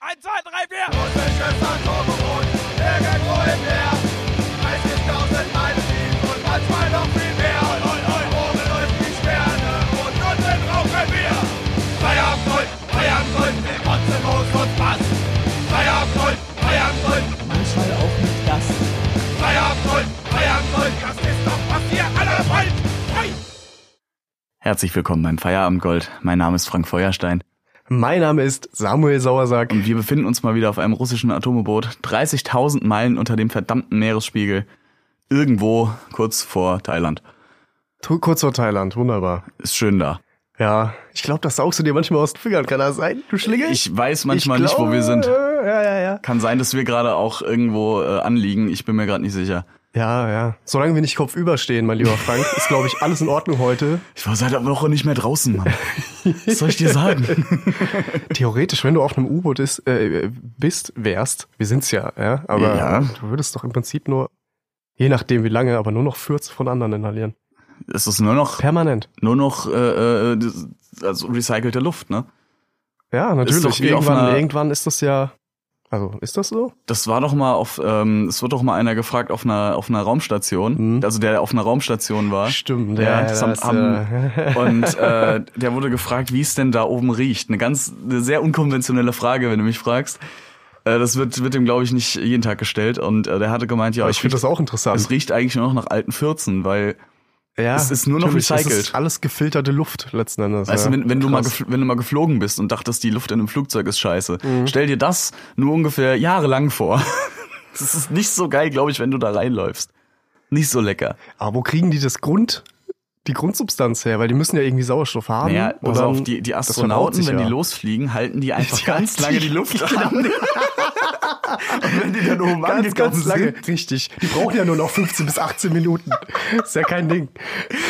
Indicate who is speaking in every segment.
Speaker 1: 1, 2, 3, 4.
Speaker 2: Manchmal auch nicht das.
Speaker 3: Herzlich willkommen beim Feierabendgold. Mein Name ist Frank Feuerstein
Speaker 4: Mein Name ist Samuel Sauersack.
Speaker 3: und wir befinden uns mal wieder auf einem russischen Atomboot, 30.000 Meilen unter dem verdammten Meeresspiegel, irgendwo kurz vor Thailand.
Speaker 4: Tu- Kurz vor Thailand, wunderbar.
Speaker 3: Ist schön da.
Speaker 4: Ja, ich glaube, das saugst du dir manchmal aus den Fingern, kann das sein? Du Schlingel?
Speaker 3: Ich weiß manchmal
Speaker 4: Ich
Speaker 3: nicht, wo wir sind.
Speaker 4: glaube, Ja, ja, ja.
Speaker 3: Kann sein, dass wir gerade auch irgendwo äh, anliegen. Ich bin mir gerade nicht sicher.
Speaker 4: Ja, ja. Solange wir nicht kopfüber stehen, mein lieber Frank, ist, glaube ich, alles in Ordnung heute.
Speaker 3: Ich war seit einer Woche nicht mehr draußen, Mann. Was soll ich dir sagen?
Speaker 4: Theoretisch, wenn du auf einem U-Boot ist, äh, bist, wärst, wir sind's ja, ja, aber
Speaker 3: Ja.
Speaker 4: du würdest doch im Prinzip nur, je nachdem wie lange, aber nur noch Fürze von anderen inhalieren.
Speaker 3: Es ist nur noch,
Speaker 4: Permanent.
Speaker 3: nur noch äh, äh, das- also recycelte Luft, ne?
Speaker 4: Ja,
Speaker 3: Ist doch
Speaker 4: natürlich.
Speaker 3: wie auf
Speaker 4: Irgendwann,
Speaker 3: einer-
Speaker 4: irgendwann ist das ja, also, ist das so?
Speaker 3: Das war doch mal auf, ähm, es wird doch mal einer gefragt auf einer auf einer Raumstation,
Speaker 4: Mhm.
Speaker 3: also der auf einer Raumstation war.
Speaker 4: Stimmt,
Speaker 3: Ja, das haben- haben-
Speaker 4: ja.
Speaker 3: Und äh, der wurde gefragt, wie es denn da oben riecht. Eine ganz, eine sehr unkonventionelle Frage, wenn du mich fragst. Äh, das wird, wird ihm, glaube ich, nicht jeden Tag gestellt. Und äh, der hatte gemeint, ja,
Speaker 4: Aber ich finde das auch interessant.
Speaker 3: Es riecht eigentlich nur noch nach alten Fürzen, weil,
Speaker 4: ja,
Speaker 3: es ist nur noch
Speaker 4: natürlich, es
Speaker 3: recycelt.
Speaker 4: ist alles gefilterte Luft letzten Endes.
Speaker 3: weißt
Speaker 4: ja.
Speaker 3: du, wenn, wenn, du mal
Speaker 4: Krass.
Speaker 3: gefl- wenn du mal geflogen bist und dachtest, die Luft in einem Flugzeug ist scheiße,
Speaker 4: Mhm.
Speaker 3: stell dir das nur ungefähr jahrelang vor. das ist nicht so geil, glaube ich, wenn du da reinläufst. Nicht so lecker.
Speaker 4: Aber wo kriegen die das Grund, die Grundsubstanz her? Weil die müssen ja irgendwie Sauerstoff haben.
Speaker 3: Naja,
Speaker 4: und
Speaker 3: pass
Speaker 4: dann-
Speaker 3: auf, die, die
Speaker 4: das verbaut
Speaker 3: Astronauten,
Speaker 4: sich
Speaker 3: wenn
Speaker 4: ja.
Speaker 3: die losfliegen, halten die einfach
Speaker 4: Die
Speaker 3: ganz
Speaker 4: halten
Speaker 3: lange
Speaker 4: die-
Speaker 3: die Luft an. und wenn die dann oben
Speaker 4: Ganz,
Speaker 3: angekommen
Speaker 4: ganz lange.
Speaker 3: sind,
Speaker 4: Richtig. Die brauchen ja nur noch 15 bis 18 Minuten. Ist ja kein Ding.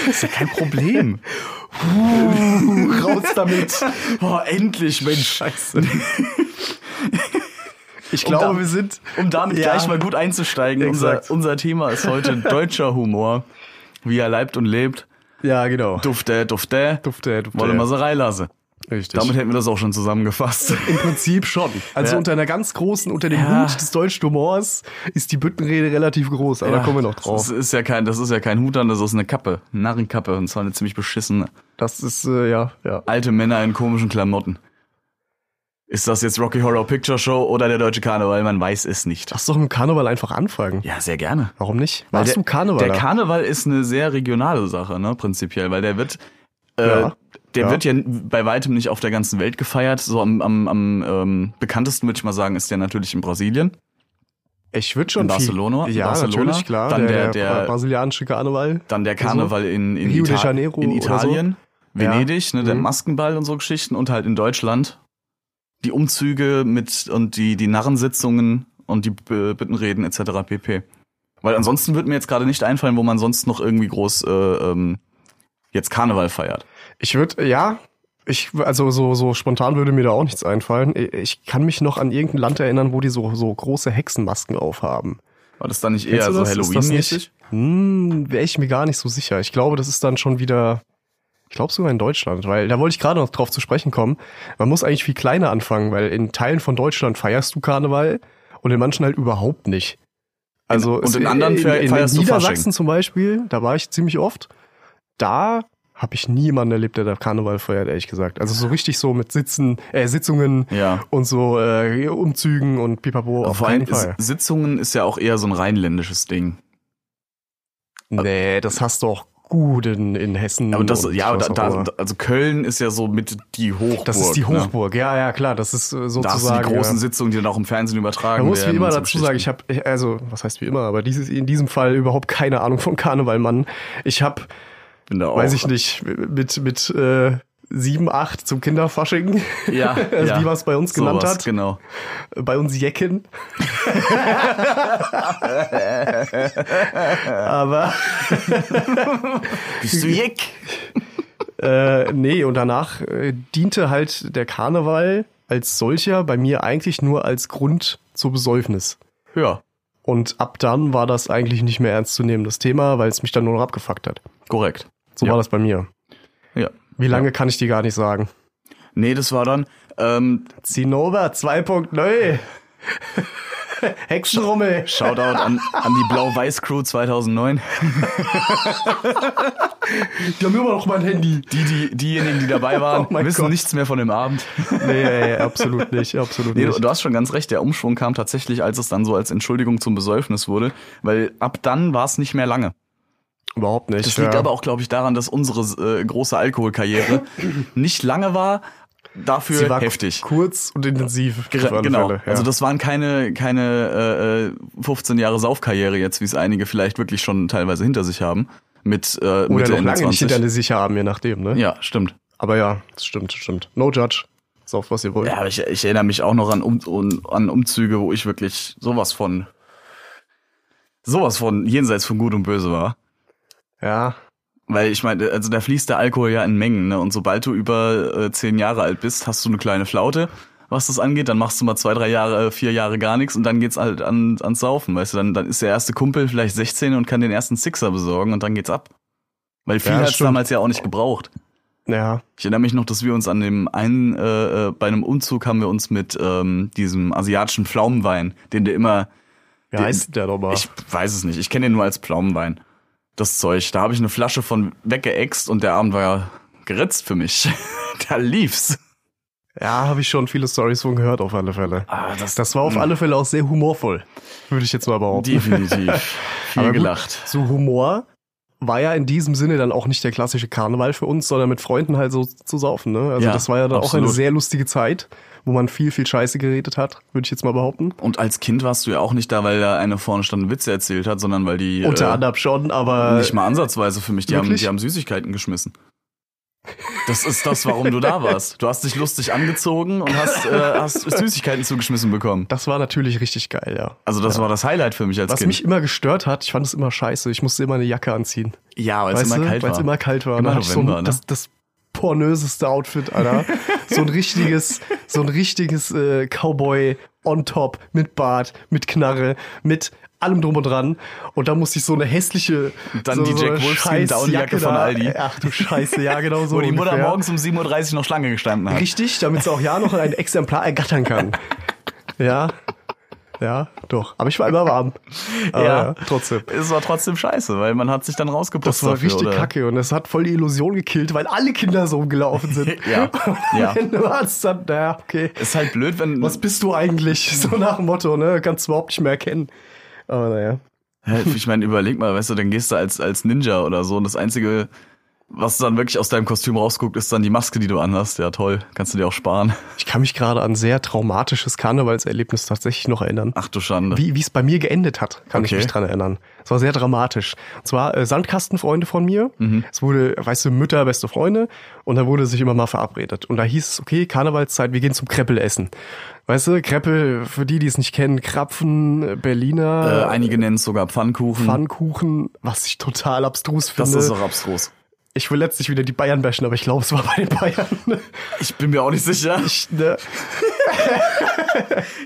Speaker 4: Ist ja kein
Speaker 3: Problem.
Speaker 4: Problem. Raus damit.
Speaker 3: Boah, endlich, Mensch. Scheiße.
Speaker 4: Ich
Speaker 3: Um
Speaker 4: glaube,
Speaker 3: da-
Speaker 4: wir sind.
Speaker 3: Um damit
Speaker 4: Ja.
Speaker 3: gleich mal gut einzusteigen, unser,
Speaker 4: Exakt.
Speaker 3: unser Thema ist heute deutscher Humor. Wie er leibt und lebt.
Speaker 4: Ja, genau.
Speaker 3: Dufte, dufte.
Speaker 4: Dufte, dufte.
Speaker 3: Wollen wir sie reinlassen.
Speaker 4: Richtig.
Speaker 3: Damit hätten wir das auch schon zusammengefasst.
Speaker 4: Im Prinzip schon. Also
Speaker 3: Ja.
Speaker 4: unter einer ganz großen, unter dem
Speaker 3: Ja.
Speaker 4: Hut des deutschen Humors ist die Büttenrede relativ groß, aber da kommen wir noch drauf.
Speaker 3: Das ist ja kein, das ist ja kein Hut an, das ist eine Kappe. Narrenkappe. Und zwar eine ziemlich beschissene.
Speaker 4: Das ist, äh, ja, ja.
Speaker 3: alte Männer in komischen Klamotten. Ist das jetzt Rocky Horror Picture Show oder der deutsche Karneval? Man weiß es nicht.
Speaker 4: Lass doch im Karneval einfach anfragen.
Speaker 3: Ja, sehr gerne.
Speaker 4: Warum nicht?
Speaker 3: Weil
Speaker 4: Warst
Speaker 3: der-
Speaker 4: du Karneval?
Speaker 3: Der Karneval ist eine sehr regionale Sache, ne, prinzipiell, weil der wird, äh,
Speaker 4: Ja.
Speaker 3: der
Speaker 4: Ja.
Speaker 3: wird ja bei weitem nicht auf der ganzen Welt gefeiert. So am, am, am ähm, bekanntesten würde ich mal sagen, ist der natürlich in Brasilien.
Speaker 4: ich würde schon
Speaker 3: in
Speaker 4: viel-
Speaker 3: Barcelona-
Speaker 4: Ja,
Speaker 3: Barcelona,
Speaker 4: natürlich, klar.
Speaker 3: dann der-
Speaker 4: der, der,
Speaker 3: der-
Speaker 4: brasilianische Karneval.
Speaker 3: Dann der Karneval in, in,
Speaker 4: Also Rio de
Speaker 3: Ita-
Speaker 4: Janeiro
Speaker 3: in
Speaker 4: oder
Speaker 3: Italien,
Speaker 4: so. Ja.
Speaker 3: Venedig, ne, der
Speaker 4: Mhm.
Speaker 3: Maskenball und so Geschichten und halt in Deutschland die Umzüge mit und die, die Narrensitzungen und die B- Bittenreden etc. pp. Weil ansonsten wird mir jetzt gerade nicht einfallen, wo man sonst noch irgendwie groß äh, ähm, jetzt Karneval feiert.
Speaker 4: Ich würde, ja, ich, also so, so spontan würde mir da auch nichts einfallen. Ich kann mich noch an irgendein Land erinnern, wo die so, so große Hexenmasken aufhaben.
Speaker 3: War das dann nicht
Speaker 4: Kennst
Speaker 3: eher
Speaker 4: du
Speaker 3: so
Speaker 4: das? Ist das
Speaker 3: Halloween-mäßig?
Speaker 4: nicht- Hm, wäre ich mir gar nicht so sicher. Ich glaube, das ist dann schon wieder, ich glaube sogar in Deutschland, weil da wollte ich gerade noch drauf zu sprechen kommen. Man muss eigentlich viel kleiner anfangen, weil in Teilen von Deutschland feierst du Karneval und in manchen halt überhaupt nicht. Also
Speaker 3: und
Speaker 4: es-
Speaker 3: in anderen fe-
Speaker 4: in, in,
Speaker 3: feierst du
Speaker 4: Niedersachsen
Speaker 3: Fasching.
Speaker 4: zum Beispiel, da war ich ziemlich oft. Da habe ich niemanden erlebt, der da Karneval feiert, ehrlich gesagt. Also so richtig so mit Sitzen, äh, Sitzungen
Speaker 3: Ja.
Speaker 4: und so äh, Umzügen und Pipapo auf
Speaker 3: Vor allem
Speaker 4: keinen
Speaker 3: ist,
Speaker 4: Fall.
Speaker 3: Sitzungen ist ja auch eher so ein rheinländisches Ding.
Speaker 4: Nee, das hast du auch gut in, in Hessen.
Speaker 3: Aber das,
Speaker 4: und
Speaker 3: Äh, ja, da,
Speaker 4: was Oh,
Speaker 3: da,
Speaker 4: auch immer.
Speaker 3: also Köln ist ja so mit die Hochburg.
Speaker 4: das ist die
Speaker 3: ne?
Speaker 4: Hochburg. Ja, ja, klar, das ist äh, sozusagen.
Speaker 3: Da hast du die großen
Speaker 4: ja.
Speaker 3: Sitzungen, die dann auch im Fernsehen übertragen
Speaker 4: Man muss wie
Speaker 3: werden.
Speaker 4: immer
Speaker 3: und so
Speaker 4: dazu sagen, ich
Speaker 3: Geschichten.
Speaker 4: habe, also, was heißt wie immer, aber dieses, in diesem Fall überhaupt keine Ahnung von Karneval, Mann. Ich habe,
Speaker 3: bin da auch.
Speaker 4: weiß ich nicht, mit, mit äh, sieben, acht zum Kinderfasching,
Speaker 3: Ja,
Speaker 4: also
Speaker 3: ja.
Speaker 4: wie man es bei uns genannt
Speaker 3: Sowas,
Speaker 4: hat,
Speaker 3: Genau.
Speaker 4: bei uns Jecken. aber
Speaker 3: Bist du Jeck?
Speaker 4: Äh, nee, und danach äh, diente halt der Karneval als solcher bei mir eigentlich nur als Grund zur Besäufnis.
Speaker 3: Ja,
Speaker 4: Und ab dann war das eigentlich nicht mehr ernst zu nehmen, das Thema, weil es mich dann nur noch abgefuckt hat.
Speaker 3: korrekt.
Speaker 4: So
Speaker 3: Ja.
Speaker 4: war das bei mir.
Speaker 3: Ja.
Speaker 4: Wie lange kann ich dir gar nicht sagen.
Speaker 3: Nee, das war dann, ähm,
Speaker 4: Zinnober 2.0. Hexenrummel.
Speaker 3: Shoutout an, an die Blau-Weiß-Crew 2009.
Speaker 4: Die haben immer noch mein Handy.
Speaker 3: Die, die, diejenigen, die dabei waren,
Speaker 4: Oh mein
Speaker 3: wissen
Speaker 4: Gott.
Speaker 3: nichts mehr von dem Abend.
Speaker 4: Nee, nee, absolut nicht, absolut
Speaker 3: Nee, du,
Speaker 4: nicht.
Speaker 3: du hast schon ganz recht, der Umschwung kam tatsächlich, als es dann so als Entschuldigung zum Besäufnis wurde, weil ab dann war es nicht mehr lange.
Speaker 4: Überhaupt nicht.
Speaker 3: Das liegt aber auch, glaube ich, daran, dass unsere äh, große Alkoholkarriere nicht lange war, dafür
Speaker 4: Sie war
Speaker 3: heftig.
Speaker 4: kurz und intensiv.
Speaker 3: Ge-
Speaker 4: auf alle
Speaker 3: Genau.
Speaker 4: Fälle, ja.
Speaker 3: Also das waren keine keine äh, 15 Jahre Saufkarriere jetzt, wie es einige vielleicht wirklich schon teilweise hinter sich haben. Mit äh,
Speaker 4: Oder
Speaker 3: Mitte,
Speaker 4: noch
Speaker 3: Ende
Speaker 4: lange nicht
Speaker 3: 20.
Speaker 4: hinter sich haben, je nachdem, ne?
Speaker 3: Ja, stimmt.
Speaker 4: Aber ja, das stimmt, das stimmt. No judge. Sauf, was ihr wollt.
Speaker 3: Ja, aber ich, ich erinnere mich auch noch an, um, un- an Umzüge, wo ich wirklich sowas von sowas von jenseits von Gut und Böse war.
Speaker 4: Ja.
Speaker 3: Weil ich meine, also da fließt der Alkohol ja in Mengen, ne? Und sobald du über äh, zehn Jahre alt bist, hast du eine kleine Flaute, was das angeht. Dann machst du mal zwei, drei Jahre, äh, vier Jahre gar nichts und dann geht's halt an, ans Saufen, weißt du? Dann, dann ist der erste Kumpel vielleicht 16 und kann den ersten Sixer besorgen und dann geht's ab. Weil viel
Speaker 4: Ja,
Speaker 3: hat's
Speaker 4: stimmt.
Speaker 3: damals ja auch nicht gebraucht.
Speaker 4: Ja.
Speaker 3: Ich erinnere mich noch, dass wir uns an dem einen, äh, äh, bei einem Umzug haben wir uns mit ähm, diesem asiatischen Pflaumenwein, den der immer,
Speaker 4: Wie
Speaker 3: Den-
Speaker 4: heißt der nochmal?
Speaker 3: ich weiß es nicht, ich kenne den nur als Pflaumenwein. Das Zeug, da habe ich eine Flasche von weggeext und der Abend war ja geritzt für mich. da lief's.
Speaker 4: Ja, habe ich schon viele Stories von gehört, auf alle Fälle.
Speaker 3: Ah,
Speaker 4: Das war auf alle Fälle auch sehr humorvoll, würde ich jetzt mal behaupten.
Speaker 3: definitiv.
Speaker 4: Aber
Speaker 3: Viel
Speaker 4: gut,
Speaker 3: gelacht.
Speaker 4: So Humor war ja in diesem Sinne dann auch nicht der klassische Karneval für uns, sondern mit Freunden halt so zu saufen. Ne? Also
Speaker 3: Ja,
Speaker 4: das war ja dann auch eine
Speaker 3: absolut.
Speaker 4: sehr lustige Zeit, wo man viel, viel Scheiße geredet hat, würde ich jetzt mal behaupten.
Speaker 3: Und als Kind warst du ja auch nicht da, weil da eine vorne stand und Witze erzählt hat, sondern weil die
Speaker 4: Unter
Speaker 3: äh,
Speaker 4: anderem schon, aber
Speaker 3: nicht mal ansatzweise für mich. Die haben,
Speaker 4: Wirklich?
Speaker 3: die haben Süßigkeiten geschmissen. Das ist das, warum du da warst. Du hast dich lustig angezogen und hast, äh, hast Süßigkeiten zugeschmissen bekommen.
Speaker 4: das war natürlich richtig geil, ja.
Speaker 3: Also das war das Highlight für mich als
Speaker 4: Was
Speaker 3: Kind.
Speaker 4: mich immer gestört hat, ich fand es immer scheiße. Ich musste immer eine Jacke anziehen.
Speaker 3: ja, weil es
Speaker 4: weißt
Speaker 3: immer
Speaker 4: du?
Speaker 3: kalt
Speaker 4: Weil's
Speaker 3: war.
Speaker 4: immer kalt war. Und
Speaker 3: Immer
Speaker 4: dann hatte ich so ein,
Speaker 3: November, ne?
Speaker 4: das, das pornöseste Outfit, Alter. so ein richtiges, so ein richtiges äh, Cowboy on top mit Bart, mit Knarre, mit allem drum und dran. Und da musste ich so eine hässliche,
Speaker 3: dann
Speaker 4: so,
Speaker 3: die
Speaker 4: so eine
Speaker 3: Jack Wolfskin
Speaker 4: scheiß
Speaker 3: Downjacke
Speaker 4: Jacke
Speaker 3: von
Speaker 4: da.
Speaker 3: Aldi.
Speaker 4: Ach du Scheiße, ja genau so
Speaker 3: Wo die Mutter
Speaker 4: ungefähr.
Speaker 3: morgens um 7.30 Uhr noch Schlange gestanden hat.
Speaker 4: Richtig, damit sie auch ja noch ein Exemplar ergattern kann. ja. Ja, doch. Aber ich war immer warm. Aber ja trotzdem.
Speaker 3: Es war trotzdem scheiße, weil man hat sich dann rausgeputzt.
Speaker 4: Das war
Speaker 3: dafür,
Speaker 4: richtig
Speaker 3: oder?
Speaker 4: kacke und das hat voll die Illusion gekillt, weil alle Kinder so rumgelaufen sind.
Speaker 3: Ja,
Speaker 4: Und
Speaker 3: ja.
Speaker 4: Am Ende war es dann, naja, okay.
Speaker 3: Ist halt blöd, wenn.
Speaker 4: Was bist du eigentlich? So nach dem Motto, ne? Kannst du überhaupt nicht mehr erkennen. Aber naja.
Speaker 3: Hä, Ich meine, überleg mal, weißt du, dann gehst du als, als Ninja oder so und das Einzige, was dann wirklich aus deinem Kostüm rausguckt, ist dann die Maske, die du anhast. Ja, toll. Kannst du dir auch sparen.
Speaker 4: Ich kann mich gerade an ein sehr traumatisches Karnevalserlebnis tatsächlich noch erinnern.
Speaker 3: Ach du Schande.
Speaker 4: Wie wie es bei mir geendet hat, kann ich
Speaker 3: Okay.
Speaker 4: mich dran erinnern. Es war sehr dramatisch. Und zwar äh, Sandkastenfreunde von mir.
Speaker 3: Mhm.
Speaker 4: Es wurde, weißt du, Mütter, beste Freunde. Und da wurde sich immer mal verabredet. Und da hieß es, okay, Karnevalszeit, wir gehen zum Kreppel essen. Weißt du, Kreppel, für die, die es nicht kennen, Krapfen, äh,
Speaker 3: Äh,
Speaker 4: Berliner,
Speaker 3: einige nennen es sogar Pfannkuchen.
Speaker 4: Pfannkuchen, was ich total abstrus
Speaker 3: das
Speaker 4: finde.
Speaker 3: ist doch abstrus.
Speaker 4: ich will letztlich wieder die Bayern bashen, aber ich glaube, es war bei den Bayern.
Speaker 3: Ich bin mir auch nicht sicher.
Speaker 4: ich, ne?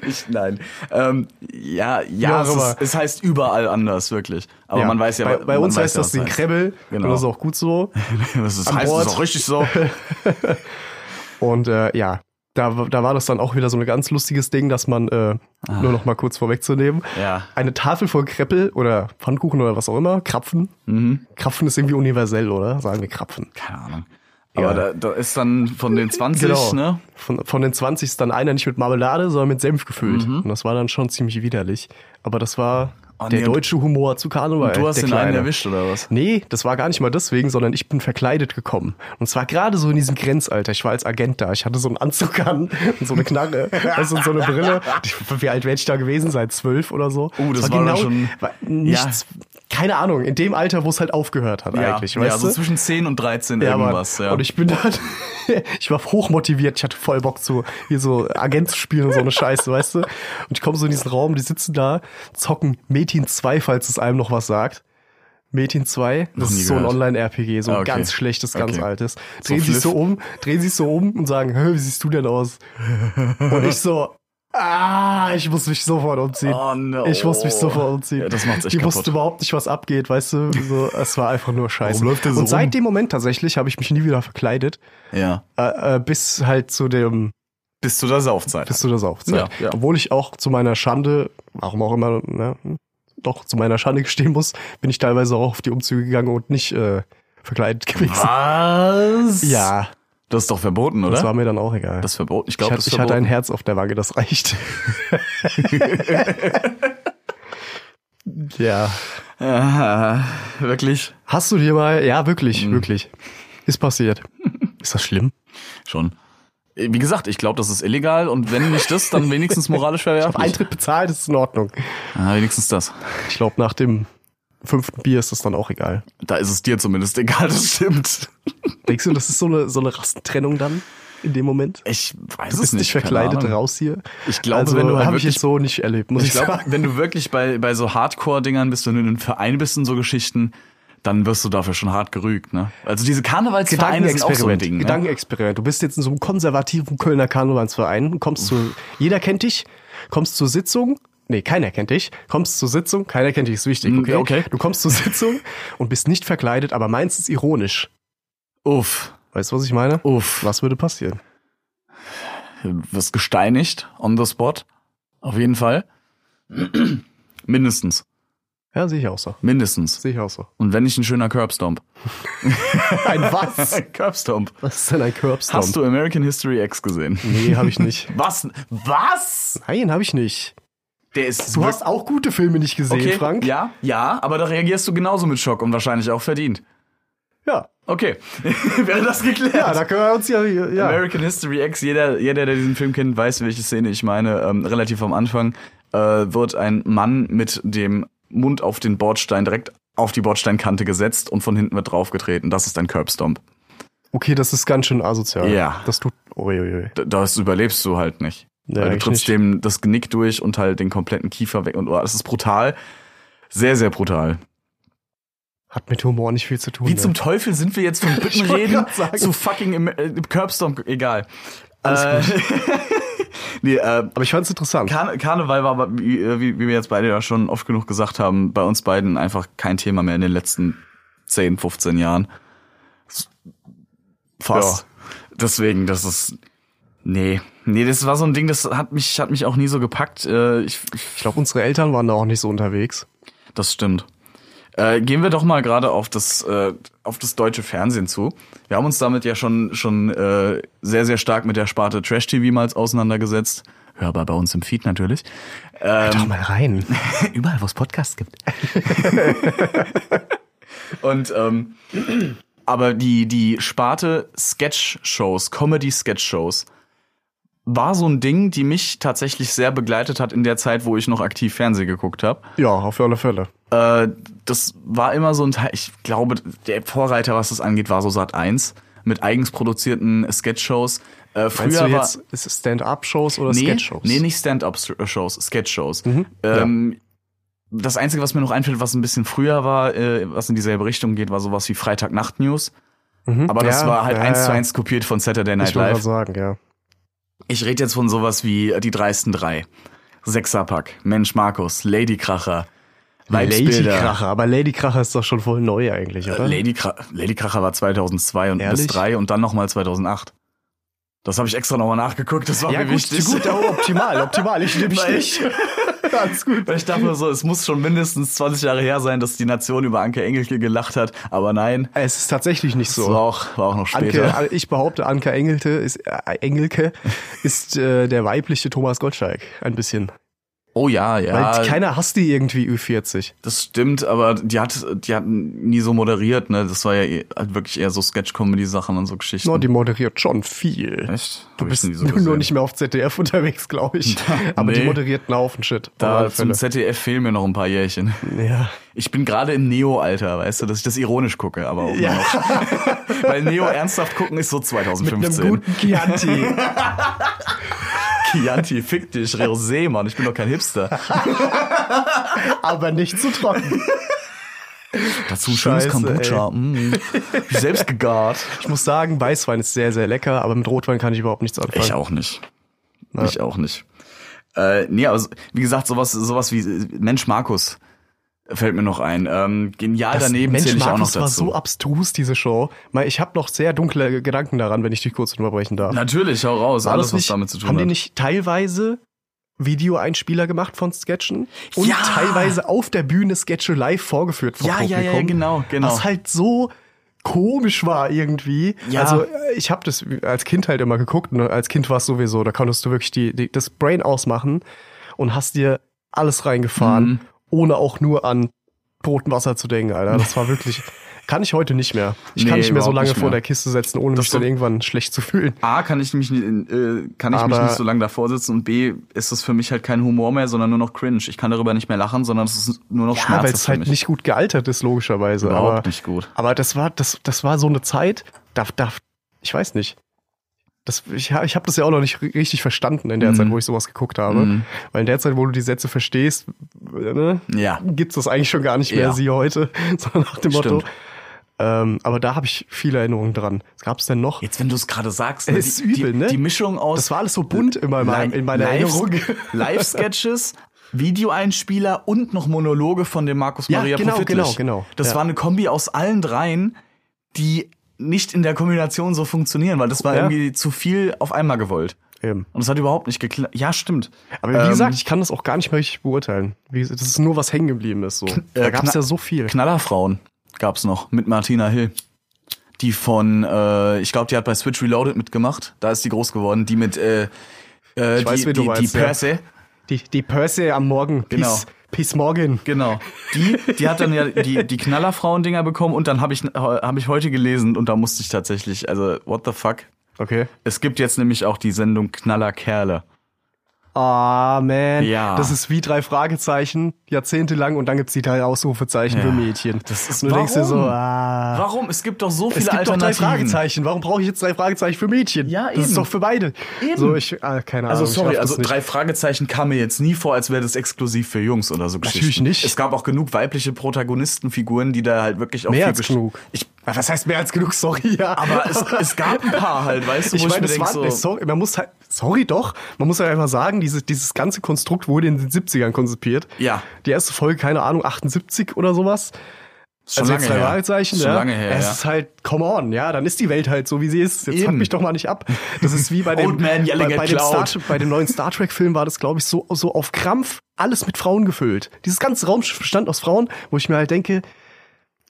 Speaker 3: Ich, nein. Ähm, ja, ja,
Speaker 4: Ja,
Speaker 3: es, ist,
Speaker 4: aber-
Speaker 3: es heißt überall anders, wirklich. Aber man weiß ja,
Speaker 4: bei, bei
Speaker 3: man
Speaker 4: uns
Speaker 3: weiß
Speaker 4: heißt
Speaker 3: ja,
Speaker 4: das
Speaker 3: was
Speaker 4: den
Speaker 3: heißt.
Speaker 4: Kreppel.
Speaker 3: Genau.
Speaker 4: Und das ist auch gut so.
Speaker 3: Das ist,
Speaker 4: Am
Speaker 3: heißt es
Speaker 4: Ort.
Speaker 3: auch richtig so.
Speaker 4: Und äh, ja, da, w- da war das dann auch wieder so ein ganz lustiges Ding, dass man, äh, nur noch mal kurz vorwegzunehmen,
Speaker 3: Ja.
Speaker 4: eine Tafel voll Kreppel oder Pfannkuchen oder was auch immer, Krapfen. Krapfen ist irgendwie universell, oder? Sagen wir Krapfen.
Speaker 3: Keine Ahnung. Aber da, da ist dann von den 20,
Speaker 4: Genau.
Speaker 3: ne?
Speaker 4: Von, von den 20 ist dann einer nicht mit Marmelade, sondern mit Senf gefüllt. Und das war dann schon ziemlich widerlich. Aber das war
Speaker 3: Mhm. Oh,
Speaker 4: der
Speaker 3: nee, und-
Speaker 4: deutsche Humor zu Karneval.
Speaker 3: Du hast
Speaker 4: der
Speaker 3: den einen
Speaker 4: Kleine.
Speaker 3: erwischt, oder was?
Speaker 4: Nee, das war gar nicht mal deswegen, sondern ich bin verkleidet gekommen. Und zwar gerade so in diesem Grenzalter. Ich war als Agent da. Ich hatte so einen Anzug an und so eine Knarre also und so eine Brille. Ich- Wie alt werde ich da gewesen sein? Zwölf oder so?
Speaker 3: Oh, das war doch schon-
Speaker 4: war genau nichts,
Speaker 3: Ja.
Speaker 4: Keine Ahnung, in dem Alter, wo es halt aufgehört hat eigentlich.
Speaker 3: ja,
Speaker 4: weißt
Speaker 3: ja so
Speaker 4: du?
Speaker 3: zwischen 10 und 13
Speaker 4: Ja, Mann.
Speaker 3: irgendwas. Ja.
Speaker 4: Und ich bin halt, ich war hochmotiviert, ich hatte voll Bock zu, hier so Agent zu spielen und so eine Scheiße, weißt du? Und ich komme so in diesen Raum, die sitzen da, zocken Metin 2, falls es einem noch was sagt. Metin 2, das
Speaker 3: nie
Speaker 4: ist so ein
Speaker 3: gehört.
Speaker 4: Online-RPG, so ein
Speaker 3: Ah, okay.
Speaker 4: ganz schlechtes, ganz
Speaker 3: Okay.
Speaker 4: altes.
Speaker 3: So
Speaker 4: Drehen sich
Speaker 3: Fliff.
Speaker 4: so um, drehen sich so um und sagen, hä, wie siehst du denn aus? Und ich so, Ah, ich muss mich sofort umziehen.
Speaker 3: Oh, no.
Speaker 4: Ich muss mich sofort umziehen.
Speaker 3: Ja, das macht's echt
Speaker 4: Die
Speaker 3: kaputt.
Speaker 4: wusste überhaupt nicht, was abgeht, weißt du? So, es war einfach nur scheiße.
Speaker 3: Warum läuft der so
Speaker 4: Und
Speaker 3: rum?
Speaker 4: seit dem Moment tatsächlich habe ich mich nie wieder verkleidet,
Speaker 3: Ja.
Speaker 4: äh, äh, bis halt zu dem,
Speaker 3: Bis zu der Saufzeit.
Speaker 4: bis zu der Saufzeit.
Speaker 3: Ja, ja.
Speaker 4: Obwohl ich auch zu meiner Schande, warum auch immer, ne, doch zu meiner Schande gestehen muss, bin ich teilweise auch auf die Umzüge gegangen und nicht äh, verkleidet gewesen.
Speaker 3: Was? Ja.
Speaker 4: Ja,
Speaker 3: Das ist doch verboten, oder?
Speaker 4: das war mir dann auch egal.
Speaker 3: das ist verboten. Ich
Speaker 4: ich,
Speaker 3: glaube,
Speaker 4: hatte-
Speaker 3: das ist
Speaker 4: ich hatte ein
Speaker 3: verboten.
Speaker 4: Herz auf der Wange, das reicht. ja.
Speaker 3: Ja, wirklich?
Speaker 4: Hast du dir mal, ja, wirklich,
Speaker 3: Mhm.
Speaker 4: wirklich. Ist passiert. Ist das schlimm?
Speaker 3: Schon. Äh, Wie gesagt, ich glaube, das ist illegal und wenn nicht das, dann wenigstens moralisch
Speaker 4: Auf
Speaker 3: verwerflich.
Speaker 4: Eintritt bezahlt, ist in Ordnung.
Speaker 3: Ah, wenigstens das.
Speaker 4: Ich glaube, nach dem fünften Bier ist das dann auch egal.
Speaker 3: Da ist es dir zumindest egal, das stimmt.
Speaker 4: Denkst du, das ist so eine, so eine Rassentrennung dann in dem Moment?
Speaker 3: Ich weiß
Speaker 4: Du
Speaker 3: es
Speaker 4: bist
Speaker 3: nicht.
Speaker 4: nicht verkleidet
Speaker 3: keine Ahnung.
Speaker 4: raus hier.
Speaker 3: Ich glaube,
Speaker 4: also,
Speaker 3: wenn du halt
Speaker 4: habe ich
Speaker 3: wirklich-
Speaker 4: jetzt so nicht erlebt, muss ich,
Speaker 3: Ich glaube,
Speaker 4: sagen.
Speaker 3: wenn du wirklich bei, bei so Hardcore-Dingern bist, wenn du in einem Verein bist und so Geschichten, dann wirst du dafür schon hart gerügt, ne? Also diese Karnevalsvereine sind auch so ein Ding. Ne?
Speaker 4: Gedankenexperiment. Du bist jetzt in so einem konservativen Kölner Karnevalsverein, kommst zu, jeder kennt dich, kommst zur Sitzung, nee, keiner kennt dich, kommst zur Sitzung, keiner kennt dich, ist wichtig,
Speaker 3: Mm,
Speaker 4: okay?
Speaker 3: okay.
Speaker 4: Du kommst zur Sitzung und bist nicht verkleidet, aber meinst es ironisch.
Speaker 3: Uff,
Speaker 4: Weißt du, was ich meine?
Speaker 3: uff.
Speaker 4: Was würde passieren?
Speaker 3: wirst gesteinigt on the spot. Auf jeden Fall. Mindestens.
Speaker 4: Ja, sehe ich auch so.
Speaker 3: Mindestens.
Speaker 4: Sehe ich auch so.
Speaker 3: Und wenn nicht ein schöner Curbstomp.
Speaker 4: Ein was?
Speaker 3: Curbstomp.
Speaker 4: Was ist denn ein Curbstomp?
Speaker 3: Hast du American History X gesehen?
Speaker 4: Nee, habe ich nicht.
Speaker 3: Was? Was?
Speaker 4: Nein, habe ich nicht.
Speaker 3: Der ist.
Speaker 4: Du hast auch gute Filme nicht gesehen,
Speaker 3: okay,
Speaker 4: Frank.
Speaker 3: Ja, ja, aber da reagierst du genauso mit Schock und wahrscheinlich auch verdient.
Speaker 4: ja.
Speaker 3: Okay. Wäre das geklärt?
Speaker 4: Ja, da können wir uns ja. ja.
Speaker 3: American History X, jeder, jeder, der diesen Film kennt, weiß, welche Szene ich meine. Ähm, relativ am Anfang äh, wird ein Mann mit dem Mund auf den Bordstein direkt auf die Bordsteinkante gesetzt und von hinten wird draufgetreten. Das ist ein Curbstomp.
Speaker 4: Okay, das ist ganz schön asozial.
Speaker 3: Ja.
Speaker 4: Das tut. Uiuiui.
Speaker 3: D- Das überlebst du halt nicht.
Speaker 4: Nee,
Speaker 3: Weil du
Speaker 4: eigentlich
Speaker 3: trittst
Speaker 4: nicht.
Speaker 3: dem das Genick durch und halt den kompletten Kiefer weg und oh, das ist brutal. Sehr, sehr brutal.
Speaker 4: Hat mit Humor nicht viel zu tun.
Speaker 3: Wie
Speaker 4: ne?
Speaker 3: zum Teufel sind wir jetzt von
Speaker 4: Ich wollte
Speaker 3: Bittenreden
Speaker 4: grad sagen.
Speaker 3: zu fucking im, äh, Curbstomp? Egal.
Speaker 4: Alles
Speaker 3: äh, nee, äh,
Speaker 4: Aber ich fand's interessant.
Speaker 3: Karne Karneval war aber, wie, äh, wie, wie wir jetzt beide ja schon oft genug gesagt haben, bei uns beiden einfach kein Thema mehr in den letzten 10, 15 Jahren. S- Fast. Deswegen, das ist. Nee. Nee, das war so ein Ding, das hat mich, hat mich auch nie so gepackt. Äh, ich, ich,
Speaker 4: Ich glaube, unsere Eltern waren da auch nicht so unterwegs.
Speaker 3: das stimmt. Äh, gehen wir doch mal gerade auf das äh, auf das deutsche Fernsehen zu. Wir haben uns damit ja schon schon äh, sehr sehr stark mit der Sparte Trash TV mal auseinandergesetzt. Hörbar bei uns im Feed natürlich. Äh,
Speaker 4: Hör doch mal rein.
Speaker 3: Überall, wo es Podcasts gibt. Und ähm, aber die, die Sparte Sketch-Shows, Comedy-Sketch-Shows, war so ein Ding, die mich tatsächlich sehr begleitet hat in der Zeit, wo ich noch aktiv Fernsehen geguckt habe.
Speaker 4: Ja, auf alle Fälle.
Speaker 3: Äh, das war immer so ein Teil, ich glaube, der Vorreiter, was das angeht, war so Sat 1 mit eigens produzierten Sketch-Shows. Äh,
Speaker 4: Meinst
Speaker 3: früher
Speaker 4: du
Speaker 3: war
Speaker 4: jetzt, ist es Stand-up-Shows oder Sketch-Shows? Mhm.
Speaker 3: Nee, nicht Stand-Up-Shows, Sketch-Shows. ähm, Das Einzige, was mir noch einfällt, was ein bisschen früher war, äh, was in dieselbe Richtung geht, war sowas wie Freitagnacht-News. Aber das
Speaker 4: Ja,
Speaker 3: war halt
Speaker 4: ja,
Speaker 3: eins zu
Speaker 4: ja.
Speaker 3: eins kopiert von Saturday Night
Speaker 4: Ich wollte mal
Speaker 3: Live.
Speaker 4: sagen, ja.
Speaker 3: Ich rede jetzt von sowas wie äh, die dreisten drei. Sechserpack, Mensch Markus, Ladykracher, Weibsbilder.
Speaker 4: Ladykracher, aber Ladykracher ist doch schon voll neu eigentlich, oder?
Speaker 3: Ladykracher Lady Kracher war 2002 und bis
Speaker 4: Ehrlich?
Speaker 3: 3 und dann nochmal 2008. Das habe ich extra nochmal nachgeguckt, das war
Speaker 4: ja,
Speaker 3: mir
Speaker 4: gut,
Speaker 3: wichtig.
Speaker 4: gut, ja, optimal, optimal. Ich nehme mich
Speaker 3: Weil-
Speaker 4: nicht. Alles gut.
Speaker 3: Weil ich dachte mir so, es muss schon mindestens 20 Jahre her sein, dass die Nation über Anke Engelke gelacht hat. Aber nein,
Speaker 4: Es ist tatsächlich nicht
Speaker 3: das
Speaker 4: so.
Speaker 3: war auch, war auch noch später.
Speaker 4: Anke, ich behaupte, Anke Engelte ist, äh, Engelke ist äh, der weibliche Thomas Gottschalk, ein bisschen.
Speaker 3: oh ja, ja.
Speaker 4: Weil keiner hasst die irgendwie Ü40.
Speaker 3: das stimmt, aber die hat, die hat nie so moderiert, ne? Das war ja eh- halt wirklich eher so Sketch-Comedy-Sachen und so Geschichten.
Speaker 4: No, die moderiert schon viel.
Speaker 3: Echt?
Speaker 4: Du
Speaker 3: Hab ich
Speaker 4: bist
Speaker 3: nie so
Speaker 4: nur,
Speaker 3: gesehen.
Speaker 4: nur nicht mehr auf ZDF unterwegs, glaube ich. Aber die
Speaker 3: Nee.
Speaker 4: moderiert einen Haufen Shit. Auf
Speaker 3: Da
Speaker 4: alle
Speaker 3: zum
Speaker 4: Fälle.
Speaker 3: ZDF fehlen mir noch ein paar Jährchen.
Speaker 4: Ja.
Speaker 3: Ich bin gerade im Neo-Alter, weißt du, dass ich das ironisch gucke, aber auch immer noch. Weil Neo ernsthaft gucken ist so
Speaker 4: Mit
Speaker 3: 2015.
Speaker 4: einem guten Chianti.
Speaker 3: Chianti, fick dich, Reo Seemann, ich bin doch kein Hipster.
Speaker 4: aber nicht zu trocken.
Speaker 3: Dazu ein schönes
Speaker 4: Scheiße,
Speaker 3: Kombucha, mm, selbst gegart.
Speaker 4: Ich muss sagen, Weißwein ist sehr, sehr lecker, aber mit Rotwein kann ich überhaupt nichts anfangen.
Speaker 3: Ich auch nicht. Ich auch nicht. Äh, nee, aber so- wie gesagt, sowas, sowas wie äh, Mensch Markus fällt mir noch ein. Ähm, genial
Speaker 4: Das
Speaker 3: daneben
Speaker 4: Mensch,
Speaker 3: zähle ich auch noch
Speaker 4: Markus
Speaker 3: dazu.
Speaker 4: war so abstrus, diese Show. Mal, Ich habe noch sehr dunkle Gedanken daran, wenn ich dich kurz unterbrechen darf.
Speaker 3: Natürlich, hau raus,
Speaker 4: War
Speaker 3: alles,
Speaker 4: das
Speaker 3: was
Speaker 4: nicht-
Speaker 3: damit zu tun
Speaker 4: Haben
Speaker 3: hat.
Speaker 4: die nicht teilweise Videoeinspieler gemacht von Sketchen? Und
Speaker 3: Ja!
Speaker 4: teilweise auf der Bühne Sketche live vorgeführt vom
Speaker 3: ja, ja,
Speaker 4: Publikum?
Speaker 3: ja, genau, genau.
Speaker 4: Was halt so komisch war irgendwie.
Speaker 3: Ja.
Speaker 4: Also äh, ich habe das als Kind halt immer geguckt. Ne? Als Kind war es sowieso, da konntest du wirklich die, die, das Brain ausmachen und hast dir alles reingefahren,
Speaker 3: Mhm.
Speaker 4: ohne auch nur an Brotenwasser zu denken, Alter. Das war wirklich... Kann ich heute nicht mehr. Ich
Speaker 3: Nee,
Speaker 4: kann nicht mehr so
Speaker 3: überhaupt
Speaker 4: lange
Speaker 3: nicht
Speaker 4: vor
Speaker 3: mehr.
Speaker 4: der Kiste setzen, ohne
Speaker 3: Das
Speaker 4: mich dann
Speaker 3: so-
Speaker 4: irgendwann schlecht zu fühlen.
Speaker 3: A, kann ich mich, nicht- äh, kann ich mich
Speaker 4: Aber-
Speaker 3: nicht so lange davor sitzen und B, ist das für mich halt kein Humor mehr, sondern nur noch cringe. Ich kann darüber nicht mehr lachen, sondern es ist nur noch
Speaker 4: Ja,
Speaker 3: Schmerz.
Speaker 4: weil es halt nicht gut gealtert ist, logischerweise.
Speaker 3: Überhaupt
Speaker 4: aber,
Speaker 3: nicht gut.
Speaker 4: aber das war, das, das war so eine Zeit, da, da, ich weiß nicht. Das, ich ha- ich habe das ja auch noch nicht ri- richtig verstanden in der
Speaker 3: Mhm.
Speaker 4: Zeit, wo ich sowas geguckt habe.
Speaker 3: Mhm.
Speaker 4: Weil in der Zeit, wo du die Sätze verstehst, äh, ne,
Speaker 3: Ja.
Speaker 4: gibt's das eigentlich schon gar nicht mehr,
Speaker 3: Ja.
Speaker 4: siehe heute, sondern nach dem Motto.
Speaker 3: Stimmt.
Speaker 4: Ähm, aber da habe ich viele Erinnerungen dran. Was gab's denn noch?
Speaker 3: Jetzt, wenn du es gerade sagst,
Speaker 4: Es ist
Speaker 3: die,
Speaker 4: übel,
Speaker 3: die,
Speaker 4: ne?
Speaker 3: die Mischung aus.
Speaker 4: Das war alles so bunt in meinem- in meiner
Speaker 3: Live-
Speaker 4: Erinnerung.
Speaker 3: Live-Sketches, Videoeinspieler und noch Monologe von dem Markus
Speaker 4: Ja,
Speaker 3: Maria
Speaker 4: genau,
Speaker 3: Profitlich.
Speaker 4: genau, genau.
Speaker 3: Das
Speaker 4: Ja.
Speaker 3: war eine Kombi aus allen dreien, die nicht in der Kombination so funktionieren, weil das war
Speaker 4: Ja.
Speaker 3: irgendwie zu viel auf einmal gewollt.
Speaker 4: Ähm,
Speaker 3: Und das hat überhaupt nicht geklappt. Ja, stimmt.
Speaker 4: Aber
Speaker 3: Ähm.
Speaker 4: wie gesagt, ich kann das auch gar nicht mehr richtig beurteilen. Wie, gesagt, das ist nur was hängen geblieben ist. So. Da
Speaker 3: äh,
Speaker 4: gab's
Speaker 3: kna-
Speaker 4: ja so viel.
Speaker 3: Knallerfrauen gab's noch mit Martina Hill. Die von, äh, ich glaube, die hat bei Switch Reloaded mitgemacht. Da ist die groß geworden. Die mit, äh, äh, die,
Speaker 4: weiß,
Speaker 3: die,
Speaker 4: wen du
Speaker 3: die
Speaker 4: meinst, ja.
Speaker 3: Perse.
Speaker 4: Die, die Perse am Morgen.
Speaker 3: Genau.
Speaker 4: Peace, peace Morgan.
Speaker 3: Genau. Die, die hat dann ja die, die Knallerfrauen-Dinger bekommen und dann habe ich, hab ich heute gelesen und da musste ich tatsächlich, also, what the fuck?
Speaker 4: Okay.
Speaker 3: Es gibt jetzt nämlich auch die Sendung Knallerkerle.
Speaker 4: Ah, man.
Speaker 3: Ja.
Speaker 4: Das ist wie drei Fragezeichen, jahrzehntelang, und dann gibt's die drei Ausrufezeichen
Speaker 3: Ja.
Speaker 4: für Mädchen.
Speaker 3: Das ist-
Speaker 4: und du denkst dir so,
Speaker 3: warum?
Speaker 4: ah.
Speaker 3: Warum? Es gibt doch so viele
Speaker 4: Es gibt doch drei
Speaker 3: Alternativen.
Speaker 4: Fragezeichen. Warum brauche ich jetzt drei Fragezeichen für Mädchen?
Speaker 3: Ja,
Speaker 4: Das ist
Speaker 3: eben.
Speaker 4: doch für beide.
Speaker 3: Eben.
Speaker 4: So, ich, ah, keine Ahnung.
Speaker 3: Also
Speaker 4: ich
Speaker 3: sorry,
Speaker 4: raff das
Speaker 3: also
Speaker 4: nicht.
Speaker 3: drei Fragezeichen kam mir jetzt nie vor, als wäre das exklusiv für Jungs oder so
Speaker 4: Natürlich
Speaker 3: Geschichten.
Speaker 4: nicht.
Speaker 3: Es gab auch genug weibliche Protagonistenfiguren, die da halt wirklich auch viel
Speaker 4: Mehr als
Speaker 3: gesch-
Speaker 4: genug.
Speaker 3: Ich,
Speaker 4: Ah, Was heißt mehr als genug? Sorry, ja.
Speaker 3: aber es, es gab ein paar halt, weißt du, wo
Speaker 4: ich
Speaker 3: ich,
Speaker 4: meine,
Speaker 3: mir
Speaker 4: das
Speaker 3: denk
Speaker 4: war,
Speaker 3: so,
Speaker 4: sorry, man muss halt, sorry doch, man muss halt einfach sagen, dieses, dieses ganze Konstrukt wurde in den 70ern konzipiert.
Speaker 3: Ja.
Speaker 4: Die erste Folge, keine Ahnung, 78 oder sowas.
Speaker 3: schon
Speaker 4: also
Speaker 3: lange
Speaker 4: jetzt drei
Speaker 3: her.
Speaker 4: Fragezeichen,
Speaker 3: Schon
Speaker 4: ja.
Speaker 3: lange her,
Speaker 4: Es
Speaker 3: ja.
Speaker 4: ist halt, come on, ja, dann ist die Welt halt so, wie sie ist. Jetzt fuck
Speaker 3: Eben.
Speaker 4: mich doch mal nicht ab. Das ist wie bei dem,
Speaker 3: Old Man
Speaker 4: bei,
Speaker 3: yelling
Speaker 4: bei,
Speaker 3: at
Speaker 4: dem Star,
Speaker 3: cloud.
Speaker 4: bei dem neuen Star Trek Film war das, glaube ich, so, so auf Krampf alles mit Frauen gefüllt. Dieses ganze Raumschiff bestand aus Frauen, wo ich mir halt denke,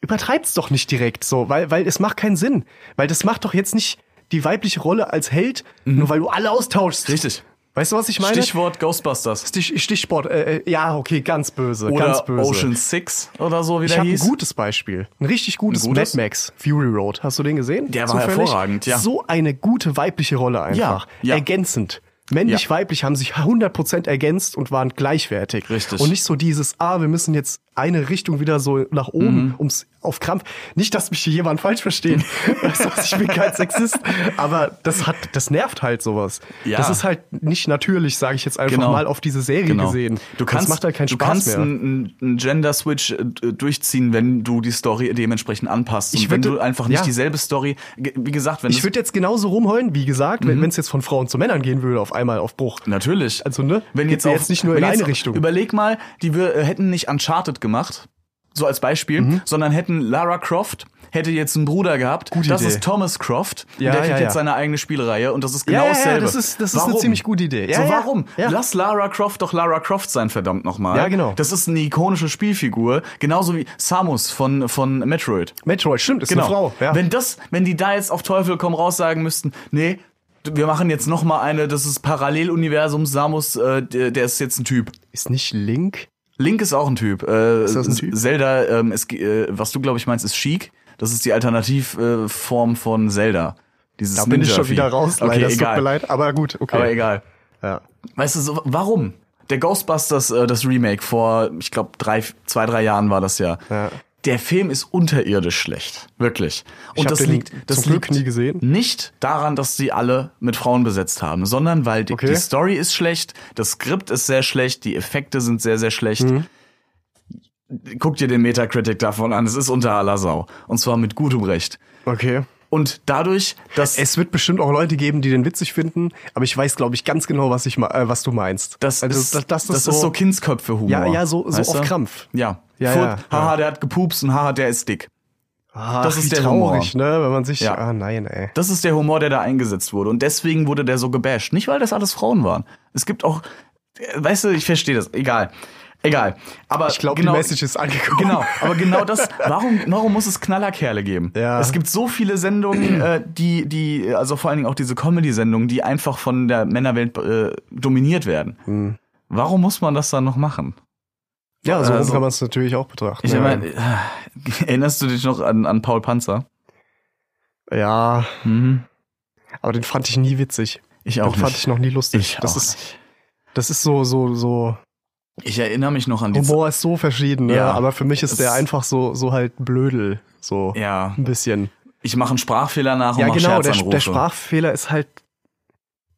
Speaker 4: übertreib's doch nicht direkt so, weil, weil es macht keinen Sinn. Weil das macht doch jetzt nicht die weibliche Rolle als Held, nur weil du alle austauschst.
Speaker 3: Mhm. Richtig.
Speaker 4: Weißt du, was ich meine?
Speaker 3: Stichwort Ghostbusters.
Speaker 4: Stich, Stichsport, äh, äh, ja, okay, ganz böse, ganz
Speaker 3: Oder
Speaker 4: böse.
Speaker 3: Ocean Six oder so, wie
Speaker 4: Ich
Speaker 3: der
Speaker 4: habe ein
Speaker 3: hieß.
Speaker 4: gutes Beispiel. Ein richtig gutes,
Speaker 3: Ein gutes?
Speaker 4: Mad Max Fury Road. Hast du den gesehen?
Speaker 3: Der war hervorragend, ja.
Speaker 4: So eine gute weibliche Rolle einfach.
Speaker 3: Ja, ja.
Speaker 4: Ergänzend. Männlich,
Speaker 3: Ja.
Speaker 4: weiblich haben sich 100% ergänzt und waren gleichwertig.
Speaker 3: Richtig.
Speaker 4: Und nicht so dieses, ah, wir müssen jetzt eine Richtung wieder so nach oben,
Speaker 3: Mhm.
Speaker 4: ums auf Krampf. Nicht, dass mich hier jemand falsch versteht. Weißt du was, ich bin kein Sexist, aber das hat, das nervt halt sowas.
Speaker 3: Ja.
Speaker 4: Das ist halt nicht natürlich, sage ich jetzt einfach
Speaker 3: Genau.
Speaker 4: mal auf diese Serie gesehen.
Speaker 3: Du kannst,
Speaker 4: das macht halt keinen
Speaker 3: du
Speaker 4: Spaß
Speaker 3: kannst
Speaker 4: mehr.
Speaker 3: einen einen Gender-Switch äh, d- durchziehen, wenn du die Story dementsprechend anpasst.
Speaker 4: Ich
Speaker 3: Und wenn
Speaker 4: würde-
Speaker 3: du einfach nicht
Speaker 4: ja.
Speaker 3: dieselbe Story, ge- wie gesagt, wenn
Speaker 4: Ich
Speaker 3: es-
Speaker 4: würde jetzt genauso rumheulen, wie gesagt,
Speaker 3: Mhm.
Speaker 4: wenn es jetzt von Frauen zu Männern gehen würde, auf einmal auf Bruch.
Speaker 3: Natürlich.
Speaker 4: Also, ne?
Speaker 3: Wenn jetzt,
Speaker 4: Geht's ja
Speaker 3: auch,
Speaker 4: jetzt nicht nur
Speaker 3: wenn
Speaker 4: in
Speaker 3: jetzt,
Speaker 4: eine Richtung.
Speaker 3: Überleg mal, die wir, äh, hätten nicht Uncharted gemacht, so als Beispiel,
Speaker 4: Mhm.
Speaker 3: sondern hätten Lara Croft hätte jetzt einen Bruder gehabt.
Speaker 4: Gute
Speaker 3: das
Speaker 4: Idee.
Speaker 3: ist Thomas Croft.
Speaker 4: Ja,
Speaker 3: und der
Speaker 4: ja,
Speaker 3: kriegt
Speaker 4: ja.
Speaker 3: jetzt seine eigene Spielreihe und das ist genau
Speaker 4: ja, ja,
Speaker 3: dasselbe.
Speaker 4: das ist- das ist eine
Speaker 3: Warum?
Speaker 4: ziemlich gute Idee. Ja,
Speaker 3: so,
Speaker 4: ja.
Speaker 3: warum?
Speaker 4: Ja.
Speaker 3: Lass Lara Croft doch Lara Croft sein, verdammt nochmal.
Speaker 4: Ja, genau.
Speaker 3: Das ist eine ikonische Spielfigur, genauso wie Samus von, von Metroid.
Speaker 4: Metroid, stimmt, ist eine Frau. Ja.
Speaker 3: Genau. Wenn das, wenn die da jetzt auf Teufel komm raus sagen müssten, nee, d- wir machen jetzt noch mal eine, das ist Paralleluniversum Samus, äh, der, der ist jetzt ein Typ.
Speaker 4: ist nicht Link?
Speaker 3: Link ist auch ein Typ. Äh, ist
Speaker 4: das ein Typ?
Speaker 3: Zelda, ähm, ist, äh, was du glaube ich meinst, ist Chic. Das ist die Alternativform äh, Form von Zelda. Dieses
Speaker 4: Da bin ich schon
Speaker 3: Ninja-Vieh.
Speaker 4: wieder raus,
Speaker 3: Okay,
Speaker 4: leider. Es tut mir
Speaker 3: egal.
Speaker 4: leid, aber gut, okay.
Speaker 3: Aber egal.
Speaker 4: Ja.
Speaker 3: Weißt du, so, warum? Der Ghostbusters, äh, das Remake vor, ich glaube, drei, zwei, drei Jahren war das ja.
Speaker 4: Ja.
Speaker 3: Der Film ist unterirdisch schlecht. Wirklich. Und
Speaker 4: hab
Speaker 3: das
Speaker 4: den
Speaker 3: liegt, das
Speaker 4: zum Glück
Speaker 3: liegt
Speaker 4: nie gesehen.
Speaker 3: nicht daran, dass sie alle mit Frauen besetzt haben, sondern weil die,
Speaker 4: Okay.
Speaker 3: die Story ist schlecht, das Skript ist sehr schlecht, die Effekte sind sehr, sehr schlecht.
Speaker 4: Mhm.
Speaker 3: Guck dir den Metacritic davon an, es ist unter aller Sau. Und zwar mit gutem Recht.
Speaker 4: Okay.
Speaker 3: Und dadurch, dass
Speaker 4: Es wird bestimmt auch Leute geben, die den witzig finden, aber ich weiß, glaube ich, ganz genau, was, ich, ma- äh, was du meinst.
Speaker 3: das,
Speaker 4: Also,
Speaker 3: ist, das, ist so Kindsköpfe-Humor.
Speaker 4: Ja, ja, so, so
Speaker 3: weißt
Speaker 4: auf
Speaker 3: du?
Speaker 4: Krampf.
Speaker 3: Ja.
Speaker 4: Ja,
Speaker 3: Furt,
Speaker 4: ja,
Speaker 3: haha,
Speaker 4: ja.
Speaker 3: der hat gepupst und haha, der ist dick. das
Speaker 4: Ach,
Speaker 3: ist
Speaker 4: Ah, wie
Speaker 3: der
Speaker 4: traurig,
Speaker 3: Humor.
Speaker 4: ne? Wenn man sich.
Speaker 3: Ja.
Speaker 4: Ah, nein, ey.
Speaker 3: Das ist der Humor, der da eingesetzt wurde. Und deswegen wurde der so gebasht. Nicht, weil das alles Frauen waren. Es gibt auch, weißt du, ich verstehe das. Egal. Egal. Aber
Speaker 4: Ich glaube, die Message ist angekommen.
Speaker 3: Genau, aber genau das, warum, warum muss es Knallerkerle geben?
Speaker 4: Ja.
Speaker 3: Es gibt so viele Sendungen, äh, die, die, also vor allen Dingen auch diese Comedy-Sendungen, die einfach von der Männerwelt äh, dominiert werden.
Speaker 4: Hm.
Speaker 3: Warum muss man das dann noch machen?
Speaker 4: Ja, so
Speaker 3: Also-
Speaker 4: kann man es natürlich auch betrachten.
Speaker 3: Ich
Speaker 4: ja.
Speaker 3: meine, erinnerst du dich noch an, an Paul Panzer?
Speaker 4: ja,
Speaker 3: Mhm.
Speaker 4: aber den fand ich nie witzig.
Speaker 3: Ich
Speaker 4: Den
Speaker 3: auch
Speaker 4: fand
Speaker 3: nicht.
Speaker 4: ich noch nie lustig.
Speaker 3: Ich
Speaker 4: das
Speaker 3: auch
Speaker 4: ist
Speaker 3: nicht.
Speaker 4: das ist so so so
Speaker 3: Ich erinnere mich noch an die
Speaker 4: Humor ist so verschieden, ne?
Speaker 3: Ja.
Speaker 4: aber für mich ist
Speaker 3: Es-
Speaker 4: der einfach so so halt blödel so
Speaker 3: Ja,
Speaker 4: ein bisschen.
Speaker 3: ich mache einen Sprachfehler nach und
Speaker 4: Ja,
Speaker 3: mache
Speaker 4: genau, der,
Speaker 3: Scherzanrufe.
Speaker 4: der Sprachfehler ist halt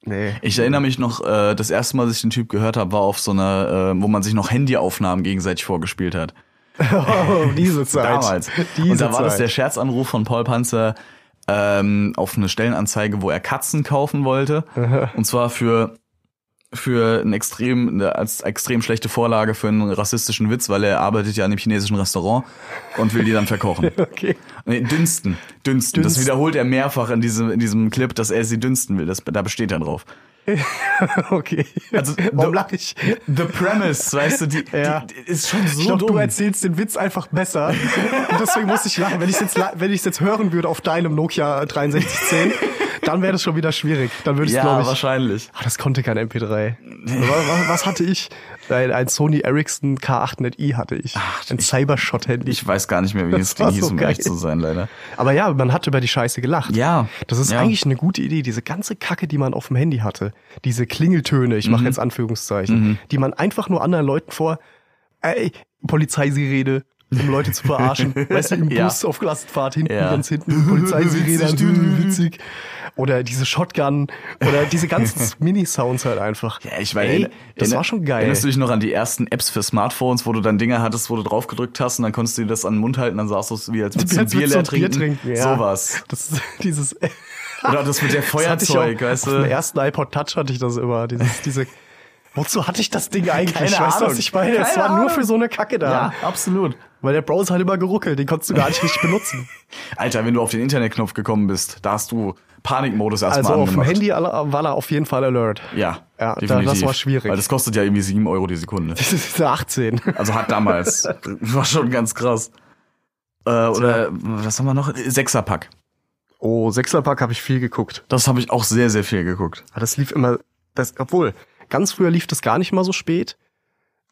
Speaker 4: nee.
Speaker 3: ich erinnere mich noch, äh, das erste Mal, dass ich den Typ gehört habe, war auf so einer, äh, wo man sich noch Handyaufnahmen gegenseitig vorgespielt hat.
Speaker 4: oh, diese Zeit.
Speaker 3: Damals.
Speaker 4: Diese
Speaker 3: und da war
Speaker 4: Zeit.
Speaker 3: das der Scherzanruf von Paul Panzer ähm, auf eine Stellenanzeige, wo er Katzen kaufen wollte. Und zwar für für ein extrem eine- als extrem schlechte Vorlage für einen rassistischen Witz, weil er arbeitet ja in einem chinesischen Restaurant und will die dann verkochen.
Speaker 4: okay.
Speaker 3: Nee, dünsten, dünsten. Das
Speaker 4: Dünsten.
Speaker 3: wiederholt er mehrfach in diesem, in diesem Clip, dass er sie dünsten will. Das, da besteht er drauf.
Speaker 4: Okay.
Speaker 3: Also,
Speaker 4: warum
Speaker 3: the-
Speaker 4: lache ich?
Speaker 3: The premise, weißt du, die,
Speaker 4: Ja.
Speaker 3: die, die ist schon so
Speaker 4: Ich glaube,
Speaker 3: dumm.
Speaker 4: du erzählst den Witz einfach besser. Und deswegen muss ich lachen. Wenn ich jetzt, la- wenn ich jetzt hören würde auf deinem Nokia 6310, dann wäre das schon wieder schwierig. Dann würde
Speaker 3: ja,
Speaker 4: glaube ich,
Speaker 3: wahrscheinlich.
Speaker 4: Ah, das konnte kein MP3. was, was hatte ich? Ein, ein Sony Ericsson K800i hatte ich. ein Cybershot-Handy.
Speaker 3: Ich weiß gar nicht mehr, wie das, Ding
Speaker 4: war
Speaker 3: hieß,
Speaker 4: so
Speaker 3: um
Speaker 4: geil.
Speaker 3: ehrlich zu sein, leider.
Speaker 4: Aber ja, man hat über die Scheiße gelacht.
Speaker 3: Ja.
Speaker 4: Das ist
Speaker 3: Ja.
Speaker 4: eigentlich eine gute Idee, diese ganze Kacke, die man auf dem Handy hatte, diese Klingeltöne, ich
Speaker 3: Mhm.
Speaker 4: mache jetzt Anführungszeichen, die man einfach nur anderen Leuten vor, ey, Polizeisirene, um Leute zu verarschen, weißt du, im
Speaker 3: Ja.
Speaker 4: Bus auf Klassenfahrt hinten,
Speaker 3: Ja.
Speaker 4: ganz hinten, Polizeisirene,
Speaker 3: Witzig.
Speaker 4: witzig, witzig, oder diese Shotgun, oder diese ganzen Mini-Sounds halt einfach.
Speaker 3: Ja, ich meine,
Speaker 4: ey,
Speaker 3: erinn-
Speaker 4: das
Speaker 3: erinn-
Speaker 4: war schon geil.
Speaker 3: Erinnerst du dich noch an die ersten Apps für Smartphones, wo du dann Dinger hattest, wo du drauf gedrückt hast und dann konntest du dir das an den Mund halten, dann saß du es wie als würdest du ein
Speaker 4: Jetzt
Speaker 3: Bier
Speaker 4: willst du
Speaker 3: leer
Speaker 4: ein Bier
Speaker 3: trinken.
Speaker 4: trinken, ja.
Speaker 3: Sowas.
Speaker 4: Das ist dieses
Speaker 3: Oder das mit der Feuerzeug,
Speaker 4: das hatte ich auch,
Speaker 3: weißt
Speaker 4: Auf dem
Speaker 3: du?
Speaker 4: ersten iPod Touch hatte ich das immer. Dieses, diese, wozu hatte ich das Ding eigentlich?
Speaker 3: Keine
Speaker 4: weißt du, was
Speaker 3: Ahnung.
Speaker 4: ich meine? Es
Speaker 3: Keine
Speaker 4: war nur
Speaker 3: Ahnung.
Speaker 4: für so eine Kacke da.
Speaker 3: Ja, absolut.
Speaker 4: Weil der Browser hat immer geruckelt, den konntest du gar nicht richtig benutzen.
Speaker 3: Alter, wenn du auf den Internetknopf gekommen bist, da hast du Panikmodus erstmal
Speaker 4: Also auf dem
Speaker 3: angemacht.
Speaker 4: Handy alle- war er auf jeden Fall alert.
Speaker 3: Ja,
Speaker 4: Ja, da- das war schwierig.
Speaker 3: Weil das kostet ja irgendwie 7 Euro die Sekunde.
Speaker 4: Das ist 18.
Speaker 3: Also hat damals. war schon ganz krass. Äh, oder was haben wir noch? Sechserpack.
Speaker 4: Oh, Sechserpack habe ich viel geguckt.
Speaker 3: Das habe ich auch sehr, sehr viel geguckt.
Speaker 4: Aber das lief immer, das, obwohl, ganz früher lief das gar nicht mal so spät.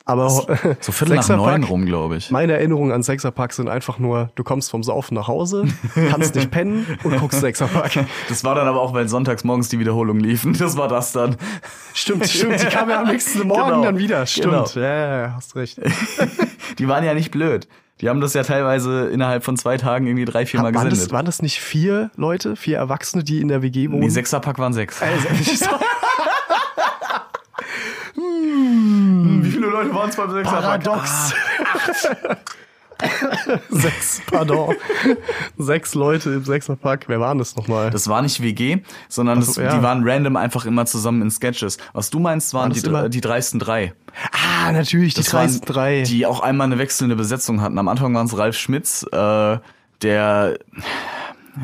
Speaker 4: Aber
Speaker 3: So Viertel nach
Speaker 4: Sechserpack-
Speaker 3: neun rum, glaube ich.
Speaker 4: Meine Erinnerungen an Sechserpack sind einfach nur, du kommst vom Saufen nach Hause, kannst nicht pennen und guckst Sechserpack.
Speaker 3: Das war dann aber auch, weil sonntags morgens die Wiederholungen liefen. Das war das dann.
Speaker 4: Stimmt, stimmt. Die kam ja am nächsten Morgen
Speaker 3: Genau.
Speaker 4: dann wieder. Stimmt.
Speaker 3: Genau.
Speaker 4: Ja, ja, ja, hast recht.
Speaker 3: Die waren ja nicht blöd. Die haben das ja teilweise innerhalb von zwei Tagen irgendwie drei, vier Mal
Speaker 4: waren, das,
Speaker 3: gesendet.
Speaker 4: waren das nicht vier Leute, vier Erwachsene, die in der WG wohnen?
Speaker 3: Nee, Sechserpack waren sechs.
Speaker 4: Also, ich so,
Speaker 3: Hm. Wie viele Leute waren es beim
Speaker 4: Paradox. Sechs, pardon. Sechs Leute im Sechserpack. Wer waren das nochmal?
Speaker 3: Das war nicht WG, sondern das,
Speaker 4: so, ja.
Speaker 3: die waren random einfach immer zusammen in Sketches. Was du meinst, waren
Speaker 4: das
Speaker 3: die,
Speaker 4: immer-
Speaker 3: die dreisten drei.
Speaker 4: ah, natürlich, die
Speaker 3: Das waren
Speaker 4: 3.
Speaker 3: Die auch einmal eine wechselnde Besetzung hatten. Am Anfang waren es Ralf Schmitz, äh, der,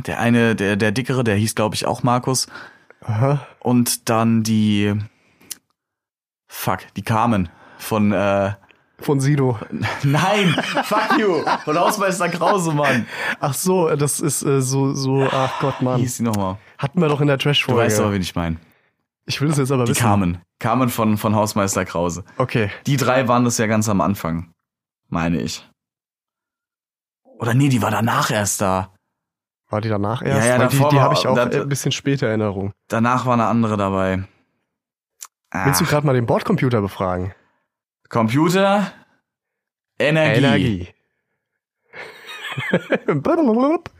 Speaker 3: der eine, der, der dickere, der hieß, glaube ich, auch Markus.
Speaker 4: Aha.
Speaker 3: Und dann die, fuck, die Carmen von, äh,
Speaker 4: Von Sido.
Speaker 3: nein, fuck you, von Hausmeister Krause, Mann.
Speaker 4: Ach so, das ist äh, so, so, ach Gott,
Speaker 3: Wie
Speaker 4: Mann.
Speaker 3: hieß die nochmal?
Speaker 4: Hatten wir doch in der
Speaker 3: Du weißt aber,
Speaker 4: Trash-Folge.
Speaker 3: wen ich meine.
Speaker 4: Ich will das jetzt aber
Speaker 3: Die
Speaker 4: wissen.
Speaker 3: Carmen. Carmen von, von Hausmeister Krause.
Speaker 4: Okay.
Speaker 3: Die drei waren das ja ganz am Anfang, meine ich. Oder nee, die war danach erst da.
Speaker 4: War die danach erst?
Speaker 3: ja,
Speaker 4: Weil die
Speaker 3: davor
Speaker 4: die
Speaker 3: war-
Speaker 4: habe ich auch
Speaker 3: da-
Speaker 4: äh, ein bisschen später Erinnerung.
Speaker 3: Danach war eine andere dabei. Ah,
Speaker 4: Willst du
Speaker 3: Ach,
Speaker 4: gerade mal den Bordcomputer befragen?
Speaker 3: Computer, Energie.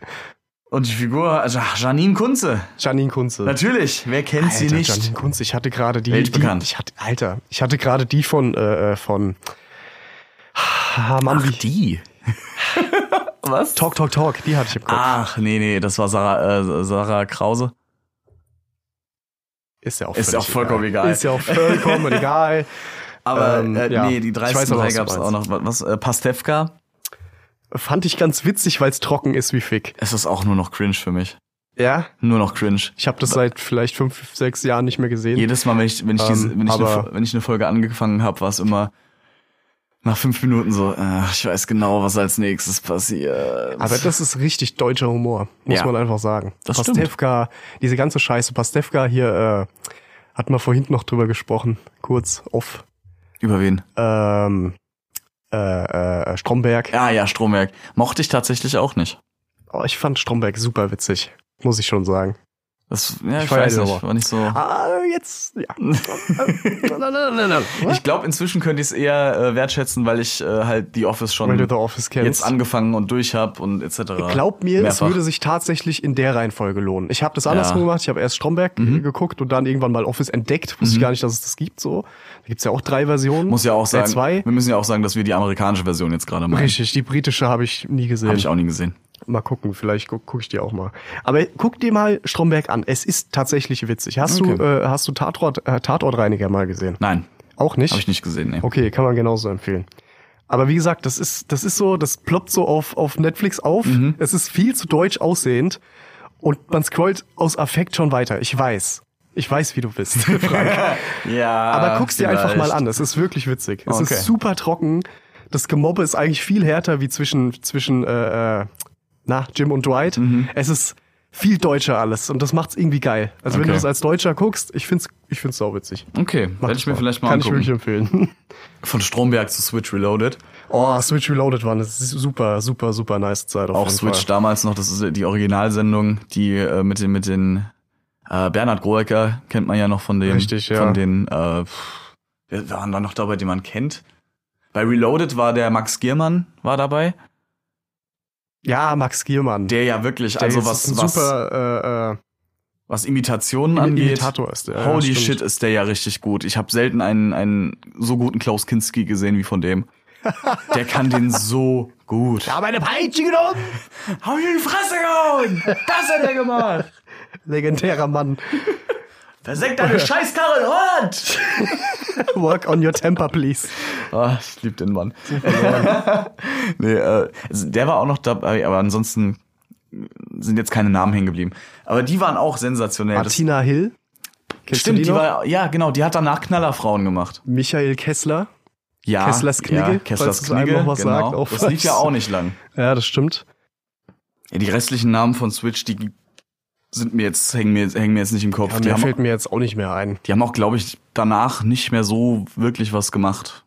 Speaker 3: Und die Figur, also ach, Janine Kunze.
Speaker 4: Janine Kunze.
Speaker 3: Natürlich, wer kennt sie
Speaker 4: Alter,
Speaker 3: nicht?
Speaker 4: Janine Kunze, ich hatte gerade die,
Speaker 3: Weltbekannt.
Speaker 4: die ich hatte, Alter, ich hatte gerade die von äh, äh, von ah, Mann,
Speaker 3: Ach,
Speaker 4: wie,
Speaker 3: die. Was?
Speaker 4: Talk, Talk, Talk, die hatte ich im Kopf.
Speaker 3: Ach, nee, nee, das war Sarah, äh, Sarah Krause.
Speaker 4: Ist ja auch,
Speaker 3: Ist ja auch
Speaker 4: völlig
Speaker 3: vollkommen egal.
Speaker 4: Ist ja auch vollkommen egal.
Speaker 3: Aber
Speaker 4: Ähm,
Speaker 3: äh,
Speaker 4: ja.
Speaker 3: nee, die
Speaker 4: Ich weiß aber,
Speaker 3: 30
Speaker 4: was du
Speaker 3: gab es auch noch. Was? Äh, Pastewka?
Speaker 4: Fand ich ganz witzig, weil es trocken ist wie Fick.
Speaker 3: Es ist auch nur noch cringe für mich.
Speaker 4: Ja?
Speaker 3: Nur noch cringe.
Speaker 4: Ich habe das seit vielleicht fünf, sechs Jahren nicht mehr gesehen.
Speaker 3: Jedes Mal, wenn ich, wenn ich, diese,
Speaker 4: Ähm,
Speaker 3: wenn ich, eine,
Speaker 4: aber-
Speaker 3: wenn ich eine Folge angefangen habe, war es immer nach fünf Minuten so, äh, ich weiß genau, was als nächstes passiert.
Speaker 4: Aber das ist richtig deutscher Humor, muss
Speaker 3: Ja.
Speaker 4: man einfach sagen.
Speaker 3: Das stimmt.
Speaker 4: Pastewka, diese ganze Scheiße. Pastewka hier, äh, hat man vorhin noch drüber gesprochen, kurz off.
Speaker 3: Über wen?
Speaker 4: Ähm, äh, äh, Stromberg.
Speaker 3: Ah, Ja, ja, Stromberg. Mochte ich tatsächlich auch nicht.
Speaker 4: Oh, ich fand Stromberg super witzig, muss ich schon sagen.
Speaker 3: Das, ja, ich,
Speaker 4: Ich
Speaker 3: weiß
Speaker 4: weiß
Speaker 3: nicht,
Speaker 4: aber.
Speaker 3: war nicht so.
Speaker 4: Ah, jetzt, ja.
Speaker 3: Ich glaube, inzwischen könnte ich es eher äh, wertschätzen, weil ich äh, halt The Office schon
Speaker 4: Weil du The Office kennst.
Speaker 3: jetzt angefangen und durch hab und etc.
Speaker 4: Glaub mir, es
Speaker 3: Mehrfach.
Speaker 4: würde sich tatsächlich in der Reihenfolge lohnen. Ich habe das andersrum
Speaker 3: Ja. Mhm.
Speaker 4: gemacht. Ich habe erst Stromberg geguckt und dann irgendwann mal Office entdeckt. Wusste ich gar nicht, dass es das gibt. So, da gibt's ja auch drei Versionen.
Speaker 3: Muss ja auch
Speaker 4: Äh,
Speaker 3: sagen,
Speaker 4: Zwei.
Speaker 3: wir müssen ja auch sagen, dass wir die amerikanische Version jetzt gerade meinen.
Speaker 4: Richtig, die britische habe ich nie gesehen.
Speaker 3: Habe ich auch nie gesehen.
Speaker 4: Mal gucken, vielleicht gucke guck ich die auch mal. Aber guck dir mal Stromberg an. Es ist tatsächlich witzig. Hast du,
Speaker 3: Okay.
Speaker 4: äh, hast du Tatort, äh, Tatortreiniger mal gesehen?
Speaker 3: Nein,
Speaker 4: Auch nicht?
Speaker 3: habe ich nicht gesehen. Nee.
Speaker 4: Okay, kann man genauso empfehlen. Aber wie gesagt, das ist, das ist so, das ploppt so auf, auf Netflix auf.
Speaker 3: Mhm.
Speaker 4: Es ist viel zu deutsch aussehend. Und man scrollt aus Affekt schon weiter. Ich weiß. Ich weiß, wie du bist, Frank.
Speaker 3: Ja.
Speaker 4: Aber guck's dir einfach mal
Speaker 3: vielleicht.
Speaker 4: an. Es ist wirklich witzig. Es
Speaker 3: Okay.
Speaker 4: ist super trocken. Das Gemobbe ist eigentlich viel härter wie zwischen, zwischen äh, äh, na, Jim und Dwight.
Speaker 3: Mhm.
Speaker 4: Es ist viel deutscher alles. Und das macht's irgendwie geil. Also wenn
Speaker 3: Okay.
Speaker 4: du es als Deutscher guckst, ich find's, ich find's sauwitzig.
Speaker 3: Okay, werde ich mir vielleicht mal
Speaker 4: Kann
Speaker 3: angucken.
Speaker 4: ich wirklich empfehlen.
Speaker 3: Von Stromberg zu Switch Reloaded.
Speaker 4: Oh, Switch Reloaded war eine super, super, super nice Zeit. Auf
Speaker 3: Auch
Speaker 4: jeden
Speaker 3: Switch
Speaker 4: Fall.
Speaker 3: damals noch, das ist die Originalsendung, die äh, mit den, mit den äh, Bernhard Groecker kennt man ja noch von den,
Speaker 4: Richtig, ja.
Speaker 3: von den, äh, pff, wer waren da noch dabei, die man kennt? Bei Reloaded war der Max Giermann war dabei,
Speaker 4: Ja, Max Giermann.
Speaker 3: der ja wirklich,
Speaker 4: Der
Speaker 3: also
Speaker 4: ist
Speaker 3: was,
Speaker 4: ein
Speaker 3: was,
Speaker 4: super
Speaker 3: was Imitationen
Speaker 4: äh, äh,
Speaker 3: angeht,
Speaker 4: Imitator ist der.
Speaker 3: holy
Speaker 4: stimmt.
Speaker 3: shit ist der ja richtig gut. Ich habe selten einen, einen so guten Klaus Kinski gesehen wie von dem. Der kann den so gut.
Speaker 4: Da meine Peitsche genommen.
Speaker 3: Hau dir die Fresse gehauen! Das hat er gemacht!
Speaker 4: Legendärer Mann.
Speaker 3: Versenk deine Scheißkarre in Holland!
Speaker 4: Work on your temper, please.
Speaker 3: Ah, ich lieb den Mann. nee, äh, also der war auch noch dabei, aber ansonsten sind jetzt keine Namen hängen geblieben. Aber die waren auch sensationell. Das-
Speaker 4: Martina Hill. Kennst
Speaker 3: stimmt,
Speaker 4: du
Speaker 3: die,
Speaker 4: die noch?
Speaker 3: war, ja, genau, die hat danach Knallerfrauen gemacht.
Speaker 4: Michael Kessler.
Speaker 3: Ja,
Speaker 4: Kesslers Knigge,
Speaker 3: Ja, Kesslers
Speaker 4: falls das einem
Speaker 3: Knigge,
Speaker 4: noch was
Speaker 3: genau.
Speaker 4: sagt, auch
Speaker 3: das
Speaker 4: was.
Speaker 3: lief ja auch nicht lang.
Speaker 4: Ja, das stimmt.
Speaker 3: Ja, die restlichen Namen von Switch, die sind mir jetzt, hängen mir, hängen mir jetzt nicht im Kopf.
Speaker 4: Ja,
Speaker 3: die,
Speaker 4: mehr
Speaker 3: haben,
Speaker 4: fällt mir jetzt auch nicht mehr ein.
Speaker 3: die haben auch, glaube ich, danach nicht mehr so wirklich was gemacht.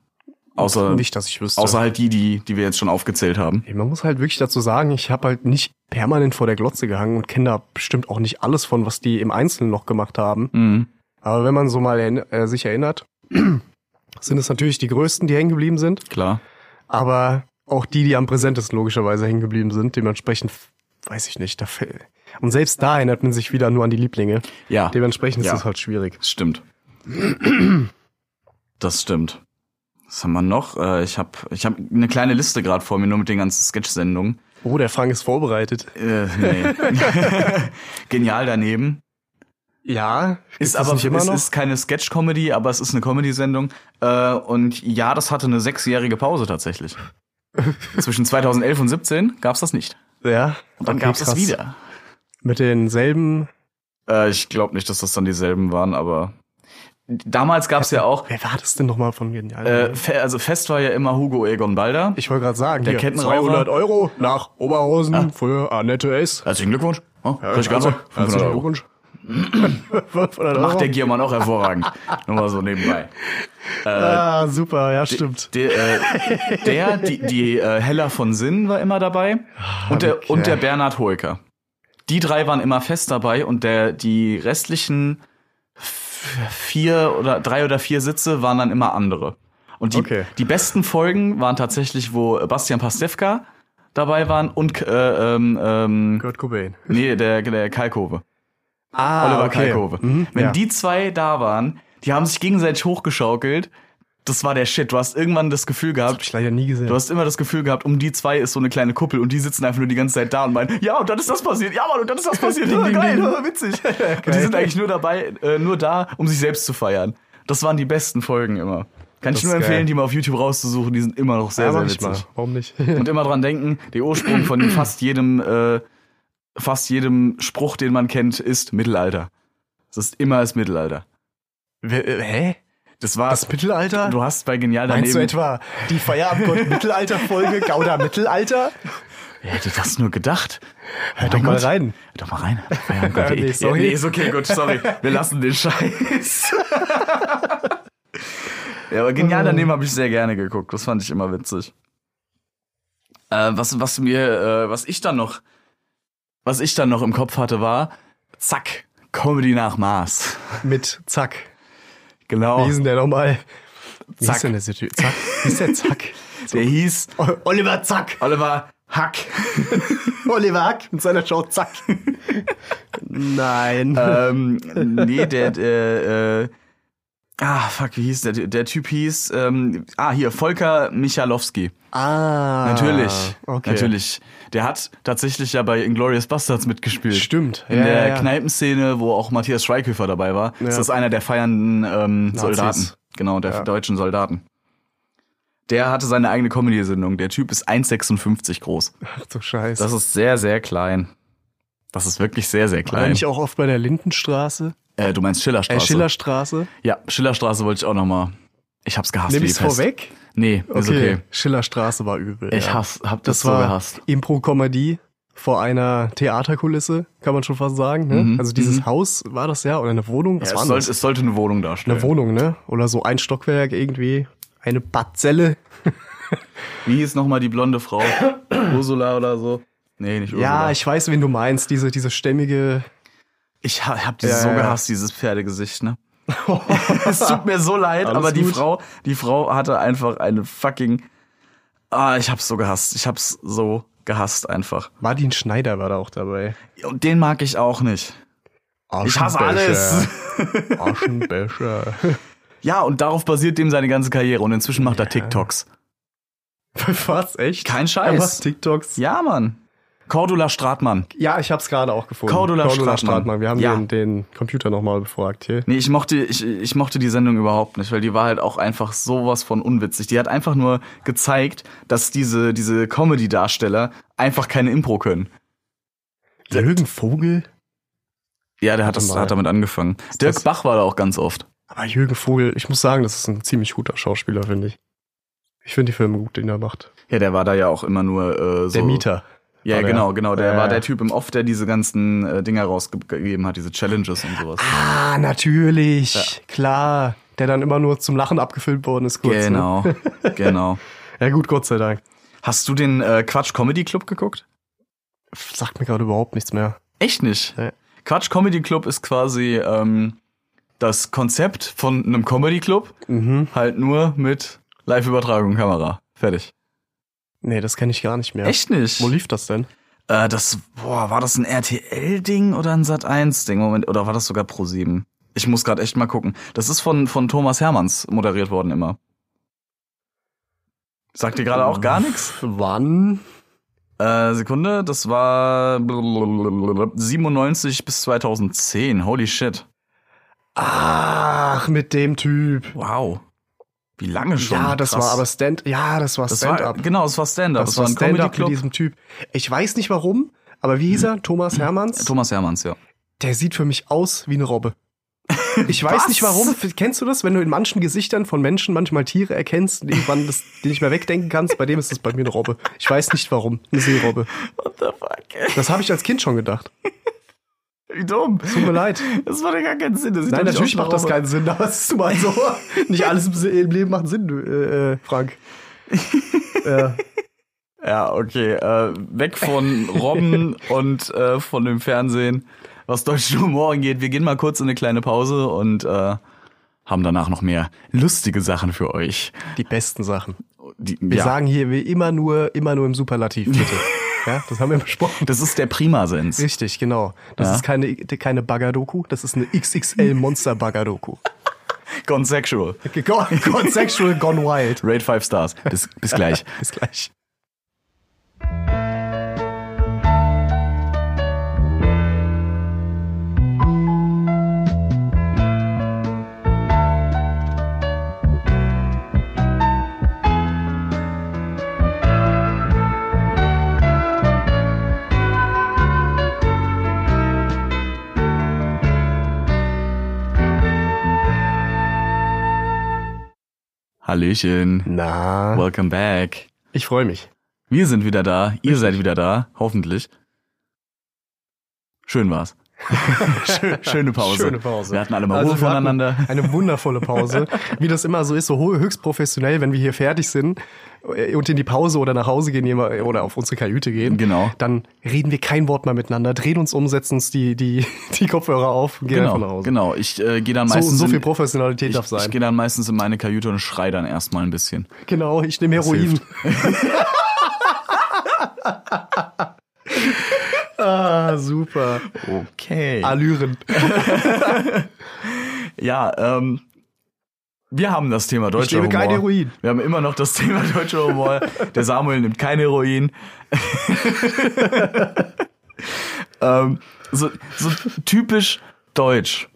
Speaker 3: Außer,
Speaker 4: nicht, dass ich wüsste.
Speaker 3: Äh, Außer halt die, die, die wir jetzt schon aufgezählt haben.
Speaker 4: Ey, Man muss halt wirklich dazu sagen, ich habe halt nicht permanent vor der Glotze gehangen und kenne da bestimmt auch nicht alles von, was die im Einzelnen noch gemacht haben.
Speaker 3: Mhm.
Speaker 4: Aber wenn man so mal erinn- äh, sich erinnert, sind es natürlich die größten, die hängen geblieben sind,
Speaker 3: Klar.
Speaker 4: aber auch die, die am präsentesten logischerweise hängen geblieben sind. Dementsprechend f- weiß ich nicht. Da fe- und selbst da erinnert man sich wieder nur an die Lieblinge.
Speaker 3: Ja,
Speaker 4: Dementsprechend ist
Speaker 3: Ah, Ja.
Speaker 4: das halt schwierig.
Speaker 3: das stimmt. Das stimmt. Was haben wir noch? Äh, Ich habe ich hab eine kleine Liste gerade vor mir, nur mit den ganzen Sketch-Sendungen.
Speaker 4: Oh, der Frank ist vorbereitet.
Speaker 3: Äh, nee. Genial daneben.
Speaker 4: Ja,
Speaker 3: Ist aber
Speaker 4: nicht immer
Speaker 3: es
Speaker 4: noch.
Speaker 3: ist keine Sketch-Comedy, aber es ist eine Comedy-Sendung. Äh, Und ja, das hatte eine sechsjährige Pause tatsächlich. Zwischen 2011 und 17 gab's das nicht.
Speaker 4: ja.
Speaker 3: Und dann
Speaker 4: Okay,
Speaker 3: gab's das
Speaker 4: krass.
Speaker 3: wieder.
Speaker 4: Mit denselben.
Speaker 3: Äh, ich glaube nicht, dass das dann dieselben waren, aber damals gab's ja auch,
Speaker 4: Wer war das denn nochmal von Genial?
Speaker 3: äh, fe also fest war ja immer Hugo Egon Balder.
Speaker 4: Ich wollte gerade sagen,
Speaker 3: Der
Speaker 4: hier,
Speaker 3: Kettenraucher.
Speaker 4: 200 Euro nach Oberhausen für Annette S.
Speaker 3: Herzlichen Glückwunsch. Oh, ja, ich ganz
Speaker 4: also, herzlichen Glückwunsch. 500 Euro.
Speaker 3: Macht der Giermann auch hervorragend. Nur mal so nebenbei.
Speaker 4: ah, super, ja, stimmt.
Speaker 3: Der, äh, der die, die äh, Hella von Sinn war immer dabei und der,
Speaker 4: Ah, okay.
Speaker 3: und der Bernhard Hoeker. Die drei waren immer fest dabei und der, die restlichen f- vier oder drei oder vier Sitze waren dann immer andere. Und die,
Speaker 4: Okay.
Speaker 3: die besten Folgen waren tatsächlich, wo Bastian Pastewka dabei waren und äh, ähm, ähm,
Speaker 4: Kurt Cobain.
Speaker 3: nee, der, der Kalkove.
Speaker 4: Ah,
Speaker 3: Oliver Kalkove.
Speaker 4: Mhm,
Speaker 3: Wenn
Speaker 4: ja.
Speaker 3: die zwei da waren, die haben sich gegenseitig hochgeschaukelt. das war der Shit. Du hast irgendwann das Gefühl
Speaker 4: Hab
Speaker 3: gehabt,
Speaker 4: ich leider nie gesehen.
Speaker 3: du hast immer das Gefühl gehabt, um die zwei ist so eine kleine Kuppel und die sitzen einfach nur die ganze Zeit da und meinen, ja, und dann ist das passiert, ja, Mann, und dann ist das passiert,
Speaker 4: Ding,
Speaker 3: ja,
Speaker 4: ding,
Speaker 3: geil,
Speaker 4: ding.
Speaker 3: ja, witzig. Und die sind eigentlich nur dabei, äh, nur da, um sich selbst zu feiern. Das waren die besten Folgen immer. Kann
Speaker 4: Das
Speaker 3: ich nur
Speaker 4: ist geil.
Speaker 3: empfehlen, die mal auf YouTube rauszusuchen, die sind immer noch sehr,
Speaker 4: ja,
Speaker 3: sehr
Speaker 4: mach ich
Speaker 3: witzig.
Speaker 4: mal. Warum nicht?
Speaker 3: Und immer dran denken, der Ursprung von fast jedem, äh, fast jedem Spruch, den man kennt, ist Mittelalter. Es ist immer das Mittelalter.
Speaker 4: äh, Hä?
Speaker 3: Das war,
Speaker 4: Das Mittelalter?
Speaker 3: du hast bei Genial daneben.
Speaker 4: Meinst du etwa die Feierabendgold Mittelalterfolge Gauda Mittelalter?
Speaker 3: Wer hätte das nur gedacht?
Speaker 4: Hör doch mal rein.
Speaker 3: Hör doch mal rein. Ja, Gott,
Speaker 4: Nee,
Speaker 3: nee,
Speaker 4: sorry.
Speaker 3: sorry. nee, ist okay, gut, sorry. Wir lassen den Scheiß. ja, aber genial
Speaker 4: Oh.
Speaker 3: daneben habe ich sehr gerne geguckt. Das fand ich immer witzig. Äh, was, was mir, äh, was ich dann noch, was ich dann noch im Kopf hatte, war, zack, Comedy nach Mars.
Speaker 4: Mit Zack.
Speaker 3: Genau.
Speaker 4: Wie ist denn der nochmal? Wie
Speaker 3: Zack.
Speaker 4: ist denn der Typ? Zack. Wie ist der Zack?
Speaker 3: Der hieß
Speaker 4: O- Oliver Zack.
Speaker 3: Oliver Hack.
Speaker 4: Oliver Hack mit seiner Show Zack. Nein.
Speaker 3: ähm, nee, der, der, äh, ah, fuck, wie hieß der? Der Typ hieß, ähm, ah, hier, Volker Michalowski.
Speaker 4: ah.
Speaker 3: Natürlich,
Speaker 4: Okay.
Speaker 3: natürlich. Der hat tatsächlich ja bei Inglourious Bastards mitgespielt.
Speaker 4: Stimmt.
Speaker 3: In
Speaker 4: Ja,
Speaker 3: der
Speaker 4: ja, ja.
Speaker 3: Kneipenszene, wo auch Matthias Schweighöfer dabei war, ist das einer der feiernden ähm, Soldaten. Genau, der
Speaker 4: Ja.
Speaker 3: deutschen Soldaten. Der hatte seine eigene Comedy-Sendung. Der Typ ist 1,56 groß.
Speaker 4: Ach du Scheiße.
Speaker 3: Das ist sehr, sehr klein. Das ist wirklich sehr, sehr
Speaker 4: war der
Speaker 3: klein.
Speaker 4: nicht auch oft bei der Lindenstraße?
Speaker 3: äh, du meinst Schillerstraße?
Speaker 4: Äh, Schillerstraße?
Speaker 3: Ja, Schillerstraße wollte ich auch nochmal. Ich hab's gehasst.
Speaker 4: Nimm
Speaker 3: wie
Speaker 4: ich's
Speaker 3: die Pest.
Speaker 4: vorweg?
Speaker 3: Nee, ist okay.
Speaker 4: Schillerstraße war übel.
Speaker 3: Ich
Speaker 4: ja.
Speaker 3: hasse, hab das,
Speaker 4: Das
Speaker 3: so
Speaker 4: war
Speaker 3: gehasst.
Speaker 4: Impro-Komödie vor einer Theaterkulisse, kann man schon fast sagen. Ne?
Speaker 3: Mhm.
Speaker 4: Also dieses
Speaker 3: Mhm.
Speaker 4: Haus war das ja oder eine Wohnung? Was
Speaker 3: Ja,
Speaker 4: war
Speaker 3: es,
Speaker 4: das?
Speaker 3: sollte, es sollte eine Wohnung darstellen.
Speaker 4: eine Wohnung, ne? Oder so ein Stockwerk irgendwie, eine Bazelle.
Speaker 3: Wie hieß nochmal die blonde Frau? Ursula oder so? Nee, nicht Ursula.
Speaker 4: Ja, ich weiß, wen du meinst. Diese, diese stämmige.
Speaker 3: ich ha- hab dieses
Speaker 4: Ja,
Speaker 3: so
Speaker 4: ja.
Speaker 3: gehasst, dieses Pferdegesicht, ne? es tut mir so leid,
Speaker 4: Alles
Speaker 3: aber die
Speaker 4: gut.
Speaker 3: Frau, die Frau hatte einfach eine fucking. Ah, ich hab's so gehasst. Ich hab's so gehasst einfach.
Speaker 4: Martin Schneider war da auch dabei.
Speaker 3: Und den mag ich auch nicht. Ich hasse alles.
Speaker 4: Aschenbecher.
Speaker 3: Ja, und darauf basiert dem seine ganze Karriere. Und inzwischen macht er TikToks.
Speaker 4: Was? Echt?
Speaker 3: Kein
Speaker 4: Er macht
Speaker 3: Scheiß.
Speaker 4: TikToks.
Speaker 3: Ja, Mann. Cordula Stratmann.
Speaker 4: Ja, ich hab's gerade auch gefunden.
Speaker 3: Cordula Stratmann.
Speaker 4: Wir haben
Speaker 3: Ja.
Speaker 4: den, den Computer nochmal befragt hier.
Speaker 3: Nee, ich mochte, ich, ich mochte die Sendung überhaupt nicht, weil die war halt auch einfach sowas von unwitzig. Die hat einfach nur gezeigt, dass diese, diese Comedy-Darsteller einfach keine Impro können.
Speaker 4: Jürgen Vogel?
Speaker 3: Ja, der hat,
Speaker 4: Warte
Speaker 3: das,
Speaker 4: mal.
Speaker 3: hat damit angefangen. Dirk
Speaker 4: das-
Speaker 3: Bach war da auch ganz oft.
Speaker 4: Aber Ah, Jürgen Vogel, ich muss sagen, das ist ein ziemlich guter Schauspieler, finde ich. Ich finde die Filme gut, den er macht.
Speaker 3: Ja, der war da ja auch immer nur äh, so.
Speaker 4: Der Mieter.
Speaker 3: Ja,
Speaker 4: war der.
Speaker 3: genau, genau. Der
Speaker 4: Ja,
Speaker 3: war
Speaker 4: ja.
Speaker 3: der Typ im Off, der diese ganzen äh, Dinger rausgegeben hat, diese Challenges und sowas.
Speaker 4: Ah, natürlich. Klar. Der dann immer nur zum Lachen abgefilmt worden ist, kurz. Ne?
Speaker 3: genau, genau.
Speaker 4: Ja, gut, Gott sei Dank.
Speaker 3: Hast du den äh, Quatsch Comedy Club geguckt?
Speaker 4: Sagt mir gerade überhaupt nichts mehr.
Speaker 3: Echt nicht.
Speaker 4: Nee.
Speaker 3: Quatsch Comedy Club ist quasi ähm, das Konzept von einem Comedy Club,
Speaker 4: Mhm.
Speaker 3: halt nur mit Live-Übertragung, Kamera. Fertig.
Speaker 4: Nee, das kenne ich gar nicht mehr.
Speaker 3: Echt nicht?
Speaker 4: Wo lief das denn?
Speaker 3: Äh, das, boah, war das ein RTL-Ding oder ein Sat1-Ding? Moment, oder war das sogar Pro7? Ich muss gerade echt mal gucken. Das ist von, von Thomas Hermanns moderiert worden immer. Sagt dir gerade auch gar nichts?
Speaker 4: Wann?
Speaker 3: Äh, Sekunde, das war 97 bis 2010. Holy shit.
Speaker 4: Ach, mit dem Typ.
Speaker 3: Wow. Wie lange schon?
Speaker 4: Ja, das
Speaker 3: Krass.
Speaker 4: war aber Stand. Ja, das war
Speaker 3: das war,
Speaker 4: Stand-up.
Speaker 3: genau, es war Stand-up.
Speaker 4: Das
Speaker 3: es
Speaker 4: war
Speaker 3: war ein Comedy
Speaker 4: Stand-up mit
Speaker 3: Club.
Speaker 4: diesem Typ. Ich weiß nicht warum, aber wie hieß er? Thomas Hermanns?
Speaker 3: Thomas Hermanns, Mhm. ja.
Speaker 4: der sieht für mich aus wie eine Robbe. Ich weiß
Speaker 3: Was?
Speaker 4: nicht warum. F- Kennst du das, wenn du in manchen Gesichtern von Menschen manchmal Tiere erkennst und irgendwann das die nicht mehr wegdenken kannst? Bei dem ist das bei mir eine Robbe. Ich weiß nicht warum. Eine Seerobbe.
Speaker 3: What the fuck?
Speaker 4: Das habe ich als Kind schon gedacht.
Speaker 3: Wie dumm.
Speaker 4: Tut mir leid.
Speaker 3: Das macht ja gar keinen Sinn. Das sieht
Speaker 4: Nein,
Speaker 3: doch nicht
Speaker 4: natürlich
Speaker 3: aus wie
Speaker 4: macht das
Speaker 3: Robbe.
Speaker 4: keinen Sinn, aber es ist mal so. Nicht alles im Se- im Leben macht Sinn, du, äh, äh, Frank. Ja.
Speaker 3: Ja, okay. Äh, weg von Robben und äh, von dem Fernsehen, was deutschen Humor angeht. Wir gehen mal kurz in eine kleine Pause und äh, haben danach noch mehr lustige Sachen für euch.
Speaker 4: Die besten Sachen.
Speaker 3: Die,
Speaker 4: Wir
Speaker 3: ja,
Speaker 4: sagen hier wir immer nur, immer nur im Superlativ, bitte. ja, das haben wir besprochen.
Speaker 3: das ist der Primasens.
Speaker 4: Richtig, genau. Das
Speaker 3: Ja.
Speaker 4: ist keine, keine Bagger-Doku, das ist eine XXL-Monster-Bagger-Doku.
Speaker 3: Gone sexual.
Speaker 4: Gone, gone sexual, gone wild.
Speaker 3: Rate 5 Stars. Bis, bis gleich.
Speaker 4: Bis gleich.
Speaker 3: Hallöchen.
Speaker 4: Na.
Speaker 3: Welcome back.
Speaker 4: Ich freue mich.
Speaker 3: Wir sind wieder da. Ihr seid wieder da. Hoffentlich. Schön war's. Schön, schöne Pause.
Speaker 4: Schöne Pause.
Speaker 3: Wir hatten alle mal
Speaker 4: Also
Speaker 3: Ruhe
Speaker 4: wir hatten
Speaker 3: voneinander.
Speaker 4: Eine wundervolle Pause. Wie das immer so ist, so ho- höchst professionell, wenn wir hier fertig sind äh, und in die Pause oder nach Hause gehen jemand- oder auf unsere Kajüte gehen,
Speaker 3: Genau.
Speaker 4: dann reden wir kein Wort mehr miteinander, drehen uns um, setzen uns die, die, die Kopfhörer auf und gehen einfach nach
Speaker 3: Genau,
Speaker 4: Hause.
Speaker 3: genau. Ich äh, gehe dann
Speaker 4: So,
Speaker 3: meistens.
Speaker 4: so viel
Speaker 3: in-
Speaker 4: Professionalität
Speaker 3: ich,
Speaker 4: darf sein.
Speaker 3: ich gehe dann meistens in meine Kajüte und schrei dann erstmal ein bisschen.
Speaker 4: genau, ich nehme Heroin. ah, super.
Speaker 3: Okay.
Speaker 4: Allüren.
Speaker 3: Ja, ähm, wir haben das Thema deutscher
Speaker 4: Ich nehme
Speaker 3: Humor.
Speaker 4: kein Heroin.
Speaker 3: Wir haben immer noch das Thema deutscher Humor. Der Samuel nimmt kein Heroin. ähm, so, so typisch deutsch.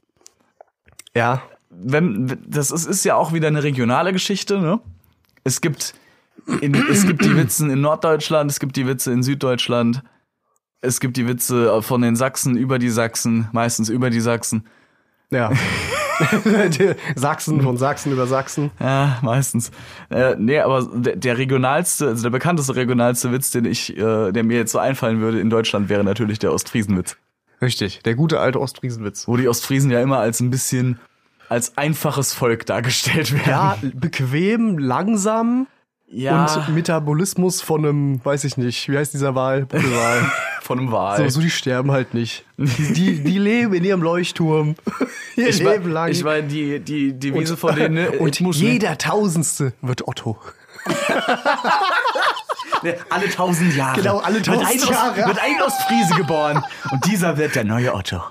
Speaker 4: Ja,
Speaker 3: Wenn, das ist, ist ja auch wieder eine regionale Geschichte. Ne? Es gibt in, es gibt die Witze in Norddeutschland, es gibt die Witze in Süddeutschland, es gibt die Witze von den Sachsen über die Sachsen, meistens über die Sachsen.
Speaker 4: ja. Die Sachsen von Sachsen über Sachsen.
Speaker 3: Ja, meistens. Äh, nee, aber der, der regionalste, also der bekannteste regionalste Witz, den ich, äh, der mir jetzt so einfallen würde in Deutschland, wäre natürlich der Ostfriesenwitz.
Speaker 4: Richtig, der gute alte Ostfriesenwitz.
Speaker 3: Wo die Ostfriesen ja immer als ein bisschen, als einfaches Volk dargestellt
Speaker 4: Ja,
Speaker 3: werden.
Speaker 4: bequem, langsam und Metabolismus von einem, weiß ich nicht, wie heißt dieser Wahl? Buckelwal.
Speaker 3: von einem Wahl.
Speaker 4: so, so, die sterben halt nicht. Die, die, die leben in ihrem Leuchtturm. Ihr
Speaker 3: ich
Speaker 4: Leben
Speaker 3: war,
Speaker 4: lang.
Speaker 3: ich war die, die, die Wiese
Speaker 4: und,
Speaker 3: von denen. ne?
Speaker 4: und
Speaker 3: Ich muss, ne?
Speaker 4: jeder Tausendste wird Otto.
Speaker 3: Ne, alle tausend Jahre.
Speaker 4: Genau, alle tausend
Speaker 3: wird ein Ost-
Speaker 4: Jahre.
Speaker 3: Wird ein Ostfriese geboren. Und dieser wird der neue Otto.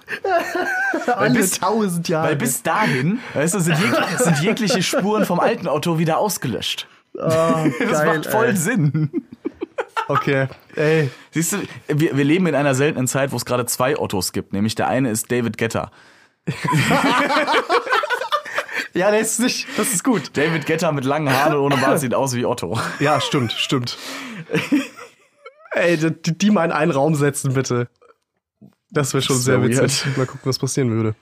Speaker 4: Alle
Speaker 3: bis-
Speaker 4: tausend Jahre.
Speaker 3: Weil bis dahin, weißt du, sind, jeg sind jegliche Spuren vom alten Otto wieder ausgelöscht. Das macht voll Sinn.
Speaker 4: Ah, Okay, ey.
Speaker 3: Siehst du, wir, wir leben in einer seltenen Zeit, wo es gerade zwei Ottos gibt. Nämlich der eine ist David Getter.
Speaker 4: Ja, das ist nicht, das ist gut.
Speaker 3: David Getter mit langen Haaren und ohne Bart sieht aus wie Otto.
Speaker 4: Ja, stimmt, stimmt. Ey, die, die mal in einen Raum setzen, bitte. Das wäre schon
Speaker 3: Das
Speaker 4: sehr
Speaker 3: wär
Speaker 4: witzig. Mal gucken, was passieren würde.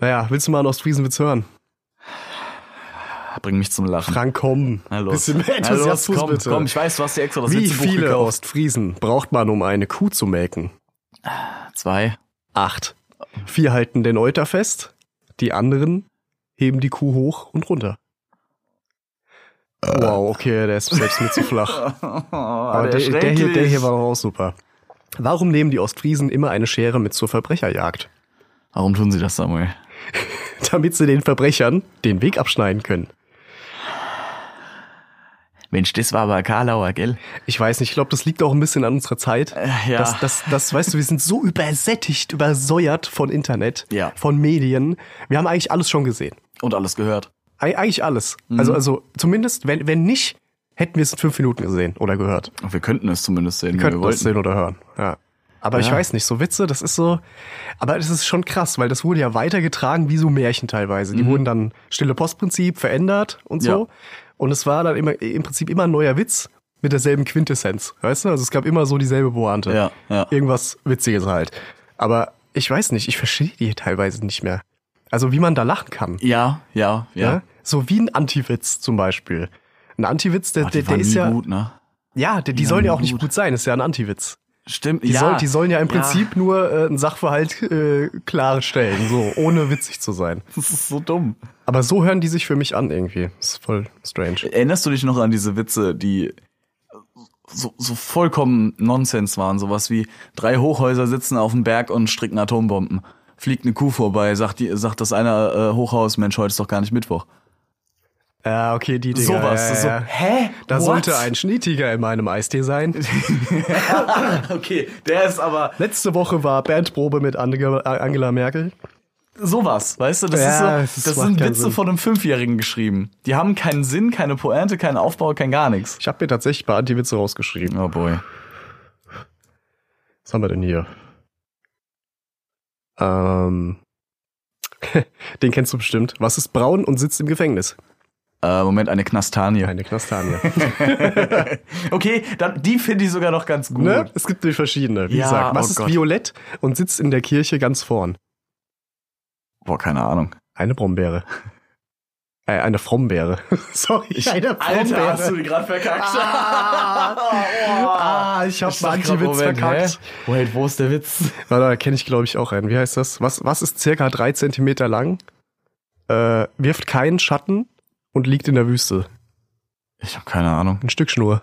Speaker 4: Naja, willst du mal einen Ostfriesenwitz hören?
Speaker 3: Bring mich zum Lachen.
Speaker 4: Frank, komm.
Speaker 3: Na los.
Speaker 4: Bisschen mehr
Speaker 3: Na los,
Speaker 4: Enthusiasmus,
Speaker 3: komm,
Speaker 4: bitte.
Speaker 3: komm, ich weiß, du hast dir extra das
Speaker 4: Wie
Speaker 3: Witzebuch
Speaker 4: viele
Speaker 3: gekauft.
Speaker 4: Ostfriesen braucht man, um eine Kuh zu melken?
Speaker 3: Zwei.
Speaker 4: Acht. Vier halten den Euter fest, die anderen heben die Kuh hoch und runter.
Speaker 3: Äh.
Speaker 4: Wow, okay, der ist selbst mir zu flach.
Speaker 3: Oh, Ah,
Speaker 4: Aber der, der, hier, der hier war auch super. Warum nehmen die Ostfriesen immer eine Schere mit zur Verbrecherjagd?
Speaker 3: Warum tun sie das, Samuel?
Speaker 4: Damit sie den Verbrechern den Weg abschneiden können.
Speaker 3: Mensch, das war aber Karlauer, gell?
Speaker 4: Ich weiß nicht, ich glaube, das liegt auch ein bisschen an unserer Zeit.
Speaker 3: Äh, ja.
Speaker 4: Das, das, das, weißt du, wir sind so übersättigt, übersäuert von Internet,
Speaker 3: Ja.
Speaker 4: von Medien. Wir haben eigentlich alles schon gesehen.
Speaker 3: Und alles gehört.
Speaker 4: Eig eigentlich alles.
Speaker 3: Mhm.
Speaker 4: Also, also, zumindest, wenn, wenn nicht, hätten wir es in fünf Minuten gesehen oder gehört.
Speaker 3: Und wir könnten es zumindest sehen, wenn wir
Speaker 4: Könnten wir
Speaker 3: wollten.
Speaker 4: das sehen oder hören. Ja. Aber ich
Speaker 3: Ja.
Speaker 4: weiß nicht, so Witze, das ist so. Aber das ist schon krass, weil das wurde ja weitergetragen wie so Märchen teilweise. Die wurden dann stille Postprinzip verändert und so.
Speaker 3: Mhm. Ja.
Speaker 4: Und es war dann immer im Prinzip immer ein neuer Witz mit derselben Quintessenz. Weißt du? Also es gab immer so dieselbe Pointe.
Speaker 3: Ja, ja.
Speaker 4: Irgendwas Witziges halt. Aber ich weiß nicht, ich verstehe die teilweise nicht mehr. Also wie man da lachen kann.
Speaker 3: Ja, ja, ja.
Speaker 4: Ja. ne? So wie ein Antiwitz zum Beispiel. Ein Antiwitz, der,
Speaker 3: Boah,
Speaker 4: der,
Speaker 3: Oh, die waren
Speaker 4: der ist
Speaker 3: nie
Speaker 4: ja.
Speaker 3: gut, ne?
Speaker 4: Ja, die, die
Speaker 3: waren
Speaker 4: sollen ja
Speaker 3: nie
Speaker 4: auch nicht
Speaker 3: gut.
Speaker 4: gut sein, ist ja ein Antiwitz.
Speaker 3: Stimmt,
Speaker 4: Die,
Speaker 3: ja.
Speaker 4: soll, die sollen ja im Prinzip nur äh, einen Sachverhalt äh, klarstellen, so, ohne witzig zu sein.
Speaker 3: Das ist so dumm.
Speaker 4: Aber so hören die sich für mich an irgendwie. Ist voll strange.
Speaker 3: Erinnerst du dich noch an diese Witze, die so, so vollkommen Nonsens waren? Sowas wie drei Hochhäuser sitzen auf dem Berg und stricken Atombomben. Fliegt eine Kuh vorbei, sagt, die, sagt das einer äh, Hochhaus, Mensch, heute ist doch gar nicht Mittwoch.
Speaker 4: Ja, Äh, okay, die Dinger.
Speaker 3: Sowas.
Speaker 4: ja,
Speaker 3: so,
Speaker 4: ja, ja.
Speaker 3: hä?
Speaker 4: Da
Speaker 3: What?
Speaker 4: sollte ein Schneetiger in meinem Eistee sein.
Speaker 3: Okay, der ist aber.
Speaker 4: Letzte Woche war Bandprobe mit Ange- Angela Merkel.
Speaker 3: sowas, weißt du? Das,
Speaker 4: Ja,
Speaker 3: ist so,
Speaker 4: das ist-
Speaker 3: das
Speaker 4: macht
Speaker 3: sind
Speaker 4: keinen
Speaker 3: Witze
Speaker 4: Sinn.
Speaker 3: von einem Fünfjährigen geschrieben. Die haben keinen Sinn, keine Pointe, keinen Aufbau, kein gar nichts.
Speaker 4: Ich habe mir tatsächlich bei Anti-Witze rausgeschrieben.
Speaker 3: Oh boy.
Speaker 4: Was haben wir denn hier? Ähm. Den kennst du bestimmt. Was ist braun und sitzt im Gefängnis?
Speaker 3: Äh, Moment, eine Knastanie.
Speaker 4: Eine Knastanie.
Speaker 3: okay, dann, die finde ich sogar noch ganz gut.
Speaker 4: ne? Es gibt nämlich verschiedene. Wie
Speaker 3: Ja,
Speaker 4: gesagt, was
Speaker 3: oh
Speaker 4: ist
Speaker 3: Gott.
Speaker 4: violett und sitzt in der Kirche ganz vorn?
Speaker 3: Boah, keine Ahnung.
Speaker 4: Eine Brombeere. Äh, eine Frombeere. Sorry, eine
Speaker 3: Alter, hast du die gerade verkackt?
Speaker 4: Ah. Ah, ich habe
Speaker 3: sag grad,
Speaker 4: Anti-Witz
Speaker 3: Moment,
Speaker 4: verkackt.
Speaker 3: hä? Wait, wo ist der Witz?
Speaker 4: Warte, da kenne ich, glaube ich, auch einen. Wie heißt das? Was, was ist circa drei Zentimeter lang, äh, wirft keinen Schatten und liegt in der Wüste?
Speaker 3: Ich habe keine Ahnung.
Speaker 4: Ein Stück Schnur.